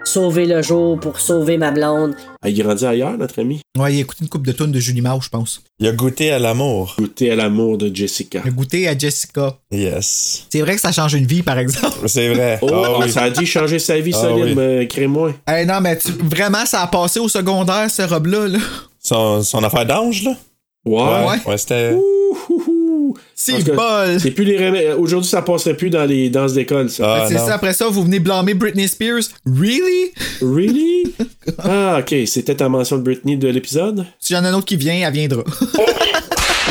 Speaker 11: sauver le jour pour sauver ma blonde.
Speaker 5: Ah, Il est rendu ailleurs, notre ami.
Speaker 3: Ouais, il a écouté une coupe de tonnes de Julie Mao, je pense.
Speaker 8: Il a goûté à l'amour.
Speaker 5: Goûter à l'amour de Jessica.
Speaker 8: Ah
Speaker 3: Il a goûté à Jessica.
Speaker 8: Yes.
Speaker 3: C'est vrai que ça change une vie, par exemple. *laughs*
Speaker 8: C'est vrai.
Speaker 5: Oh,
Speaker 8: Ah oui.
Speaker 5: ça a dit changer sa vie,
Speaker 8: Ah
Speaker 5: ça, euh,
Speaker 8: oui.
Speaker 5: crée-moi.
Speaker 3: hey, non, mais tu- vraiment, ça a passé au secondaire, ce robe-là. Là.
Speaker 8: Son, son affaire d'ange, là?
Speaker 5: Ah, Ouais.
Speaker 8: Ouais, c'était.
Speaker 5: Ouh, ouh, ouh.
Speaker 3: C'est
Speaker 5: Parce que
Speaker 3: bol!
Speaker 5: C'est plus les remè- Aujourd'hui, ça passerait plus dans les danses d'école, ça.
Speaker 8: Ah,
Speaker 3: C'est
Speaker 8: non.
Speaker 3: ça, après ça, vous venez blâmer Britney Spears. Really?
Speaker 5: Really? Ah, ok. C'était ta mention de Britney de l'épisode?
Speaker 3: Si y en a un autre qui vient, elle viendra. *laughs*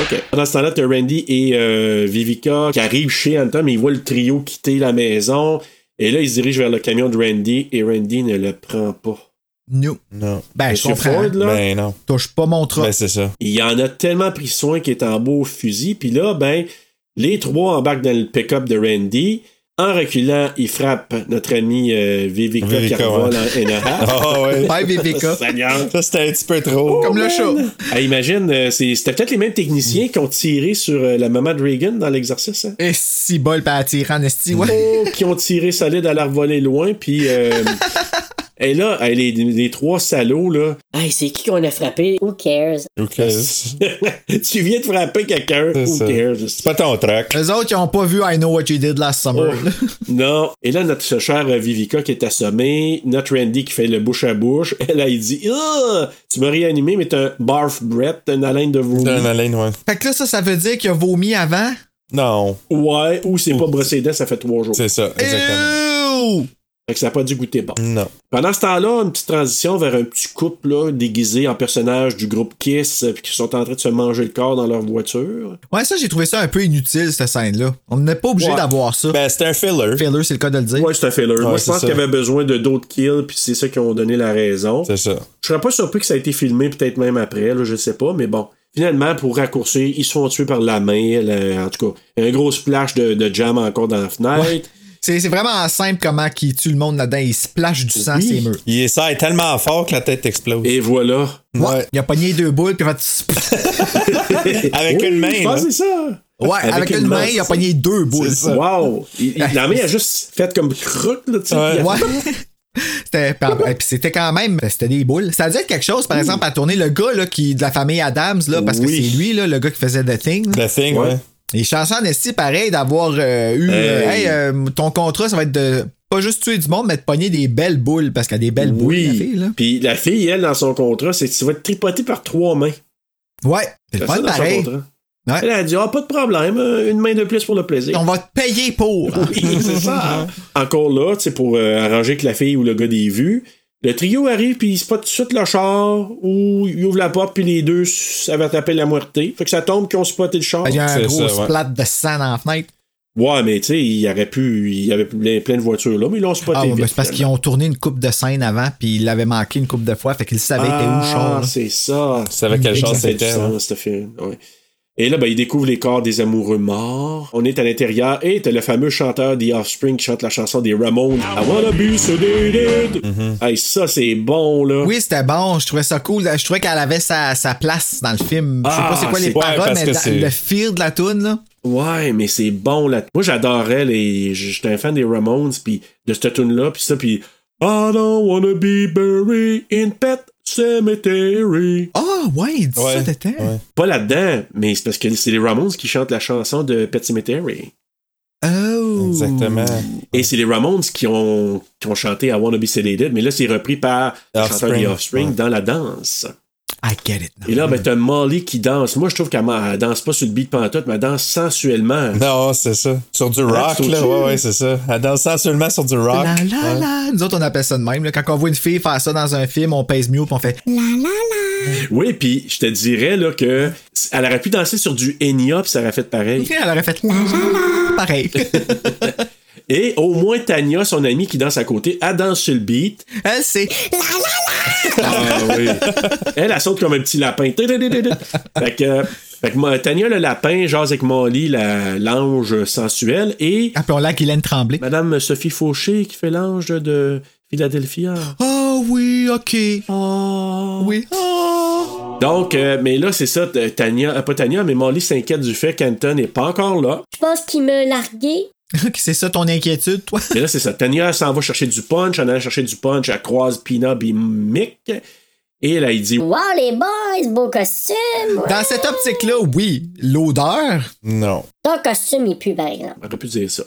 Speaker 5: Ok. Pendant ce temps-là, t'as Randy et euh, Vivica qui arrivent chez Anton, mais ils voient le trio quitter la maison. Et là, ils se dirigent vers le camion de Randy et Randy ne le prend pas.
Speaker 3: no.
Speaker 8: Non.
Speaker 3: Ben, je
Speaker 5: Monsieur
Speaker 3: comprends.
Speaker 5: Ford, là,
Speaker 8: Ben non.
Speaker 3: Touche pas mon truc.
Speaker 8: Ben c'est ça.
Speaker 5: il en a tellement pris soin qu'il est en beau fusil. Puis là, ben, les trois embarquent dans le pick-up de Randy. En reculant, ils frappent notre ami euh, Vivica,
Speaker 8: Vivica,
Speaker 5: qui revole
Speaker 8: ouais.
Speaker 5: en NRA.
Speaker 8: *laughs* Ah ouais.
Speaker 3: Bye,
Speaker 5: *laughs*
Speaker 3: Vivica.
Speaker 5: Seigneur.
Speaker 8: Ça, c'était un petit peu trop.
Speaker 3: Comme le chat.
Speaker 5: Ah, imagine, euh, c'est- c'était peut-être les mêmes techniciens qui ont tiré sur euh, la maman de Reagan dans l'exercice. hein.
Speaker 3: Et Eh, si bol, pas attirant, Nestie, ouais.
Speaker 5: Oh, *laughs* qui ont tiré solide à la voler loin, puis...
Speaker 8: *laughs*
Speaker 5: euh, Et là, hey, les, les trois salauds, là, *laughs*
Speaker 11: Hey, c'est qui qu'on a frappé?
Speaker 13: Who cares?
Speaker 8: Ok. C'est
Speaker 5: tu viens de frapper quelqu'un,
Speaker 8: C'est
Speaker 5: who
Speaker 8: ça.
Speaker 5: cares?
Speaker 8: pas ton truc.
Speaker 3: Eux autres, ils ont pas vu I Know What You Did Last Summer. là. *laughs*
Speaker 5: Non. Et là, notre ce cher euh, Vivica qui est assommé, notre Randy qui fait le bouche à bouche, elle, elle dit, Ah, tu m'as réanimé, mais t'as un barf breath, t'as une haleine de vomi.
Speaker 8: D'un haleine, ouais.
Speaker 3: Fait que là, ça, ça veut dire qu'il a vomi avant.
Speaker 8: Non.
Speaker 5: Ouais, ou c'est pas brossé les dents, ça fait trois jours.
Speaker 8: C'est ça, exactement.
Speaker 3: Ew!
Speaker 5: Fait que ça a pas dû goûter bon.
Speaker 8: Non.
Speaker 5: Pendant ce temps-là, une petite transition vers un petit couple là, déguisé en personnage du groupe Kiss, euh, puis qui sont en train de se manger le corps dans leur voiture.
Speaker 3: Ouais, ça, j'ai trouvé ça un peu inutile, cette scène-là. On n'est pas obligé
Speaker 5: Ouais.
Speaker 3: d'avoir ça.
Speaker 8: Ben c'était un filler.
Speaker 3: Filler, c'est le cas de le dire.
Speaker 5: Ouais, c'est un filler. Moi, je
Speaker 8: c'est
Speaker 5: pense
Speaker 8: ça.
Speaker 5: qu'il y avait besoin de d'autres kills, puis c'est ça qui ont donné la raison.
Speaker 8: C'est ça.
Speaker 5: Je serais pas surpris que ça a été filmé, peut-être même après, là, je sais pas, mais bon. Finalement, pour raccourcir, ils se font tuer par la main, là, en tout cas, un gros splash de, de jam encore dans la fenêtre.
Speaker 3: C'est c'est vraiment simple comment qu'il tue le monde là-dedans. Il splash du sang,
Speaker 5: Oui.
Speaker 3: c'est murs.
Speaker 8: Il est tellement fort que la tête explose.
Speaker 5: Et voilà.
Speaker 3: Ouais. Il a pogné deux boules, puis il a fait...
Speaker 8: Avec
Speaker 5: Oui,
Speaker 8: une main,
Speaker 5: Je pense
Speaker 8: là.
Speaker 5: que c'est ça.
Speaker 3: Ouais, avec, une main, il a pogné deux boules.
Speaker 8: C'est ça.
Speaker 5: Wow! Il- il- la main a juste fait comme croc, là, tu sais.
Speaker 8: Ouais.
Speaker 5: puis elle- *laughs*
Speaker 3: Ouais. C'était, par- et puis c'était quand même, euh, c'était des boules. Ça a dû être quelque chose, par exemple, à tourner le gars là, qui, de la famille Adams, là, parce que
Speaker 5: Oui.
Speaker 3: c'est lui, là, le gars qui faisait The Thing. là.
Speaker 8: Le thing, ouais.
Speaker 3: Il est chanceux en esti, pareil, d'avoir euh, eu. euh,
Speaker 5: Hey.
Speaker 3: hey, euh, ton contrat, ça va être de. pas juste tuer du monde, mais de pogner des belles boules, parce qu'elle a des belles boules, la fille, là.
Speaker 5: Puis la fille, elle, dans son contrat, c'est que tu vas être tripoté par trois mains.
Speaker 3: Ouais, c'est le
Speaker 5: ça
Speaker 3: fun
Speaker 5: dans son
Speaker 3: pareil.
Speaker 5: contrat. Elle a dit, ah, pas de problème, euh, une main de plus pour le plaisir.
Speaker 3: On va te payer pour.
Speaker 5: Oui, *laughs* c'est ça. hein. Encore là, tu sais, pour euh, arranger que la fille ou le gars des vues, le trio arrive, puis ils spotent tout de suite le char, ou ils ouvrent la porte, puis les deux, ça va taper la moitié. Fait que ça tombe qu'ils ont spoté le char.
Speaker 3: Il Ah, y a un
Speaker 5: C'est
Speaker 3: gros
Speaker 5: ça, ouais.
Speaker 3: splat de sang dans la fenêtre.
Speaker 5: Ouais, mais tu sais, il y aurait pu, il y avait plein, plein de voitures là, mais ils l'ont spoté.
Speaker 3: Ah, ouais,
Speaker 5: vite,
Speaker 3: ben, c'est parce qu'ils
Speaker 5: finalement.
Speaker 3: ont tourné une coupe de scène avant, puis ils l'avaient manqué une coupe de fois, fait qu'ils savaient était où le char.
Speaker 5: Ah,
Speaker 3: là.
Speaker 5: c'est ça.
Speaker 8: Tu savais quelle chance c'était.
Speaker 5: Ça,
Speaker 8: hein.
Speaker 5: ce film, ouais. Et là, ben, il découvre les corps des amoureux morts. On est à l'intérieur et t'as le fameux chanteur des Offspring qui chante la chanson des Ramones. I wanna be sedated.
Speaker 8: Mm-hmm.
Speaker 5: Hey, ça, c'est bon, là.
Speaker 3: Oui, c'était bon, je trouvais ça cool. Je trouvais qu'elle avait sa, sa place dans le film. Je sais
Speaker 5: Ah,
Speaker 3: pas c'est quoi les
Speaker 5: c'est- Ouais,
Speaker 3: paroles,
Speaker 5: parce
Speaker 3: mais
Speaker 5: que
Speaker 3: dans-
Speaker 5: c'est-
Speaker 3: le feel de la toune, là.
Speaker 5: Ouais, mais c'est bon, là. Moi, j'adorais les. J'étais un fan des Ramones, puis de cette tune-là, puis ça, puis. I don't wanna be buried in Pet Cemetery.
Speaker 3: Ah, ouais, il dit ça, t'étais.
Speaker 5: Pas là-dedans, mais c'est parce que c'est les Ramones qui chantent la chanson de Pet Cemetery.
Speaker 3: Oh!
Speaker 8: Exactement.
Speaker 5: Et c'est les Ramones qui ont, qui ont chanté I Wanna Be Sedated, mais là, c'est repris par le chanteur
Speaker 8: Offspring,
Speaker 5: des Offspring
Speaker 8: ouais. Mm-hmm.
Speaker 5: dans la danse.
Speaker 3: I get it.
Speaker 5: Et là, ben, t'as Molly qui danse. Moi, je trouve qu'elle elle danse pas sur le beat pantoute, mais elle danse sensuellement.
Speaker 8: Non, c'est ça. Sur du rock,
Speaker 5: sur
Speaker 8: là.
Speaker 5: du-
Speaker 8: Ouais, ouais, c'est ça. Elle danse seulement sur du rock.
Speaker 3: La, la,
Speaker 8: Ouais.
Speaker 3: la. Nous autres, on appelle ça de même. là. Quand on voit une fille faire ça dans un film, on pèse mieux, puis on fait la, la, la.
Speaker 5: Oui, puis je te dirais là, que s- elle aurait pu danser sur du Enya, puis ça aurait fait pareil.
Speaker 3: Elle aurait fait *laughs* la, la, la. Pareil. *laughs*
Speaker 5: Et au moins, Tania, son amie qui danse à côté, elle danse sur le beat.
Speaker 3: Elle, c'est
Speaker 9: La la
Speaker 5: Ah oui. *laughs* Elle, elle saute comme un petit
Speaker 8: *laughs*
Speaker 5: lapin. Fait que, euh, fait que moi, Tania, le lapin, jase avec Molly, la- l'ange sensuel, et
Speaker 3: Appelons-la Guylaine Tremblay.
Speaker 5: Madame Sophie Fauché qui fait l'ange de Philadelphia.
Speaker 3: Oh oui, ok.
Speaker 5: Ah.
Speaker 3: Oui. ah.
Speaker 5: Donc, euh, mais là, c'est ça, t- Tania, euh, pas Tania, mais Molly s'inquiète du fait qu'Anton n'est pas encore là.
Speaker 13: Je pense qu'il me largué.
Speaker 3: Ok, *laughs* c'est ça ton inquiétude, toi?
Speaker 5: Mais là, c'est ça. Tania s'en va chercher du punch. En allant chercher du punch, elle croise Pina puis Mick. Et là, il dit
Speaker 13: Wow, les boys, beau costume. ouais.
Speaker 3: Dans cette optique-là, oui. L'odeur.
Speaker 8: Non.
Speaker 13: Ton costume, il pue, par exemple.
Speaker 5: On aurait pu dire ça.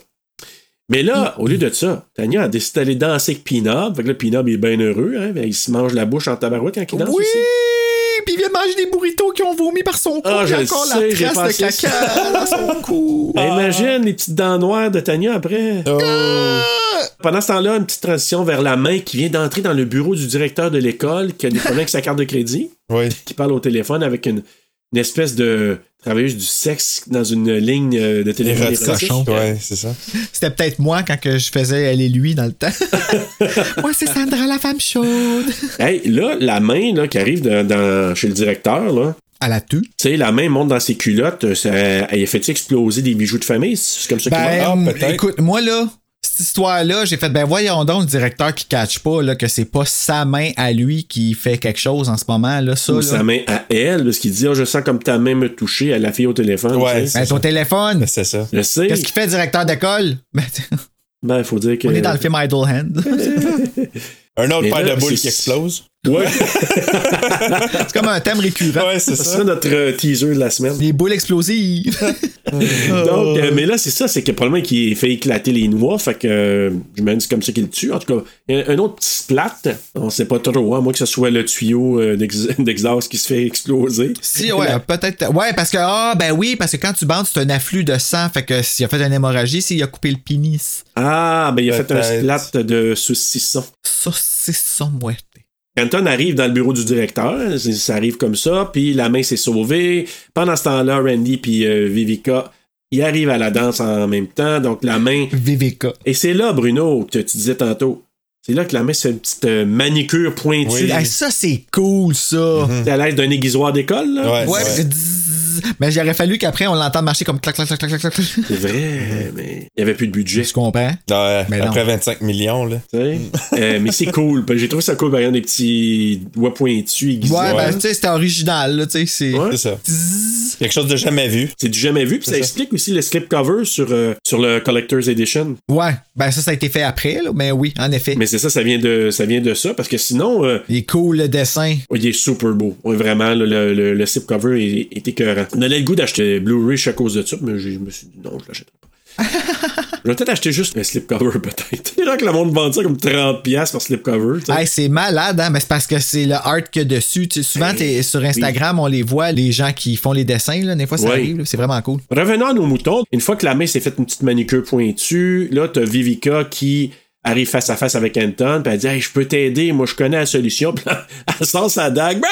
Speaker 5: Mais là, au lieu de ça, Tania a décidé d'aller danser avec Pina. Fait que là, Pina il est bien heureux. Hein, Ben, il se mange la bouche en tabarouette quand il danse
Speaker 3: Oui!
Speaker 5: aussi.
Speaker 3: Puis il vient de manger des burritos qui ont vomi par son cou.
Speaker 5: Ah,
Speaker 3: puis
Speaker 5: je le
Speaker 3: encore
Speaker 5: sais, j'ai
Speaker 3: la trace de
Speaker 5: pensé ça.
Speaker 3: caca dans son cou.
Speaker 5: Ben, Imagine les petites dents noires de Tania après.
Speaker 8: Oh.
Speaker 5: Pendant ce temps-là, une petite transition vers la main qui vient d'entrer dans le bureau du directeur de l'école qui a des problèmes avec sa carte de crédit,
Speaker 8: Oui.
Speaker 5: qui parle au téléphone avec une, une espèce de travailleuse du sexe dans une ligne euh, de
Speaker 8: Les
Speaker 5: téléphone.
Speaker 8: rats de
Speaker 5: érotique.
Speaker 8: cochon. Ouais, c'est ça.
Speaker 3: C'était peut-être moi quand que je faisais elle et lui dans le
Speaker 5: *laughs*
Speaker 3: temps. moi, c'est Sandra, la femme chaude.
Speaker 5: Hey, là, la main là, qui arrive dans- dans- chez le directeur, là,
Speaker 3: À la tue.
Speaker 5: tu sais, la main monte dans ses culottes, euh, ça, elle a fait exploser des bijoux de famille, c'est comme ça qu'il
Speaker 3: Ben,
Speaker 5: va-
Speaker 8: Ah, peut-être.
Speaker 3: écoute, moi, là, cette histoire-là, j'ai fait, ben, voyons donc, le directeur qui catch pas, là, que c'est pas sa main à lui qui fait quelque chose en ce moment, là, ça,
Speaker 5: Ou
Speaker 3: là.
Speaker 5: sa main à elle, parce qu'il dit Ah, Je sens comme ta main me touchait à la fille au téléphone.
Speaker 8: Ouais,
Speaker 5: tu sais.
Speaker 3: Ben, ton téléphone.
Speaker 8: C'est ça.
Speaker 5: Je sais.
Speaker 3: Ben, Qu'est-ce qu'il fait, directeur d'école? *laughs* Ben,
Speaker 5: Ben, il faut dire que.
Speaker 3: on est dans le film Idle Hand.
Speaker 8: Un autre
Speaker 5: Mais
Speaker 8: paire
Speaker 5: là,
Speaker 8: de boules
Speaker 5: c'est-
Speaker 8: qui explose.
Speaker 5: Ouais, *laughs*
Speaker 3: c'est comme un thème récurrent.
Speaker 8: Ouais, c'est
Speaker 5: ça
Speaker 8: ça.
Speaker 5: sera notre euh, teaser de la semaine.
Speaker 3: Les boules explosives. *laughs*
Speaker 5: Donc, euh, mais là, c'est ça, c'est que probablement qu'il fait éclater les noix, fait que euh, je me dis c'est comme ça qu'il le tue. En tout cas, un, un autre petit splat, on sait pas trop, hein, moi que ce soit le tuyau euh, d'ex- *laughs* d'exhaust qui se fait exploser.
Speaker 3: Si, ouais, peut-être. Ouais, parce que, ah, ben oui, parce que quand tu bandes, c'est un afflux de sang. Fait que s'il a fait une hémorragie, s'il a coupé le pénis.
Speaker 5: Ah, ben il a fait un
Speaker 8: Peut-être.
Speaker 5: splat de saucisson.
Speaker 3: Ça, c'est ça, moi.
Speaker 5: Anton arrive dans le bureau du directeur, c'est- ça arrive comme ça, puis la main s'est sauvée. Pendant ce temps-là, Randy puis euh, Vivica, ils arrivent à la danse en même temps, donc la main
Speaker 3: VVK.
Speaker 5: Et c'est là, Bruno, que tu disais tantôt. C'est là que la main se fait une petite euh, manicure pointue.
Speaker 8: Oui.
Speaker 3: Hey, ça, c'est cool, ça.
Speaker 5: T'es à l'aise d'un aiguisoir d'école, là?
Speaker 8: Ouais.
Speaker 3: Mhm. Ouais,
Speaker 8: c'est
Speaker 3: parce que dzz, mais j'aurais fallu qu'après, on l'entende marcher comme clac, clac, clac, clac, clac, clac.
Speaker 5: C'est vrai, mais il n'y avait plus de budget.
Speaker 3: Je comprends.
Speaker 8: Ouais,
Speaker 3: Mais
Speaker 8: euh, après 25 millions, là.
Speaker 5: tu sais. *laughs* Euh, mais c'est cool. Ben, J'ai trouvé ça cool, par exemple, des petits doigts pointus,
Speaker 3: Ouais,
Speaker 5: aiguisoirs.
Speaker 3: ben, tu sais, c'était original, là, tu sais, c'est.
Speaker 5: Ouais.
Speaker 8: C'est ça.
Speaker 3: Dzz.
Speaker 8: Quelque chose de jamais vu.
Speaker 5: C'est du jamais vu, puis ça,
Speaker 8: C'est ça.
Speaker 5: explique aussi le slipcover sur, euh, sur le Collector's Edition.
Speaker 3: Ouais, ben, ça, ça a été fait après, là, mais oui, en effet.
Speaker 5: Mais c'est ça, ça vient de ça, vient de ça parce que sinon, euh,
Speaker 3: Il est cool, le dessin.
Speaker 5: il est super beau. Ouais, vraiment, le, le, le, le slipcover est, est écœurant. On avait le goût d'acheter Blu-ray juste à cause de ça, mais je me suis dit non, je l'achète pas. Je vais peut-être acheter juste un slipcover, peut-être. *laughs* C'est là que le monde vend ça comme 30$ par slipcover. tu sais.
Speaker 3: Hey, c'est malade, hein? mais c'est parce que c'est le art que dessus. Tu- souvent,
Speaker 5: Ben
Speaker 3: t'es- sur Instagram, on les voit, les gens qui font les dessins. Là, des fois, ça
Speaker 5: Oui.
Speaker 3: arrive. là, C'est vraiment cool.
Speaker 5: Revenons à nos moutons. Une fois que la main s'est faite une petite manicure pointue, là, t'as Vivica qui arrive face à face avec Anton, puis elle dit Hey, je peux t'aider, moi je connais la solution. *laughs* Puis là, elle sort sa dague. *laughs*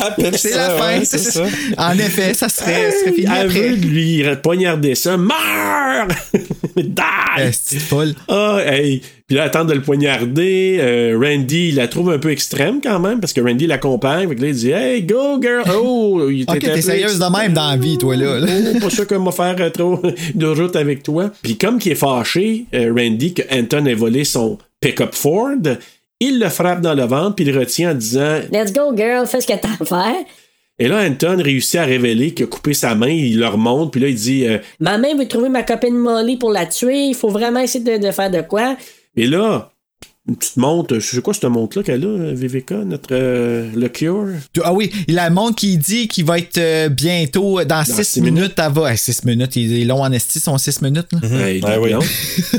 Speaker 5: Ah!
Speaker 3: C'est la fin. c'est ça. En effet, ça serait, ça serait fini
Speaker 5: Elle
Speaker 3: après.
Speaker 5: veut lui poignarder ça. Meurs! *laughs* Die!
Speaker 3: Euh, C'est folle.
Speaker 5: Ah, hey! Puis là, elle tente de le poignarder. Euh, Randy, il la trouve un peu extrême quand même, parce que Randy l'accompagne. Fait que là, il dit Hey, go, girl! Oh! Il était
Speaker 3: Ok,
Speaker 5: un peu
Speaker 3: t'es sérieuse de même dans la vie, toi,
Speaker 5: *laughs*
Speaker 3: là. là.
Speaker 5: Oh, pas sûr qu'on va faire euh, trop de route avec toi. Puis comme qu'il est fâché, euh, Randy, que Anton ait volé son pick-up Ford, il le frappe dans le ventre puis il le retient en disant...
Speaker 11: Let's go, girl, fais ce que t'as à faire.
Speaker 5: Et là, Anton réussit à révéler qu'il a coupé sa main, il le remonte, puis là, il dit... euh,
Speaker 11: Ma mère veut trouver ma copine Molly pour la tuer. Il faut vraiment essayer de, de faire de quoi.
Speaker 5: Et là, une petite montre, c'est quoi cette montre-là qu'elle a, euh, VVK, notre... euh, le Cure?
Speaker 3: Ah oui, la montre qui dit qu'il va être euh, bientôt euh, dans
Speaker 5: six
Speaker 3: 6 minutes, elle va. 6 minutes, il est long en esti, son 6 minutes. là.
Speaker 5: Hey,
Speaker 8: Ah oui.
Speaker 5: non.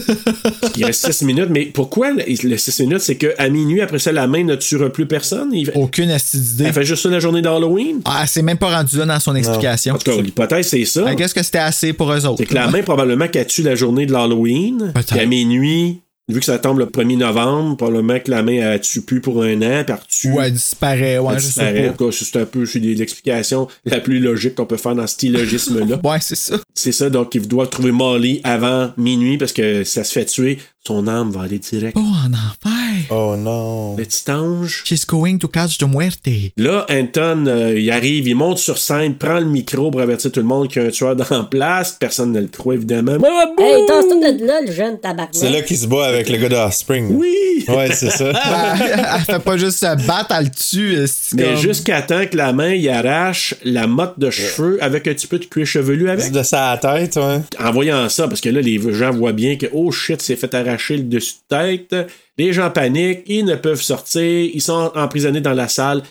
Speaker 5: *laughs* il reste 6 minutes, mais pourquoi le 6 minutes? C'est qu'à minuit, après ça, la main ne tuera plus personne? Il-
Speaker 3: Aucune esti d'idée.
Speaker 5: Elle fait juste ça la journée d'Halloween?
Speaker 3: Ah, elle s'est même pas rendue là dans son explication.
Speaker 5: En tout cas, l'hypothèse, c'est ça.
Speaker 3: Fait Qu'est-ce que c'était assez pour eux autres?
Speaker 5: C'est que la
Speaker 3: là.
Speaker 5: main, probablement, qu'elle tue la journée de l'Halloween.
Speaker 3: Peut-être.
Speaker 5: Puis à minuit, vu que ça tombe le 1er novembre, probablement que la main, elle tue plus pour un an, puis elle retue.
Speaker 3: Ou elle disparaît, ouais,
Speaker 5: elle
Speaker 3: je sais
Speaker 5: disparaît.
Speaker 3: pas.
Speaker 5: En tout cas, C'est un peu c'est des- l'explication la plus logique qu'on peut faire dans ce
Speaker 3: *laughs*
Speaker 5: syllogisme-là.
Speaker 3: Ouais, c'est ça.
Speaker 5: c'est ça, donc ils doivent trouver Molly avant minuit parce que si elle se fait tuer, son âme va aller direct.
Speaker 3: Oh, en enfer.
Speaker 8: Oh non.
Speaker 5: Le petit ange.
Speaker 3: She's going to catch the *laughs* muerte.
Speaker 5: Là, Anton, euh, il arrive, il monte sur scène, prend le micro pour avertir tout le monde qu'il y a un tueur *laughs* dans la place. Personne ne le croit, évidemment.
Speaker 11: Hey, tasse-toi de là, le jeune tabarnak.
Speaker 8: C'est là qu'il se bat avec le gars de Offspring.
Speaker 5: Oui!
Speaker 8: Ouais,
Speaker 5: *laughs*
Speaker 8: c'est ça.
Speaker 3: elle, Ah, elle fait pas juste se battre, elle le tue. esti,
Speaker 5: Mais
Speaker 3: comme-
Speaker 5: jusqu'à temps que la main y arrache la motte de cheveux avec un petit peu de cuir chevelu avec.
Speaker 8: de sa tête, ouais.
Speaker 5: En voyant ça, parce que là, les gens voient bien que, oh shit, c'est fait arracher le dessus de tête. Les gens paniquent, ils ne peuvent sortir, ils sont emprisonnés dans la salle.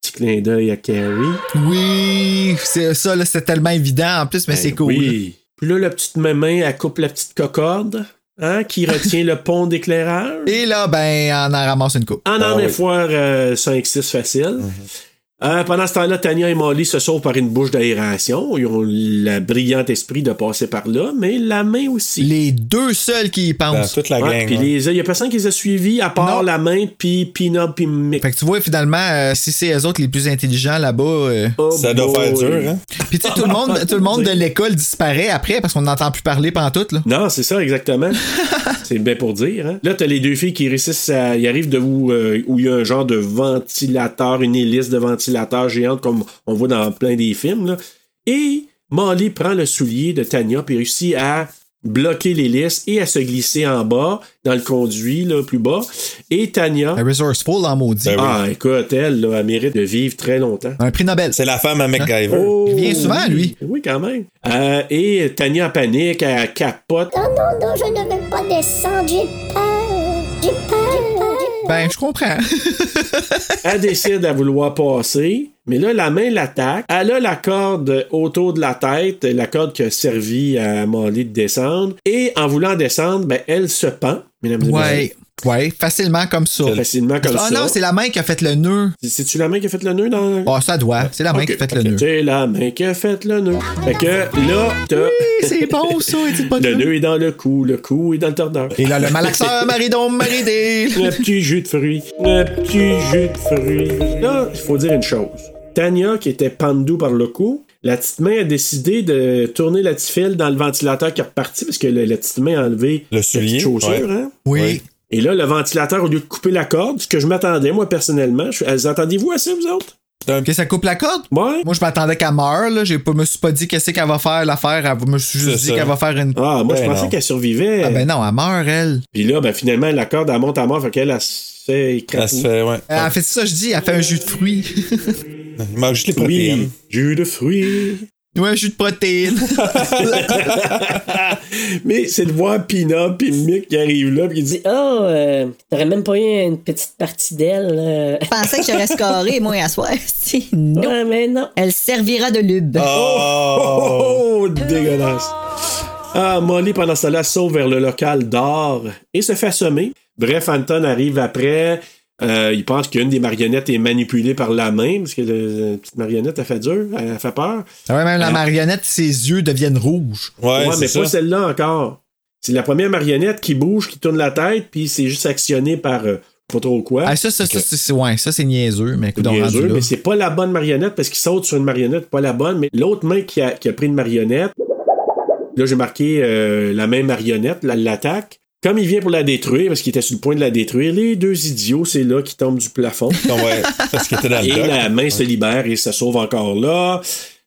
Speaker 5: Petit clin d'œil à Carrie.
Speaker 3: Oui, c'est ça, là, c'était tellement évident en plus, mais c'est
Speaker 5: Ben
Speaker 3: cool.
Speaker 5: Oui. Puis là, la petite main, elle coupe la petite cocorde, hein,
Speaker 8: *laughs*
Speaker 5: qui retient le pont d'éclairage. Ah
Speaker 3: Et là, ben, on en ramasse une coupe.
Speaker 5: En en
Speaker 8: Ah oui. Mhm.
Speaker 5: effoire 5-6 euh, facile. Euh, pendant ce temps-là, Tania et Molly se sauvent par une bouche d'aération. Ils ont le brillant esprit de passer par là, mais la main aussi.
Speaker 3: Les deux seuls qui y
Speaker 8: Dans
Speaker 3: pensent.
Speaker 8: toute la
Speaker 5: Ouais,
Speaker 8: gang.
Speaker 5: puis
Speaker 8: ouais.
Speaker 5: les- il y a personne qui les a suivis à part
Speaker 3: Non.
Speaker 5: la main, puis Peanut, puis Mick.
Speaker 3: Fait que tu vois, finalement, euh, si c'est eux autres les plus intelligents là-bas. euh,
Speaker 5: Oh
Speaker 8: Ça doit
Speaker 5: boy.
Speaker 8: faire dur, hein?
Speaker 3: Puis tu sais, tout le
Speaker 5: *laughs*
Speaker 3: monde, tout le monde de l'école disparaît après parce qu'on n'entend plus parler pendant tout, là.
Speaker 5: Non, c'est ça, exactement. c'est bien pour dire. Hein? Là, t'as les deux filles qui réussissent à. Ils arrivent de où, euh, où il y a un genre de ventilateur, une hélice de ventilateur géante, comme on voit dans plein des films. Là. Et Molly prend le soulier de Tania puis réussit à bloquer l'hélice et à se glisser en bas, dans le conduit, là, plus bas. Et Tania.
Speaker 3: Un resourceful en maudit.
Speaker 8: Ben oui.
Speaker 5: Ah, écoute, elle, là, elle mérite de vivre très longtemps.
Speaker 3: Un prix Nobel.
Speaker 8: C'est la femme à MacGyver.
Speaker 5: Oh,
Speaker 3: Il vient souvent, lui.
Speaker 5: Oui, quand même. Euh, et Tania panique, elle capote.
Speaker 13: Oh non, non, je ne veux pas descendre, j'ai peur. J'ai peur, j'ai peur.
Speaker 3: Ben, je comprends.
Speaker 5: Elle décide à vouloir passer, mais là, la main l'attaque. Elle a la corde autour de la tête, la corde qui a servi à Molly de descendre. Et en voulant descendre, ben, elle se pend, mesdames et messieurs.
Speaker 3: *laughs* ouais. Ouais, facilement comme ça.
Speaker 5: Facilement comme
Speaker 3: Ah
Speaker 5: ça.
Speaker 3: non, c'est la main qui a fait le nœud.
Speaker 5: C'est-tu la main qui a fait le nœud dans...
Speaker 3: Ah, ça doit. C'est la main
Speaker 5: Ok,
Speaker 3: qui a fait
Speaker 5: fait
Speaker 3: le
Speaker 5: que
Speaker 3: nœud.
Speaker 5: C'est la main qui a fait le nœud. Fait que là, t'as...
Speaker 3: Oui, c'est bon, ça.
Speaker 5: *laughs*
Speaker 3: Et dites pas de
Speaker 5: le nœud est dans le cou, le cou est dans le tordeur.
Speaker 3: Et là, le malaxeur, maridon, maridé.
Speaker 5: Le petit jus de fruits. Le petit jus de fruits. Là, il faut dire une chose. Tania, qui était pandou par le cou, la petite main a décidé de tourner la petite file dans le ventilateur qui est reparti parce que le- la petite main a enlevé
Speaker 8: Le
Speaker 5: la
Speaker 8: soulier,
Speaker 5: petite chaussure.
Speaker 8: ouais.
Speaker 5: hein.
Speaker 3: Oui.
Speaker 5: Et là, le ventilateur, au lieu de couper la corde, ce que je m'attendais, moi, personnellement, je, vous attendez-vous à ça, vous autres?
Speaker 3: Que ça coupe la corde?
Speaker 5: Ouais?
Speaker 3: Moi, je m'attendais qu'elle meure, là. Je me suis pas dit qu'est-ce qu'elle va faire, l'affaire. Elle- Je me suis juste
Speaker 8: C'est
Speaker 3: dit
Speaker 8: ça.
Speaker 3: qu'elle va faire une.
Speaker 5: Ah, moi, je
Speaker 8: Ben
Speaker 5: pensais
Speaker 8: non.
Speaker 5: qu'elle survivait.
Speaker 3: Ah, ben non, elle meurt, elle.
Speaker 5: Puis là, ben, finalement, la corde, elle monte à mort, fait qu'elle, elle se fait
Speaker 8: Ça se
Speaker 5: écraser.
Speaker 8: fait, ouais.
Speaker 3: Elle
Speaker 5: Ah.
Speaker 3: fait ça, je dis, elle fait un jus de fruits. *laughs*
Speaker 8: Il manque juste les
Speaker 5: Oui,
Speaker 8: protéines.
Speaker 5: jus de fruits.
Speaker 3: Ou un jus de
Speaker 5: *laughs*
Speaker 3: protéines.
Speaker 5: Mais c'est de voir Pina puis Mick qui arrive là puis qui dit
Speaker 11: Dis, oh, euh, t'aurais même pas eu une petite partie d'elle. euh.
Speaker 14: Je pensais que j'aurais scoré, moi, à soir. *laughs* Si, non.
Speaker 11: Ouais, mais non.
Speaker 13: Ah.
Speaker 5: Ah.
Speaker 14: Elle servira de lube.
Speaker 8: Oh!
Speaker 5: Oh, dégueulasse. Ah, Molly, pendant ce temps-là, sauve vers le local d'or et se fait assommer. Bref, Anton arrive après. Euh, il pense qu'une des marionnettes est manipulée par la main, parce que le- la petite marionnette, elle fait dur, elle, elle fait peur.
Speaker 3: Ah ouais, même la
Speaker 5: Euh,
Speaker 3: marionnette, ses yeux deviennent rouges.
Speaker 5: Ouais, mais pas celle-là encore. C'est la première marionnette qui bouge, qui tourne la tête, puis c'est juste actionné par euh, pas trop quoi.
Speaker 3: Ah, ça, ça, ça, c'est- c'est- ouais, ça, c'est niaiseux, mais écoute, on
Speaker 5: Bien
Speaker 3: rendu
Speaker 5: sûr,
Speaker 3: là.
Speaker 5: mais c'est pas la bonne marionnette parce qu'il saute sur une marionnette, pas la bonne, mais l'autre main qui a, qui a pris une marionnette, là j'ai marqué euh, la main marionnette, la- l'attaque. Comme il vient pour la détruire, parce qu'il était sur le point de la détruire, les deux idiots, c'est là qui tombent
Speaker 3: *laughs*
Speaker 5: du plafond.
Speaker 8: parce qu'il était dans le
Speaker 5: et
Speaker 8: dock.
Speaker 5: la main se libère et se sauve encore là.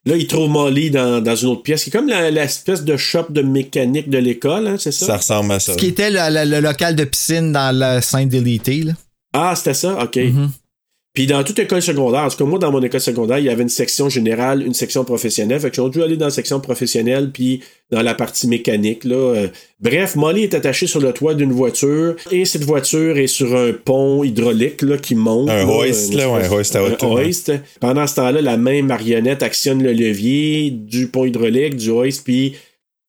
Speaker 5: Là, il trouve Molly dans, dans une autre pièce, qui est comme la- l'espèce de shop de mécanique de l'école, hein, c'est ça?
Speaker 8: Ça ressemble à ça.
Speaker 3: Ce qui était le, le- le local de piscine dans la scène délitée, là.
Speaker 5: Ah, c'était ça? OK. Puis dans toute école secondaire, en tout cas, moi, dans mon école secondaire, il y avait une section générale, une section professionnelle. Fait que j'ai dû aller dans la section professionnelle, puis dans la partie mécanique, là. Euh, Bref, Molly est attachée sur le toit d'une voiture, et cette voiture est sur un pont hydraulique, là, qui monte.
Speaker 8: Un hoist,
Speaker 5: une
Speaker 8: là, ouais,
Speaker 5: espèce-
Speaker 8: un hoist à haute
Speaker 5: un
Speaker 8: tour, hein.
Speaker 5: hoist. Pendant ce temps-là, la main marionnette actionne le levier du pont hydraulique, du hoist, puis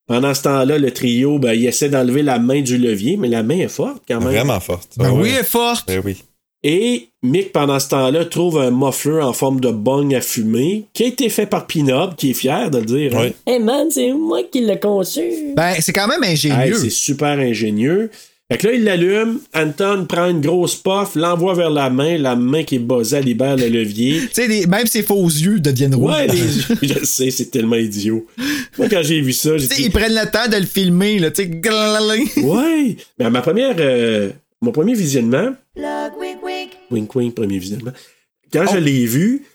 Speaker 5: pendant ce temps-là, le trio, ben, il essaie d'enlever la main du levier, mais la main est forte quand même.
Speaker 8: Vraiment forte.
Speaker 5: Ah
Speaker 3: Ben
Speaker 8: Ouais,
Speaker 3: oui,
Speaker 8: ouais.
Speaker 3: elle est forte.
Speaker 8: Ben oui.
Speaker 5: Et Mick, pendant ce temps-là, trouve un muffler en forme de bong à fumer qui a été fait par Pinob, qui est fier de le dire. hein.
Speaker 10: Hey man, c'est moi qui l'ai conçu.
Speaker 3: Ben, c'est quand même
Speaker 5: Hey,
Speaker 3: ingénieux.
Speaker 5: c'est super ingénieux. Fait que là, il l'allume. Anton prend une grosse puff, l'envoie vers la main. La main qui est basée libère le levier.
Speaker 3: tu sais, les- même ses faux yeux deviennent rouges.
Speaker 5: Ouais, les- je sais, c'est tellement idiot. Moi, quand j'ai vu ça, j'ai
Speaker 3: Tu sais, *laughs*
Speaker 5: dit.
Speaker 3: ils prennent le temps de le filmer, là, tu sais. glalalala.
Speaker 5: Ouais! Mais à ma première. euh, mon premier visionnement, Wink wink, premier visionnement. Quand
Speaker 8: Oh.
Speaker 5: je l'ai vu,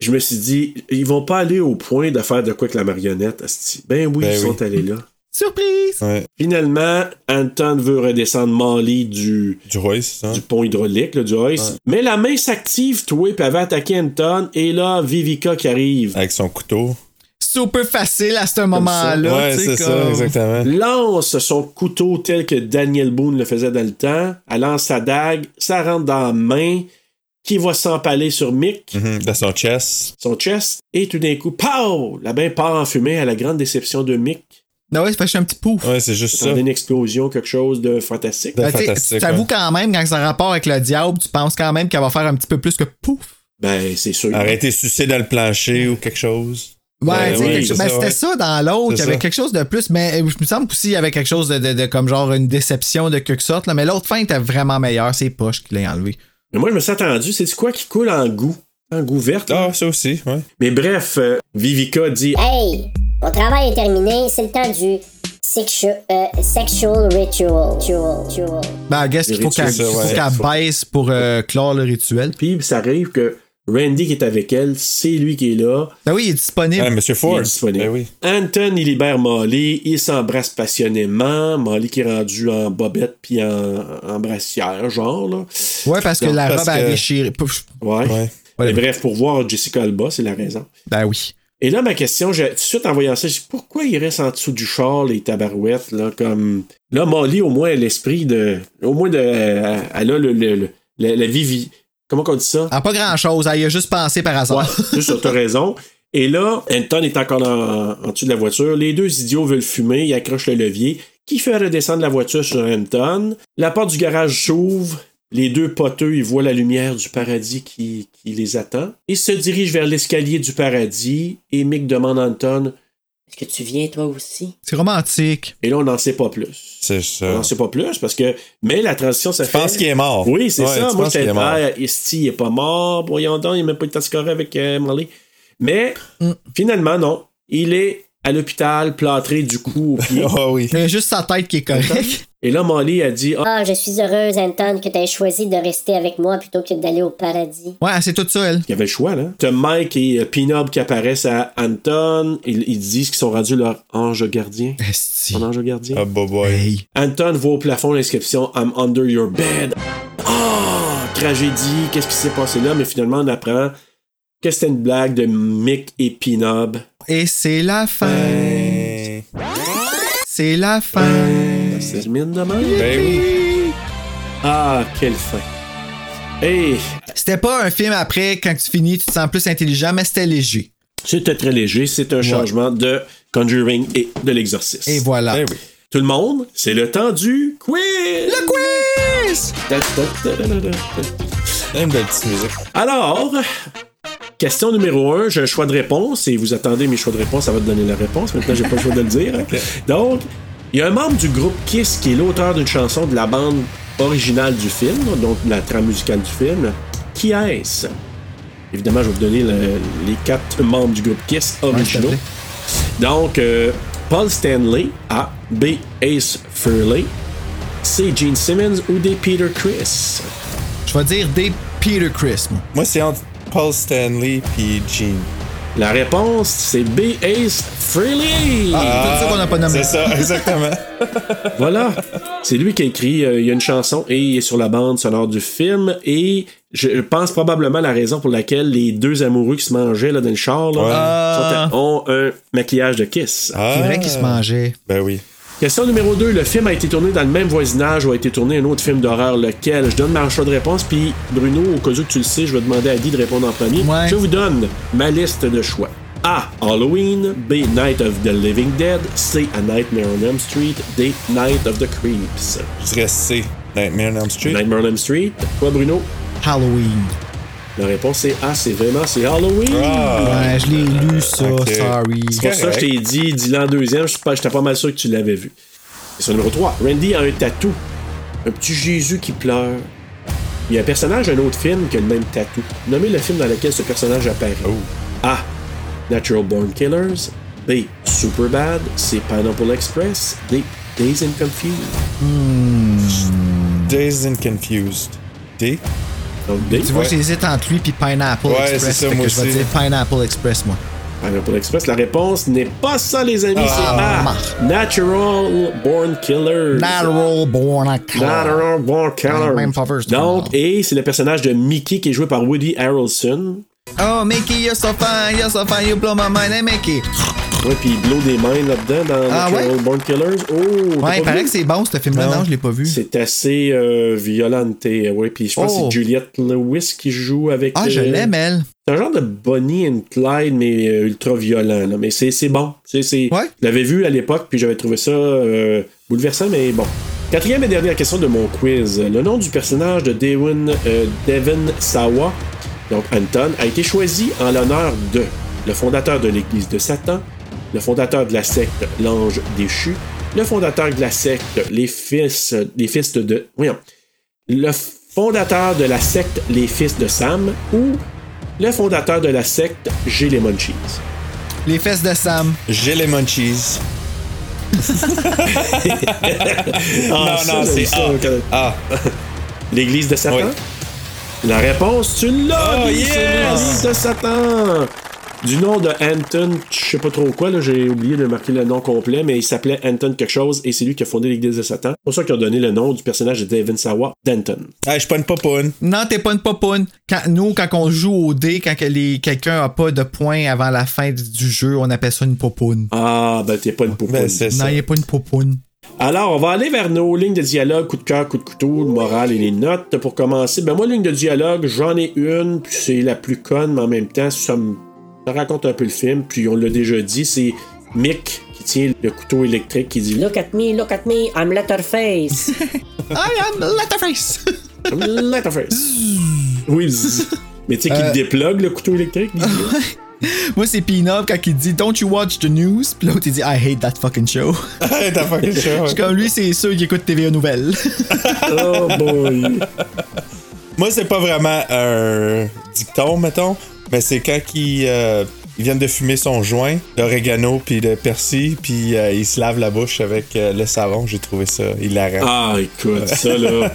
Speaker 5: je me suis dit, ils vont pas aller au point de faire de quoi que la marionnette. asti. Ben oui,
Speaker 8: Ben
Speaker 5: ils
Speaker 8: oui.
Speaker 5: sont allés
Speaker 8: *laughs*
Speaker 5: là.
Speaker 3: *laughs* Surprise!
Speaker 8: Ouais.
Speaker 5: Finalement, Anton veut redescendre Molly du,
Speaker 8: Du hoist, ça.
Speaker 5: du pont hydraulique, là, du hoist.
Speaker 8: Ouais.
Speaker 5: Mais la main s'active, toi, puis elle va attaquer Anton. Et là, Vivica qui arrive.
Speaker 8: Avec son couteau.
Speaker 3: Super facile à ce
Speaker 8: ça.
Speaker 3: moment-là.
Speaker 8: Ouais,
Speaker 3: tu sais,
Speaker 8: c'est
Speaker 3: comme-
Speaker 8: ça, exactement.
Speaker 5: Lance son couteau tel que Daniel Boone le faisait dans le temps. Elle lance sa dague, ça rentre dans la main, qui va s'empaler sur Mick.
Speaker 8: Mhm, Dans son chest.
Speaker 5: son chest, et tout d'un coup, pow! La bain part en fumée à la grande déception de Mick.
Speaker 3: Non, ouais, ça fait juste un petit pouf.
Speaker 8: Ouais, c'est juste ça.
Speaker 5: Attendez une explosion, quelque chose de fantastique.
Speaker 8: Ben,
Speaker 3: Ben, tu
Speaker 8: fantastique,
Speaker 3: sais, t'avoues
Speaker 8: ouais.
Speaker 3: quand même, quand c'est en rapport avec le diable, tu penses quand même qu'elle va faire un petit peu plus que pouf.
Speaker 5: Ben, c'est sûr.
Speaker 8: Arrêter sucer dans le plancher ou quelque chose.
Speaker 3: Ouais, tu sais,
Speaker 8: oui,
Speaker 3: quelque chose-
Speaker 8: c'est
Speaker 3: ben,
Speaker 8: ça,
Speaker 3: c'était
Speaker 8: ouais.
Speaker 3: ça dans l'autre. Il y
Speaker 8: C'est
Speaker 3: avait
Speaker 8: ça.
Speaker 3: quelque chose de plus, mais euh, je me semble aussi il y avait quelque chose de, de- de comme genre une déception de quelque sorte. Là, mais l'autre fin était vraiment meilleure. C'est Poche qui l'a enlevé.
Speaker 5: Mais moi, je me suis attendu, c'est du quoi qui coule en goût? En goût verte. là.
Speaker 8: Ah, ça aussi, ouais.
Speaker 5: Mais bref, euh, Vivica dit
Speaker 13: Hey, mon travail est terminé, c'est le temps du sexu- euh, sexual ritual. Ritual, ritual.
Speaker 3: Ben, I guess qu'il faut
Speaker 5: rituel,
Speaker 3: qu'elle
Speaker 5: ça,
Speaker 3: faut
Speaker 5: ouais.
Speaker 3: qu'elle baisse pour euh, clore le rituel.
Speaker 5: Puis ça arrive que Randy qui est avec elle, c'est lui qui est là.
Speaker 3: Ben oui, il est disponible.
Speaker 8: Ah, Monsieur
Speaker 5: Il
Speaker 8: Ford.
Speaker 5: est disponible.
Speaker 8: Ben oui.
Speaker 5: Anton, il libère Molly, il s'embrasse passionnément. Molly qui est rendue en bobette puis en, en brassière, genre, là.
Speaker 3: ouais, parce que
Speaker 5: Non,
Speaker 3: la
Speaker 8: parce
Speaker 3: robe avait
Speaker 8: que-
Speaker 3: chiré. Pouf.
Speaker 5: Ouais.
Speaker 8: Ouais.
Speaker 5: Mais
Speaker 3: Ouais.
Speaker 5: bref, pour voir Jessica Alba, c'est la raison.
Speaker 3: Ben oui.
Speaker 5: Et là, ma question, j'ai- tout de suite en voyant ça, j'ai dit, pourquoi ils restent en dessous du char, les tabarouettes, là, comme. Là, Molly, au moins, elle a l'esprit de. Au moins, de, euh, elle a le, le- le- la, la vivi. Comment qu'on dit ça?
Speaker 3: Ah, pas grand chose. Il a juste pensé par hasard.
Speaker 5: Ouais, juste, t'as raison. Et là, Anton est encore en, en dessous de la voiture. Les deux idiots veulent fumer, ils accrochent le levier, qui fait redescendre la voiture sur Anton. La porte du garage s'ouvre. Les deux poteux, ils voient la lumière du paradis qui, qui les attend. Ils se dirigent vers l'escalier du paradis et Mick demande à Anton
Speaker 10: Est-ce que tu viens toi aussi?
Speaker 3: C'est romantique.
Speaker 5: Et là, on n'en sait pas plus.
Speaker 8: C'est
Speaker 5: On
Speaker 8: ça.
Speaker 5: n'en sait pas plus parce que. Mais la transition, ça
Speaker 8: Je
Speaker 5: fait.
Speaker 8: pense Euh. qu'il est mort.
Speaker 5: Oui, c'est
Speaker 8: Ouais,
Speaker 5: ça.
Speaker 8: tu
Speaker 5: Moi,
Speaker 8: penses qu'il
Speaker 5: j'étais
Speaker 8: est mort.
Speaker 5: ah, Esti, il est pas mort. Voyons donc, il n'a même pas été scoré avec euh, Marley. Mais
Speaker 3: Mm.
Speaker 5: finalement, non. Il est à l'hôpital, plâtré du cou au pied.
Speaker 8: *laughs* Ah oui.
Speaker 3: Il y a juste sa tête qui est
Speaker 8: *laughs*
Speaker 3: correcte.
Speaker 5: Et là, Molly a dit Ah,
Speaker 13: Ah, je suis heureuse, Anton, que t'aies choisi de rester avec moi plutôt que d'aller au paradis.
Speaker 3: Ouais, c'est tout ça, elle.
Speaker 5: il y avait le choix, là. T'as Mike et euh, Pinob qui apparaissent à Anton. Ils, ils disent qu'ils sont rendus leur ange gardien.
Speaker 3: Esti.
Speaker 5: Son ange gardien.
Speaker 8: Ah, bah, boy.
Speaker 3: Hey.
Speaker 5: Anton voit au plafond l'inscription I'm under your bed. Ah! tragédie, qu'est-ce qui s'est passé là? Mais finalement, on apprend que c'était une blague de Mick et Pinob.
Speaker 3: Et c'est la fin.
Speaker 8: Ben
Speaker 3: C'est la fin.
Speaker 5: Ça se termine demain.
Speaker 8: oui.
Speaker 5: Ah, quelle fin. Hey!
Speaker 3: C'était pas un film après, quand tu finis, tu te sens plus intelligent, mais c'était léger.
Speaker 5: C'était très léger. C'est un changement de Conjuring et de l'exorciste.
Speaker 3: Et voilà.
Speaker 5: Ben oui. Tout le monde, c'est le temps du quiz!
Speaker 3: Le quiz!
Speaker 8: Même de la petite musique.
Speaker 5: Alors, question numéro 1, j'ai un choix de réponse et vous attendez mes choix de réponse, ça va te donner la réponse. Maintenant, j'ai pas le choix de le dire. hein. Donc, il y a un membre du groupe Kiss qui est l'auteur d'une chanson de la bande originale du film, donc la trame musicale du film. Qui est-ce? Évidemment, je vais vous donner le- les quatre membres du groupe Kiss originaux.
Speaker 3: Ouais,
Speaker 5: Donc, euh, Paul Stanley, A. B. Ace Furley, C. Gene Simmons ou D. Peter Chris.
Speaker 3: Je vais dire des Peter Chris. moi.
Speaker 8: Moi, c'est entre Paul Stanley puis Gene.
Speaker 5: La réponse, c'est B. Ace Freely.
Speaker 3: Ah, c'est ça qu'on n'a pas nommé.
Speaker 8: C'est ça, exactement.
Speaker 5: Voilà. C'est lui qui a écrit, euh, il y a une chanson et il est sur la bande sonore du film. Et je pense probablement la raison pour laquelle les deux amoureux qui se mangeaient là, dans le char là,
Speaker 8: Ouais.
Speaker 3: Ah.
Speaker 5: sont- ont un maquillage de kiss.
Speaker 8: Ah,
Speaker 3: C'est vrai qu'il se mangeait.
Speaker 8: Ben oui.
Speaker 5: Question numéro 2. Le film a été tourné dans le même voisinage où a été tourné un autre film d'horreur. Lequel Je donne ma choix de réponse, puis Bruno, au cas où tu le sais, je vais demander à Guy de répondre en premier.
Speaker 3: Ouais.
Speaker 5: Je vous donne ma liste de choix. A. Halloween. B. Night of the Living Dead. C. A Nightmare on Elm Street. D. Night of the Creeps.
Speaker 8: Je dirais C. Nightmare on Elm Street.
Speaker 3: Ben
Speaker 5: Nightmare on Elm Street. Toi, Bruno
Speaker 3: Halloween.
Speaker 5: La réponse est A. C'est vraiment c'est Halloween.
Speaker 8: Ah,
Speaker 3: Ouais, je l'ai lu ça,
Speaker 8: Ok.
Speaker 3: sorry.
Speaker 5: C'est pour ça que je t'ai dit, dis-le en deuxième, je suis pas- j'étais pas mal sûr que tu l'avais vu. Question numéro 3. Randy a un tatou. Un petit Jésus qui pleure. Il y a un personnage d'un autre film qui a le même tatou. Nommez le film dans lequel ce personnage apparaît.
Speaker 3: Oh.
Speaker 5: A. Natural Born Killers. B. Superbad. C. Pineapple Express. D. Days and Confused.
Speaker 8: Dazed and Confused. D.
Speaker 5: Donc D.
Speaker 3: Tu vois,
Speaker 8: Ouais.
Speaker 3: j'hésite entre lui et Pineapple
Speaker 8: Ouais, c'est
Speaker 3: Express.
Speaker 8: ça,
Speaker 3: fait
Speaker 8: moi
Speaker 3: que je vais
Speaker 8: aussi.
Speaker 3: dire Pineapple Express, moi.
Speaker 5: Pineapple Express. La réponse n'est pas ça, les amis.
Speaker 3: Ah.
Speaker 5: C'est A. Natural Born Killers.
Speaker 3: Natural Born a Killer.
Speaker 5: Donald Von Keller.
Speaker 3: Même pas first.
Speaker 5: Donc, et c'est le personnage de Mickey qui est joué par Woody Harrelson.
Speaker 3: Oh, Mickey, you're so fine, you're so fine, you blow my mind, hey, Mickey.
Speaker 5: Ouais, puis il blow des mains là-dedans dans
Speaker 3: Ah
Speaker 5: Natural
Speaker 3: ouais?
Speaker 5: Born Killers. Oh, t'as
Speaker 3: Ouais, il
Speaker 5: pas
Speaker 3: paraît
Speaker 5: vu?
Speaker 3: que c'est bon, ce film-là. Non, je l'ai pas vu.
Speaker 5: C'est assez euh, violente. euh, Ouais, puis je pense
Speaker 3: Oh.
Speaker 5: que c'est Juliette Lewis qui joue avec.
Speaker 3: Ah, je
Speaker 5: euh,
Speaker 3: l'aime, elle.
Speaker 5: C'est un genre de Bonnie and Clyde, mais euh, ultra violent. là. Mais c'est c'est bon. C'est- c'est-
Speaker 3: Ouais.
Speaker 5: Je l'avais vu à l'époque, puis j'avais trouvé ça euh, bouleversant, mais bon. Quatrième et dernière question de mon quiz. Le nom du personnage de Devin, euh, Devin Sawa, donc Anton, a été choisi en l'honneur de le fondateur de l'Église de Satan, le fondateur de la secte L'Ange déchu, le fondateur de la secte Les Fils, les fils de... Voyons. Le fondateur de la secte Les Fils de Sam ou le fondateur de la secte J'ai les Munchies.
Speaker 3: Les fesses de Sam.
Speaker 8: J'ai les
Speaker 3: *laughs*
Speaker 8: munchies.
Speaker 5: Ah,
Speaker 8: non, non,
Speaker 5: ça,
Speaker 8: c'est
Speaker 5: ça,
Speaker 8: A.
Speaker 5: quand-
Speaker 8: Ah,
Speaker 5: L'église de Satan?
Speaker 8: Oui.
Speaker 5: La réponse, tu l'as!
Speaker 8: Oh,
Speaker 5: Denis,
Speaker 8: yes!
Speaker 5: c'est L'église de Satan! Du nom de Anton, je sais pas trop quoi, là, j'ai oublié de marquer le nom complet, mais il s'appelait Anton quelque chose et c'est lui qui a fondé l'église de Satan. C'est pour ça qu'il a donné le nom du personnage de David Sawa, Denton.
Speaker 8: Hey, je pas une popoune.
Speaker 3: Non, t'es pas une popoune. Quand, nous, quand on joue au dé, quand que les- quelqu'un a pas de points avant la fin du jeu, on appelle ça une popoune.
Speaker 5: Ah, ben t'es pas une poupoune.
Speaker 8: Ben, c'est
Speaker 3: Non,
Speaker 8: ça.
Speaker 3: il est pas une popoune.
Speaker 5: Alors, on va aller vers nos lignes de dialogue, coup de cœur, coup de couteau, le moral et les notes. Pour commencer, ben moi, ligne de dialogue, j'en ai une, puis c'est la plus conne, mais en même temps, ça, me- ça raconte un peu le film, puis on l'a déjà dit, c'est Mick qui tient le couteau électrique qui dit
Speaker 11: Look at me, look at me, I'm Letterface.
Speaker 3: I am Letterface. *laughs*
Speaker 5: Letterface. Oui, zzz. mais tu sais qu'il
Speaker 3: Euh.
Speaker 5: déplogue le couteau électrique. il dit.
Speaker 3: Moi, c'est Peanut quand il dit Don't you watch the news? Puis l'autre, il dit I hate that fucking show.
Speaker 8: Hey, *laughs* T'as
Speaker 3: *laughs*
Speaker 8: fucking
Speaker 3: Je
Speaker 8: chaud.
Speaker 3: suis comme lui, c'est sûr qui écoute TVA Nouvelles.
Speaker 5: oh boy.
Speaker 8: Moi, c'est pas vraiment un dicton, mettons, mais c'est quand ils, euh, ils viennent de fumer son joint, d'oregano puis de persil, puis euh, ils se lavent la bouche avec euh, le savon. J'ai trouvé ça hilarant.
Speaker 5: Ah, écoute, ça là,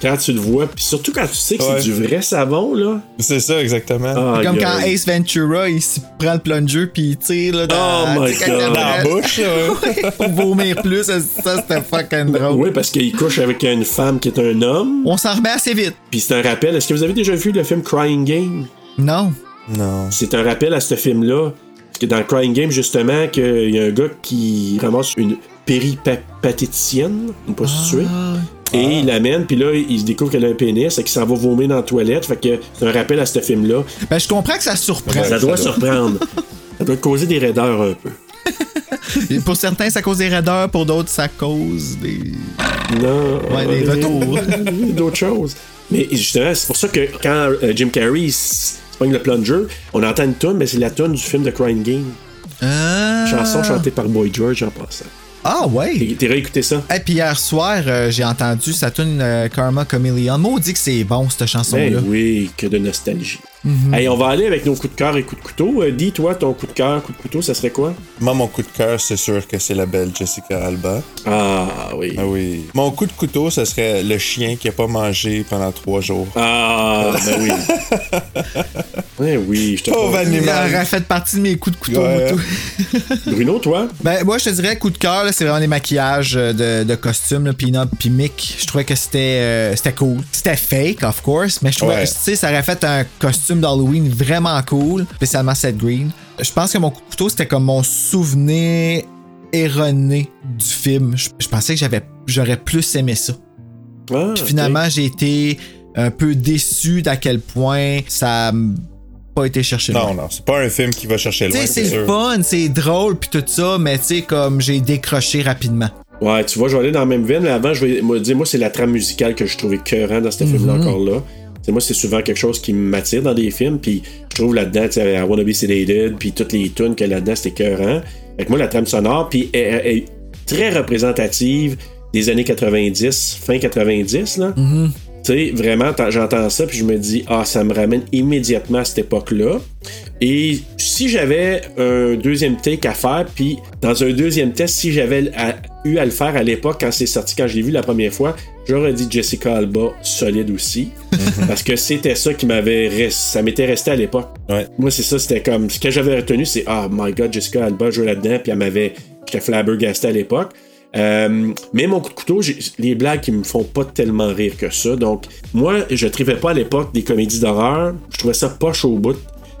Speaker 5: quand tu le vois, puis surtout quand tu sais que
Speaker 8: Ouais.
Speaker 5: c'est du vrai savon, là.
Speaker 8: C'est ça, exactement.
Speaker 5: Ah,
Speaker 3: comme
Speaker 5: gueule.
Speaker 3: quand Ace Ventura, il s'y prend le plunger, puis il tire là, dans,
Speaker 5: Oh my
Speaker 3: tu sais, quand
Speaker 5: God.
Speaker 3: il
Speaker 8: Dans la
Speaker 3: apparaît *laughs*
Speaker 8: bouche, là, ouais.
Speaker 3: pour vomir plus. Ça, ça, c'était fucking drôle.
Speaker 5: Oui, parce qu'il couche avec une femme qui est un homme.
Speaker 3: On s'en remet assez vite.
Speaker 5: Puis c'est un rappel. Est-ce que vous avez déjà vu le film Crying Game?
Speaker 3: Non.
Speaker 8: Non.
Speaker 5: C'est un rappel à ce film-là. Parce que dans Crying Game, justement, qu'il y a un gars qui ramasse une péripatéticienne, une prostituée, et il l'amène, puis là, il se découvre qu'elle a un pénis et qu'il s'en va vomir dans la toilette. Fait que c'est un rappel à ce film-là.
Speaker 3: Ben, je comprends que ça surprend.
Speaker 5: ça doit surprendre. Ça doit causer des raideurs un peu.
Speaker 3: Et pour certains, ça cause des raideurs, pour d'autres, ça cause des.
Speaker 5: Non.
Speaker 3: Ouais, des retours.
Speaker 5: *laughs* D'autres choses. Mais justement, c'est pour ça que quand euh, Jim Carrey s- se pogne le plunger, on entend une tune, mais c'est la tune du film de Crying Game.
Speaker 3: Ah.
Speaker 5: Chanson chantée par Boy George en passant.
Speaker 3: Ah ouais!
Speaker 5: T'es- T'es réécouté ça?
Speaker 3: Et puis hier soir, euh, j'ai entendu sa tune euh, Karma Chameleon. Maudit que c'est bon, cette
Speaker 5: Ben
Speaker 3: chanson-là.
Speaker 5: oui, que de nostalgie.
Speaker 3: Mhm.
Speaker 5: Hey, on va aller avec nos coups de cœur et coups de couteau. Euh, Dis, toi, ton coup de cœur, coup de couteau, ça serait quoi?
Speaker 8: Moi, mon coup de cœur, c'est sûr que c'est la belle Jessica Alba.
Speaker 5: Ah oui.
Speaker 8: Ah oui. Mon coup de couteau, ça serait le chien qui a pas mangé pendant trois jours.
Speaker 5: Ah, ben oui.
Speaker 3: *laughs*
Speaker 5: ben oui, je te
Speaker 8: Pauvre
Speaker 5: comprends.
Speaker 3: Il
Speaker 8: animal.
Speaker 3: aurait fait partie de mes coups de couteau.
Speaker 8: Ouais.
Speaker 3: et tout.
Speaker 5: Bruno, toi?
Speaker 3: Ben, moi, je te dirais, coup de cœur, là, c'est vraiment les maquillages euh, de, de costumes, là, pin-up, puis mic. Je trouvais que c'était euh, c'était cool. C'était fake, of course, mais je trouvais
Speaker 8: Ouais.
Speaker 3: que, tu sais, ça aurait fait un costume d'Halloween vraiment cool, spécialement Seth Green. Je pense que mon coup de couteau, c'était comme mon souvenir erroné du film. Je, je pensais que j'avais j'aurais plus aimé ça.
Speaker 5: Ah,
Speaker 3: Puis
Speaker 5: ok.
Speaker 3: finalement, j'ai été un peu déçu d'à quel point ça a pas été cherché loin.
Speaker 8: Non, non, c'est pas un film qui va chercher
Speaker 3: Tu
Speaker 8: loin.
Speaker 3: sais, c'est le
Speaker 8: sûr.
Speaker 3: fun, c'est drôle, puis tout ça, mais tu sais, comme j'ai décroché rapidement.
Speaker 5: Ouais, tu vois, je vais aller dans la même veine, mais avant, je vais me dire, moi, c'est la trame musicale que je trouvais écœurant dans ce film-là
Speaker 3: Mhm.
Speaker 5: encore là. C'est moi, c'est souvent quelque chose qui m'attire dans des films, puis je trouve là-dedans, tu sais, I Wanna Be Sedated, puis toutes les tunes que là-dedans, c'était écœurant. Fait que moi, la trame sonore, puis est, est- est très représentative des années 90, fin 90, là. Tu sais, vraiment, t'en- j'entends ça, puis je me dis, ah, ça me ramène immédiatement à cette époque-là. Et si j'avais un deuxième take à faire, puis dans un deuxième test, si j'avais à- eu à le faire à l'époque, quand c'est sorti, quand je l'ai vu la première fois, j'aurais dit Jessica Alba solide aussi. parce que c'était ça qui m'avait res- ça m'était resté à l'époque.
Speaker 8: Ouais.
Speaker 5: Moi, c'est ça, c'était comme, ce que j'avais retenu, c'est, ah, my god, Jessica Alba jouait là-dedans, puis elle m'avait, j'étais flabbergasté à l'époque. Euh, mais mon coup de couteau, j'ai- les blagues qui me font pas tellement rire que ça. Donc, moi, je trivais pas à l'époque des comédies d'horreur. Je trouvais ça poche au bout.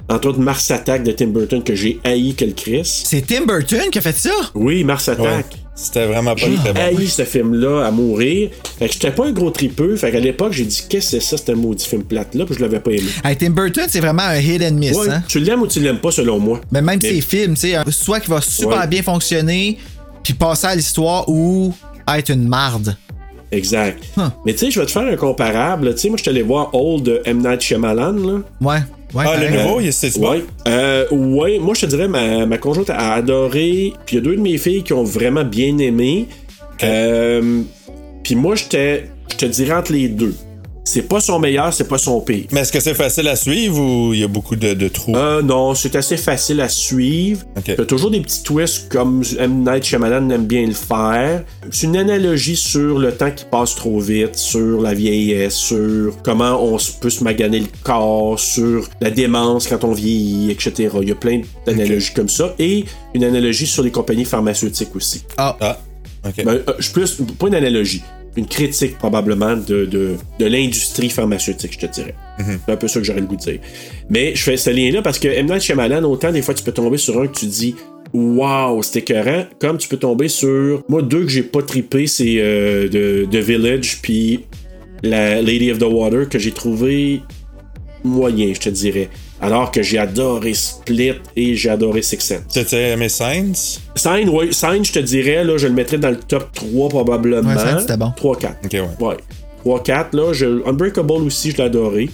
Speaker 5: Entre autres, Mars Attack de Tim Burton que j'ai haï que le Chris.
Speaker 3: C'est Tim Burton qui a fait ça?
Speaker 5: Oui, Mars Attack.
Speaker 8: C'était vraiment pas
Speaker 5: J'ai
Speaker 8: très bon.
Speaker 5: haï ce film-là à mourir. Fait que j'étais pas un gros tripeux. Fait qu'à l'époque, j'ai dit, qu'est-ce que c'est ça, ce maudit film plate-là? Puis je l'avais pas aimé.
Speaker 3: Hey, Tim Burton, c'est vraiment un hit and miss,
Speaker 5: Ouais,
Speaker 3: hein?
Speaker 5: Tu l'aimes ou tu l'aimes pas, selon moi?
Speaker 3: Mais Ben, même
Speaker 5: Mais-
Speaker 3: ses films, tu sais, un- soit qui va super
Speaker 5: Ouais.
Speaker 3: bien fonctionner, puis passer à l'histoire, ou être une marde.
Speaker 5: Exact.
Speaker 3: Huh.
Speaker 5: Mais tu sais, je vais te faire un comparable. là. Tu sais, moi, je suis allé voir Old de M. Night Shyamalan, là.
Speaker 3: Ouais. ouais
Speaker 8: Ah, le
Speaker 3: pareil.
Speaker 8: nouveau, il- c'est bon.
Speaker 5: Ouais. Euh, ouais, moi je te dirais, ma, ma conjointe a adoré. Puis il y a deux de mes filles qui ont vraiment bien aimé. Euh, puis moi, j'étais- je te dirais entre les deux. C'est pas son meilleur, c'est pas son pire.
Speaker 8: Mais est-ce que c'est facile à suivre ou il y a beaucoup de, de trous?
Speaker 5: Euh, non, c'est assez facile à suivre.
Speaker 8: Ok.
Speaker 5: T'as toujours des petits twists comme M. Night Shyamalan aime bien le faire. C'est une analogie sur le temps qui passe trop vite, sur la vieillesse, sur comment on se- peut se maganer le corps, sur la démence quand on vieillit, etc. Il y a plein d'analogies comme ça. Et une analogie sur les compagnies pharmaceutiques aussi.
Speaker 3: Ah,
Speaker 8: Ah, ok.
Speaker 5: Ben, euh, je plus, pas une analogie, une critique probablement de, de, de l'industrie pharmaceutique, je te dirais. C'est un peu ça que j'aurais le goût de dire. Mais je fais ce lien-là parce que M. Night Shyamalan, autant des fois tu peux tomber sur un que tu dis Waouh, c'était écœurant, comme tu peux tomber sur. Moi, deux que j'ai pas trippé, c'est euh, de, de Village puis la Lady of the Water que j'ai trouvé moyen, je te dirais. Alors que j'ai adoré Split et j'ai adoré Six Sense.
Speaker 8: T'as-tu aimé Saints?
Speaker 5: Sign, ouais, Sign, je te dirais, là, je le mettrais dans le top 3 probablement.
Speaker 3: Ouais, Sign, c'était bon.
Speaker 5: 3-4.
Speaker 8: Ok, ouais.
Speaker 5: Ouais. 3-4, là. je- Unbreakable aussi, je l'ai adoré.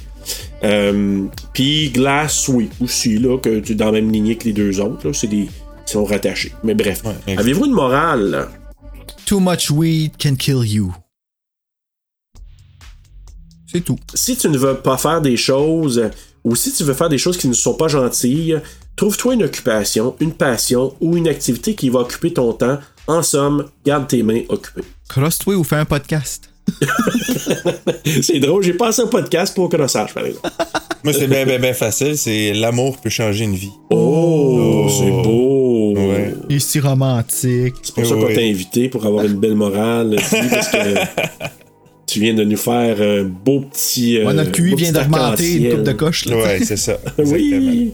Speaker 5: Euh, Puis Glass, oui, aussi, là, que tu es dans la même lignée que les deux autres, là. C'est des. Ils sont rattachés. Mais bref.
Speaker 8: exact.
Speaker 5: Avez-vous une morale, là?
Speaker 3: Too much weed can kill you. C'est tout.
Speaker 5: si tu ne veux pas faire des choses euh, ou si tu veux faire des choses qui ne sont pas gentilles, trouve-toi une occupation, une passion ou une activité qui va occuper ton temps. En somme, garde tes mains occupées.
Speaker 3: Cross-toi ou fais un podcast.
Speaker 5: *laughs* C'est drôle, j'ai passé un podcast pour crossage, par exemple.
Speaker 8: Moi, c'est bien, bien, bien facile. C'est l'amour peut changer une vie.
Speaker 5: Oh, c'est beau!
Speaker 8: Ouais.
Speaker 3: Il est si romantique.
Speaker 5: C'est pour ça qu'on
Speaker 8: Oui.
Speaker 5: t'a invité, pour avoir une belle
Speaker 8: *laughs*
Speaker 5: morale, Guy, parce que tu viens de nous faire un beau petit... euh,
Speaker 3: Ouais, notre QI
Speaker 5: beau
Speaker 3: vient
Speaker 5: petit
Speaker 3: d'augmenter une
Speaker 5: arc-en-ciel.
Speaker 3: coupe de coche, là.
Speaker 8: Ouais, c'est ça.
Speaker 5: *laughs* Oui!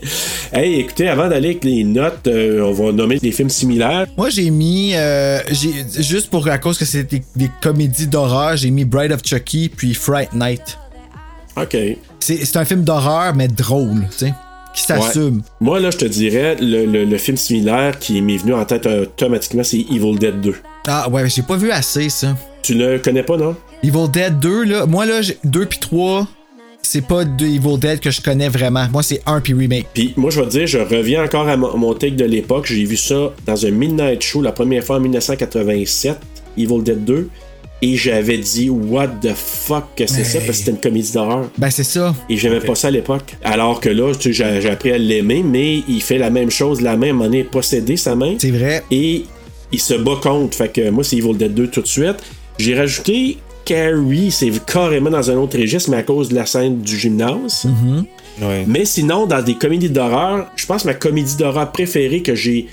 Speaker 5: Hey, écoutez, avant d'aller avec les notes, euh, on va nommer des films similaires.
Speaker 3: Moi, j'ai mis, euh, j'ai- juste pour à cause que c'était des, des comédies d'horreur, j'ai mis Bride of Chucky puis Fright Night.
Speaker 5: OK.
Speaker 3: C'est c'est un film d'horreur, mais drôle, tu sais. qui s'assume.
Speaker 5: Ouais. Moi, là, je te dirais, le, le- le film similaire qui m'est venu en tête automatiquement, c'est Evil Dead 2.
Speaker 3: Ah ouais, mais j'ai pas vu assez ça.
Speaker 5: Tu ne connais pas, non?
Speaker 3: Evil Dead 2, là, moi là, 2 puis 3, c'est pas de Evil Dead que je connais vraiment. Moi, c'est 1 puis remake.
Speaker 5: Puis moi, je vais te dire, je reviens encore à mon mon take de l'époque. J'ai vu ça dans un Midnight Show la première fois en 1987, Evil Dead 2. Et j'avais dit, what the fuck que c'est ça? Parce que c'était une comédie d'horreur.
Speaker 3: Ben, c'est ça.
Speaker 5: Et j'aimais pas ça à l'époque. Alors que là, tu sais, j'ai j'ai appris à l'aimer, mais il fait la même chose, la même année, est possédé sa main.
Speaker 3: C'est vrai.
Speaker 5: Et il se bat contre. Fait que moi, c'est Evil Dead 2 tout de suite. J'ai rajouté Carrie, c'est carrément dans un autre registre, mais à cause de la scène du gymnase. Mais sinon, dans des comédies d'horreur, je pense que ma comédie d'horreur préférée que j'ai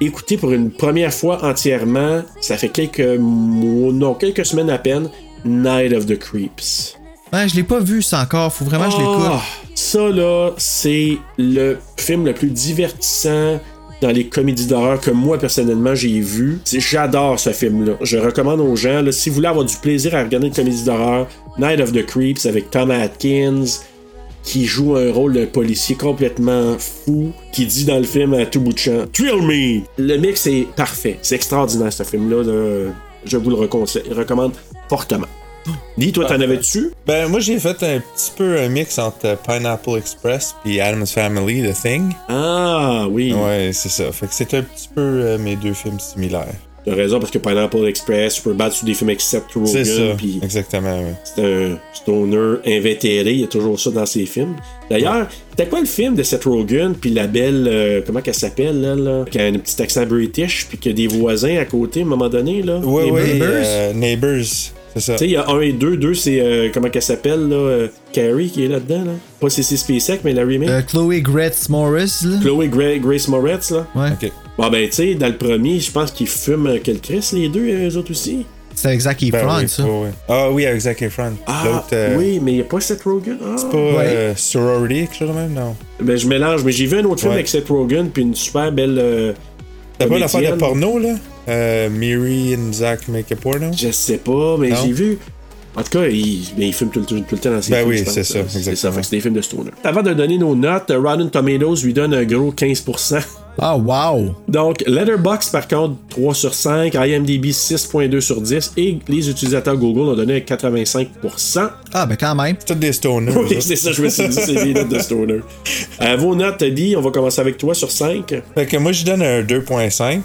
Speaker 5: écoutée pour une première fois entièrement, ça fait quelques mois, non, quelques semaines à peine, Night of the Creeps.
Speaker 3: Ouais, je l'ai pas vu ça encore, faut vraiment que je
Speaker 8: Oh.
Speaker 3: l'écoute.
Speaker 5: Ah, Ça, là, c'est le film le plus divertissant dans les comédies d'horreur que moi, personnellement, j'ai vu. C'est- J'adore ce film-là. Je recommande aux gens, là, si vous voulez avoir du plaisir à regarder une comédie d'horreur, Night of the Creeps avec Tom Atkins, qui joue un rôle de policier complètement fou, qui dit dans le film à tout bout de champ Thrill me! Le mix est parfait. C'est extraordinaire, ce film-là. là. Je vous le reconse- recommande fortement. Dis, toi, t'en avais-tu?
Speaker 8: Ben, moi, j'ai fait un petit peu un mix entre Pineapple Express puis Adam's Family, The Thing.
Speaker 5: Ah, oui.
Speaker 8: Ouais, c'est ça. Fait que c'est un petit peu euh, mes deux films similaires.
Speaker 5: T'as raison, parce que Pineapple Express, Superbad, c'est des films except Rogan.
Speaker 8: C'est ça,
Speaker 5: puis
Speaker 8: exactement, ouais.
Speaker 5: C'est un stoner invétéré, il y a toujours ça dans ses films. D'ailleurs, c'était quoi le film de Seth Rogen, puis la belle, euh, comment qu'elle s'appelle, là, là, qui a un petit accent british, puis qui a des voisins à côté, à un moment donné, là?
Speaker 8: Ouais,
Speaker 5: Les
Speaker 8: ouais,
Speaker 5: Neighbors.
Speaker 8: euh, Neighbors, c'est ça.
Speaker 5: Tu sais, il y a un et deux, deux, c'est, euh, comment qu'elle s'appelle, là, euh, Carrie, qui est là-dedans, là. Pas Cécile Spacek, mais la remake.
Speaker 3: Euh, Chloé Grace Morris, là.
Speaker 5: Chloé Gra- Grace Moretz, là.
Speaker 3: Ouais.
Speaker 8: Ok.
Speaker 5: Bon, ben, tu sais, dans le premier, je pense qu'ils fument euh, que le Chris, les deux, euh, eux autres aussi.
Speaker 3: C'est avec Zac
Speaker 8: Ben
Speaker 3: Efron,
Speaker 8: oui,
Speaker 3: ça.
Speaker 8: ouais, ouais. Ah oui, avec Zac Efron.
Speaker 5: Ah,
Speaker 8: L'autre, euh,
Speaker 5: oui, mais il n'y a pas Seth Rogen. Ah.
Speaker 8: C'est pas euh, Sorority, quelque chose de même, non?
Speaker 5: Ben, je mélange, mais j'ai vu un autre film
Speaker 8: Ouais.
Speaker 5: avec Seth Rogen, puis une super belle. euh,
Speaker 8: T'as pas l'affaire de
Speaker 5: comédienne.
Speaker 8: porno, là? Euh, Mary and Zach Make a Porno?
Speaker 5: Je sais pas, mais
Speaker 8: Non?
Speaker 5: j'ai vu. En tout cas, il, ben, il filme tout, le- tout le temps dans ses
Speaker 8: Ben
Speaker 5: films.
Speaker 8: oui,
Speaker 5: je pense.
Speaker 8: c'est ça,
Speaker 5: C'est ça,
Speaker 8: exactement.
Speaker 5: fait que c'est des films de stoner. Avant de donner nos notes, euh, Rotten Tomatoes lui donne un gros 15%.
Speaker 3: Ah, wow!
Speaker 5: *laughs* Donc, Letterboxd, par contre, 3 sur 5, IMDb 6.2 sur 10, et les utilisateurs Google ont donné un 85%.
Speaker 3: Ah, ben quand même.
Speaker 8: C'est toutes des stoners.
Speaker 5: *laughs* Oui, c'est ça, je me suis dit, c'est
Speaker 8: *laughs*
Speaker 5: des notes de stoner. Euh, vos notes, Teddy, on va commencer avec toi sur 5.
Speaker 8: Fait que moi, je donne un 2.5.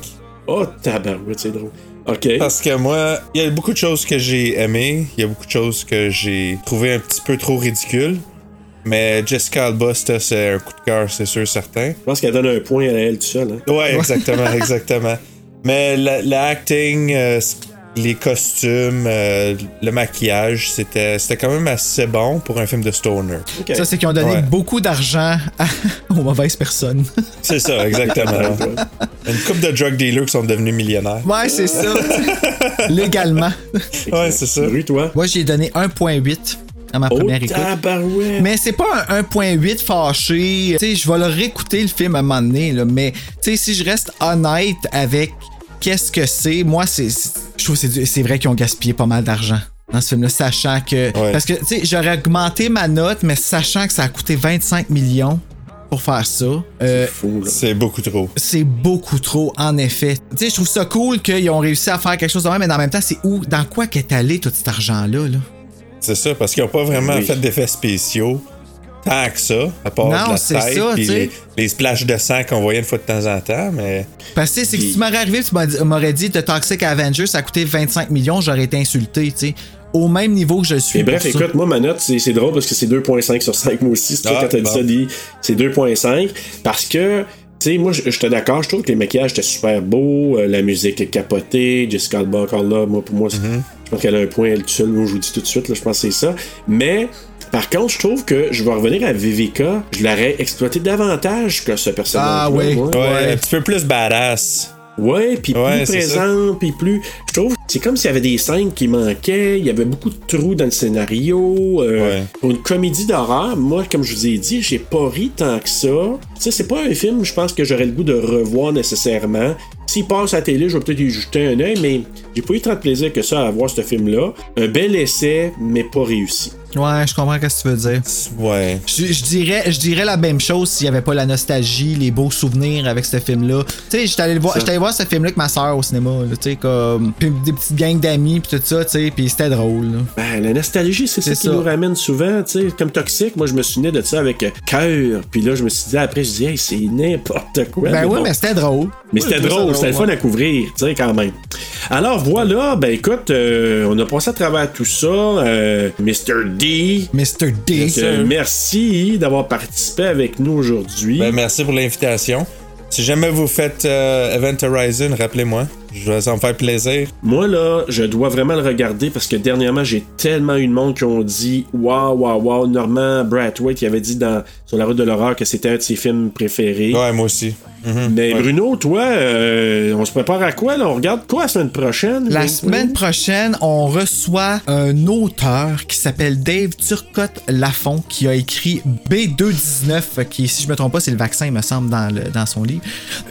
Speaker 5: Oh, tabarouette, c'est drôle. OK.
Speaker 8: Parce que moi, il y a beaucoup de choses que j'ai aimées. Il y a beaucoup de choses que j'ai trouvé un petit peu trop ridicules. Mais Jessica Alba, c'était- c'est un coup de cœur, c'est sûr, certain.
Speaker 5: Je pense qu'elle donne un point à elle tout seul. hein.
Speaker 8: Ouais, *laughs* exactement, exactement. Mais la- l'acting, euh, c- les costumes, euh, le maquillage, c'était c'était quand même assez bon pour un film de stoner.
Speaker 5: OK.
Speaker 3: Ça, c'est qu'ils ont donné
Speaker 8: Ouais.
Speaker 3: beaucoup d'argent à- *laughs* aux mauvaises personnes.
Speaker 8: C'est ça, exactement. *laughs*
Speaker 5: Euh,
Speaker 8: Une couple de drug dealers qui sont devenus millionnaires.
Speaker 3: ouais, c'est
Speaker 8: *laughs*
Speaker 3: ça. Légalement.
Speaker 8: Ouais, c'est ça.
Speaker 5: Rue, toi.
Speaker 3: Moi, j'ai donné 1.8 à ma
Speaker 5: Oh,
Speaker 3: première écoute.
Speaker 5: tabarouette.
Speaker 3: Mais c'est pas un 1.8 fâché. Tu sais, je vais le réécouter le film à un moment donné, là, mais tu sais, si je reste honnête avec qu'est-ce que c'est, moi, c'est, c'est- je trouve que c'est, du- c'est vrai qu'ils ont gaspillé pas mal d'argent dans ce film-là, sachant que.
Speaker 8: Ouais.
Speaker 3: Parce que, tu sais, j'aurais augmenté ma note, mais sachant que ça a coûté 25 millions pour faire ça. euh,
Speaker 5: Fou, là.
Speaker 8: C'est beaucoup trop.
Speaker 3: c'est beaucoup trop, en effet. Tu sais, je trouve ça cool qu'ils ont réussi à faire quelque chose de même, mais en même temps, c'est où, dans quoi qu'est allé tout cet argent-là, là?
Speaker 8: C'est ça, parce qu'ils n'ont pas vraiment
Speaker 5: Oui.
Speaker 8: fait d'effets spéciaux tant que ça, à part
Speaker 3: Non,
Speaker 8: de la
Speaker 3: c'est
Speaker 8: tête
Speaker 3: ça,
Speaker 8: puis
Speaker 3: tu sais.
Speaker 8: les, les splashes de sang qu'on voyait une fois de temps en temps, mais
Speaker 3: Parce que c'est que si tu m'aurais arrivé, tu m'as dit- m'aurais dit The Toxic Avenger, ça a coûté 25 millions, j'aurais été insulté, tu sais. Au même niveau que je suis.
Speaker 5: Et bref,
Speaker 3: pour ça.
Speaker 5: écoute, moi, ma note, c'est c'est drôle parce que c'est 2.5 sur 5, moi aussi. C'est toi
Speaker 8: Ah,
Speaker 5: quand t'as dit
Speaker 8: bon.
Speaker 5: ça, Lee, c'est 2.5. Parce que, tu sais, moi, je- j'étais d'accord, je trouve que les maquillages étaient super beaux, euh, la musique est capotée, Jessica Alba encore là, moi, pour moi, c'est-
Speaker 8: Mhm.
Speaker 5: je pense qu'elle a un point, elle toute seule, moi, je vous dis tout de suite, là, je pense que c'est ça. Mais, par contre, je trouve que je vais revenir à Vivica, je l'aurais exploité davantage que ce personnage.
Speaker 3: Ah, oui.
Speaker 8: ouais, un petit peu plus badass.
Speaker 5: Ouais, puis
Speaker 8: Ouais,
Speaker 5: plus
Speaker 8: c'est ça.
Speaker 5: présent, puis plus. Je trouve, c'est comme s'il y avait des scènes qui manquaient, il y avait beaucoup de trous dans le scénario. euh,
Speaker 8: Ouais.
Speaker 5: Pour une comédie d'horreur, moi, comme je vous ai dit, j'ai pas ri tant que ça. Tu sais, c'est pas un film, je pense, que j'aurais le goût de revoir nécessairement. S'il passe à la télé, je vais peut-être y jeter un œil, mais j'ai pas eu tant de plaisir que ça à voir ce film-là. Un bel essai, mais pas réussi.
Speaker 3: Ouais, je comprends ce que tu veux dire.
Speaker 8: Ouais.
Speaker 3: Je, je dirais, je dirais la même chose s'il n'y avait pas la nostalgie, les beaux souvenirs avec ce film-là. Tu sais, j'étais allé le voir,
Speaker 8: Ça.
Speaker 3: j'étais allé voir ce film-là avec ma soeur au cinéma, là, tu sais, comme. Puis des petites gangs d'amis, puis tout ça, tu sais, puis c'était drôle, là.
Speaker 5: Ben, la nostalgie, c'est ça,
Speaker 3: C'est
Speaker 5: qui
Speaker 3: ça.
Speaker 5: nous ramène souvent, tu sais, comme toxique. Moi, je me souvenais de ça avec euh, cœur. Puis là, je me suis dit, après, je dis, hey, c'est n'importe quoi.
Speaker 3: Ben oui,
Speaker 5: bon.
Speaker 3: mais c'était drôle. Oui,
Speaker 5: Mais c'était
Speaker 3: je trouve ça
Speaker 5: drôle, c'était le fun
Speaker 3: ouais.
Speaker 5: à couvrir, tu sais, quand même. Alors voilà, ben écoute, euh, on a passé à travers tout ça. euh, Mr. D.
Speaker 3: Mr. D.
Speaker 5: Donc, euh, merci d'avoir participé avec nous aujourd'hui.
Speaker 8: Ben, merci pour l'invitation. Si jamais vous faites euh, Event Horizon, rappelez-moi. Je vais en faire plaisir.
Speaker 5: Moi, là, je dois vraiment le regarder parce que dernièrement, j'ai tellement eu de monde qui ont dit Waouh, waouh, waouh. Norman Brathwaite, il avait dit dans, sur La route de l'horreur que c'était un de ses films préférés.
Speaker 8: Ouais, moi aussi. Mhm.
Speaker 5: Mais
Speaker 8: Ouais.
Speaker 5: Bruno, toi, euh, on se prépare à quoi, là On regarde quoi la semaine prochaine
Speaker 3: La
Speaker 5: Bruno?
Speaker 3: semaine prochaine, on reçoit un auteur qui s'appelle Dave Turcotte Lafont, qui a écrit B219, euh, qui, si je me trompe pas, c'est le vaccin, il me semble, dans, le- dans son livre.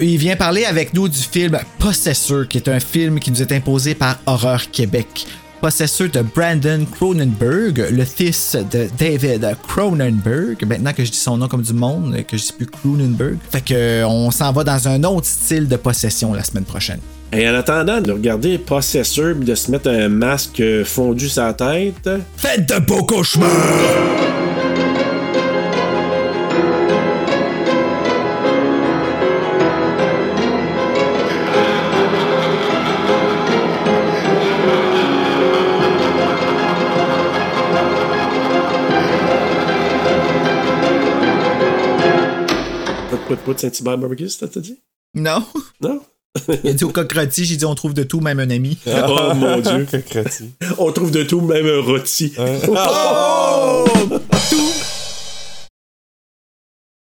Speaker 3: Il vient parler avec nous du film Possesseur, qui est un film qui nous est imposé par Horreur Québec. Possesseur de Brandon Cronenberg, le fils de David Cronenberg. Maintenant que je dis son nom comme du monde, que je dis plus Cronenberg. Fait que euh, on s'en va dans un autre style de possession la semaine prochaine.
Speaker 5: Et en attendant de regarder Possessor puis de se mettre un masque euh, fondu sur la tête.
Speaker 3: Faites de beaux cauchemars!
Speaker 5: Pas de pout pout Saint-Hubert barbecue, c'est ça que t'as dit
Speaker 3: Non.
Speaker 5: Non?
Speaker 3: Il a dit au cockrotti, j'ai dit on trouve de tout, même un ami. *laughs*
Speaker 5: Oh mon dieu.
Speaker 8: Que crétin.
Speaker 5: On trouve de tout, même un rôti.
Speaker 8: Oh!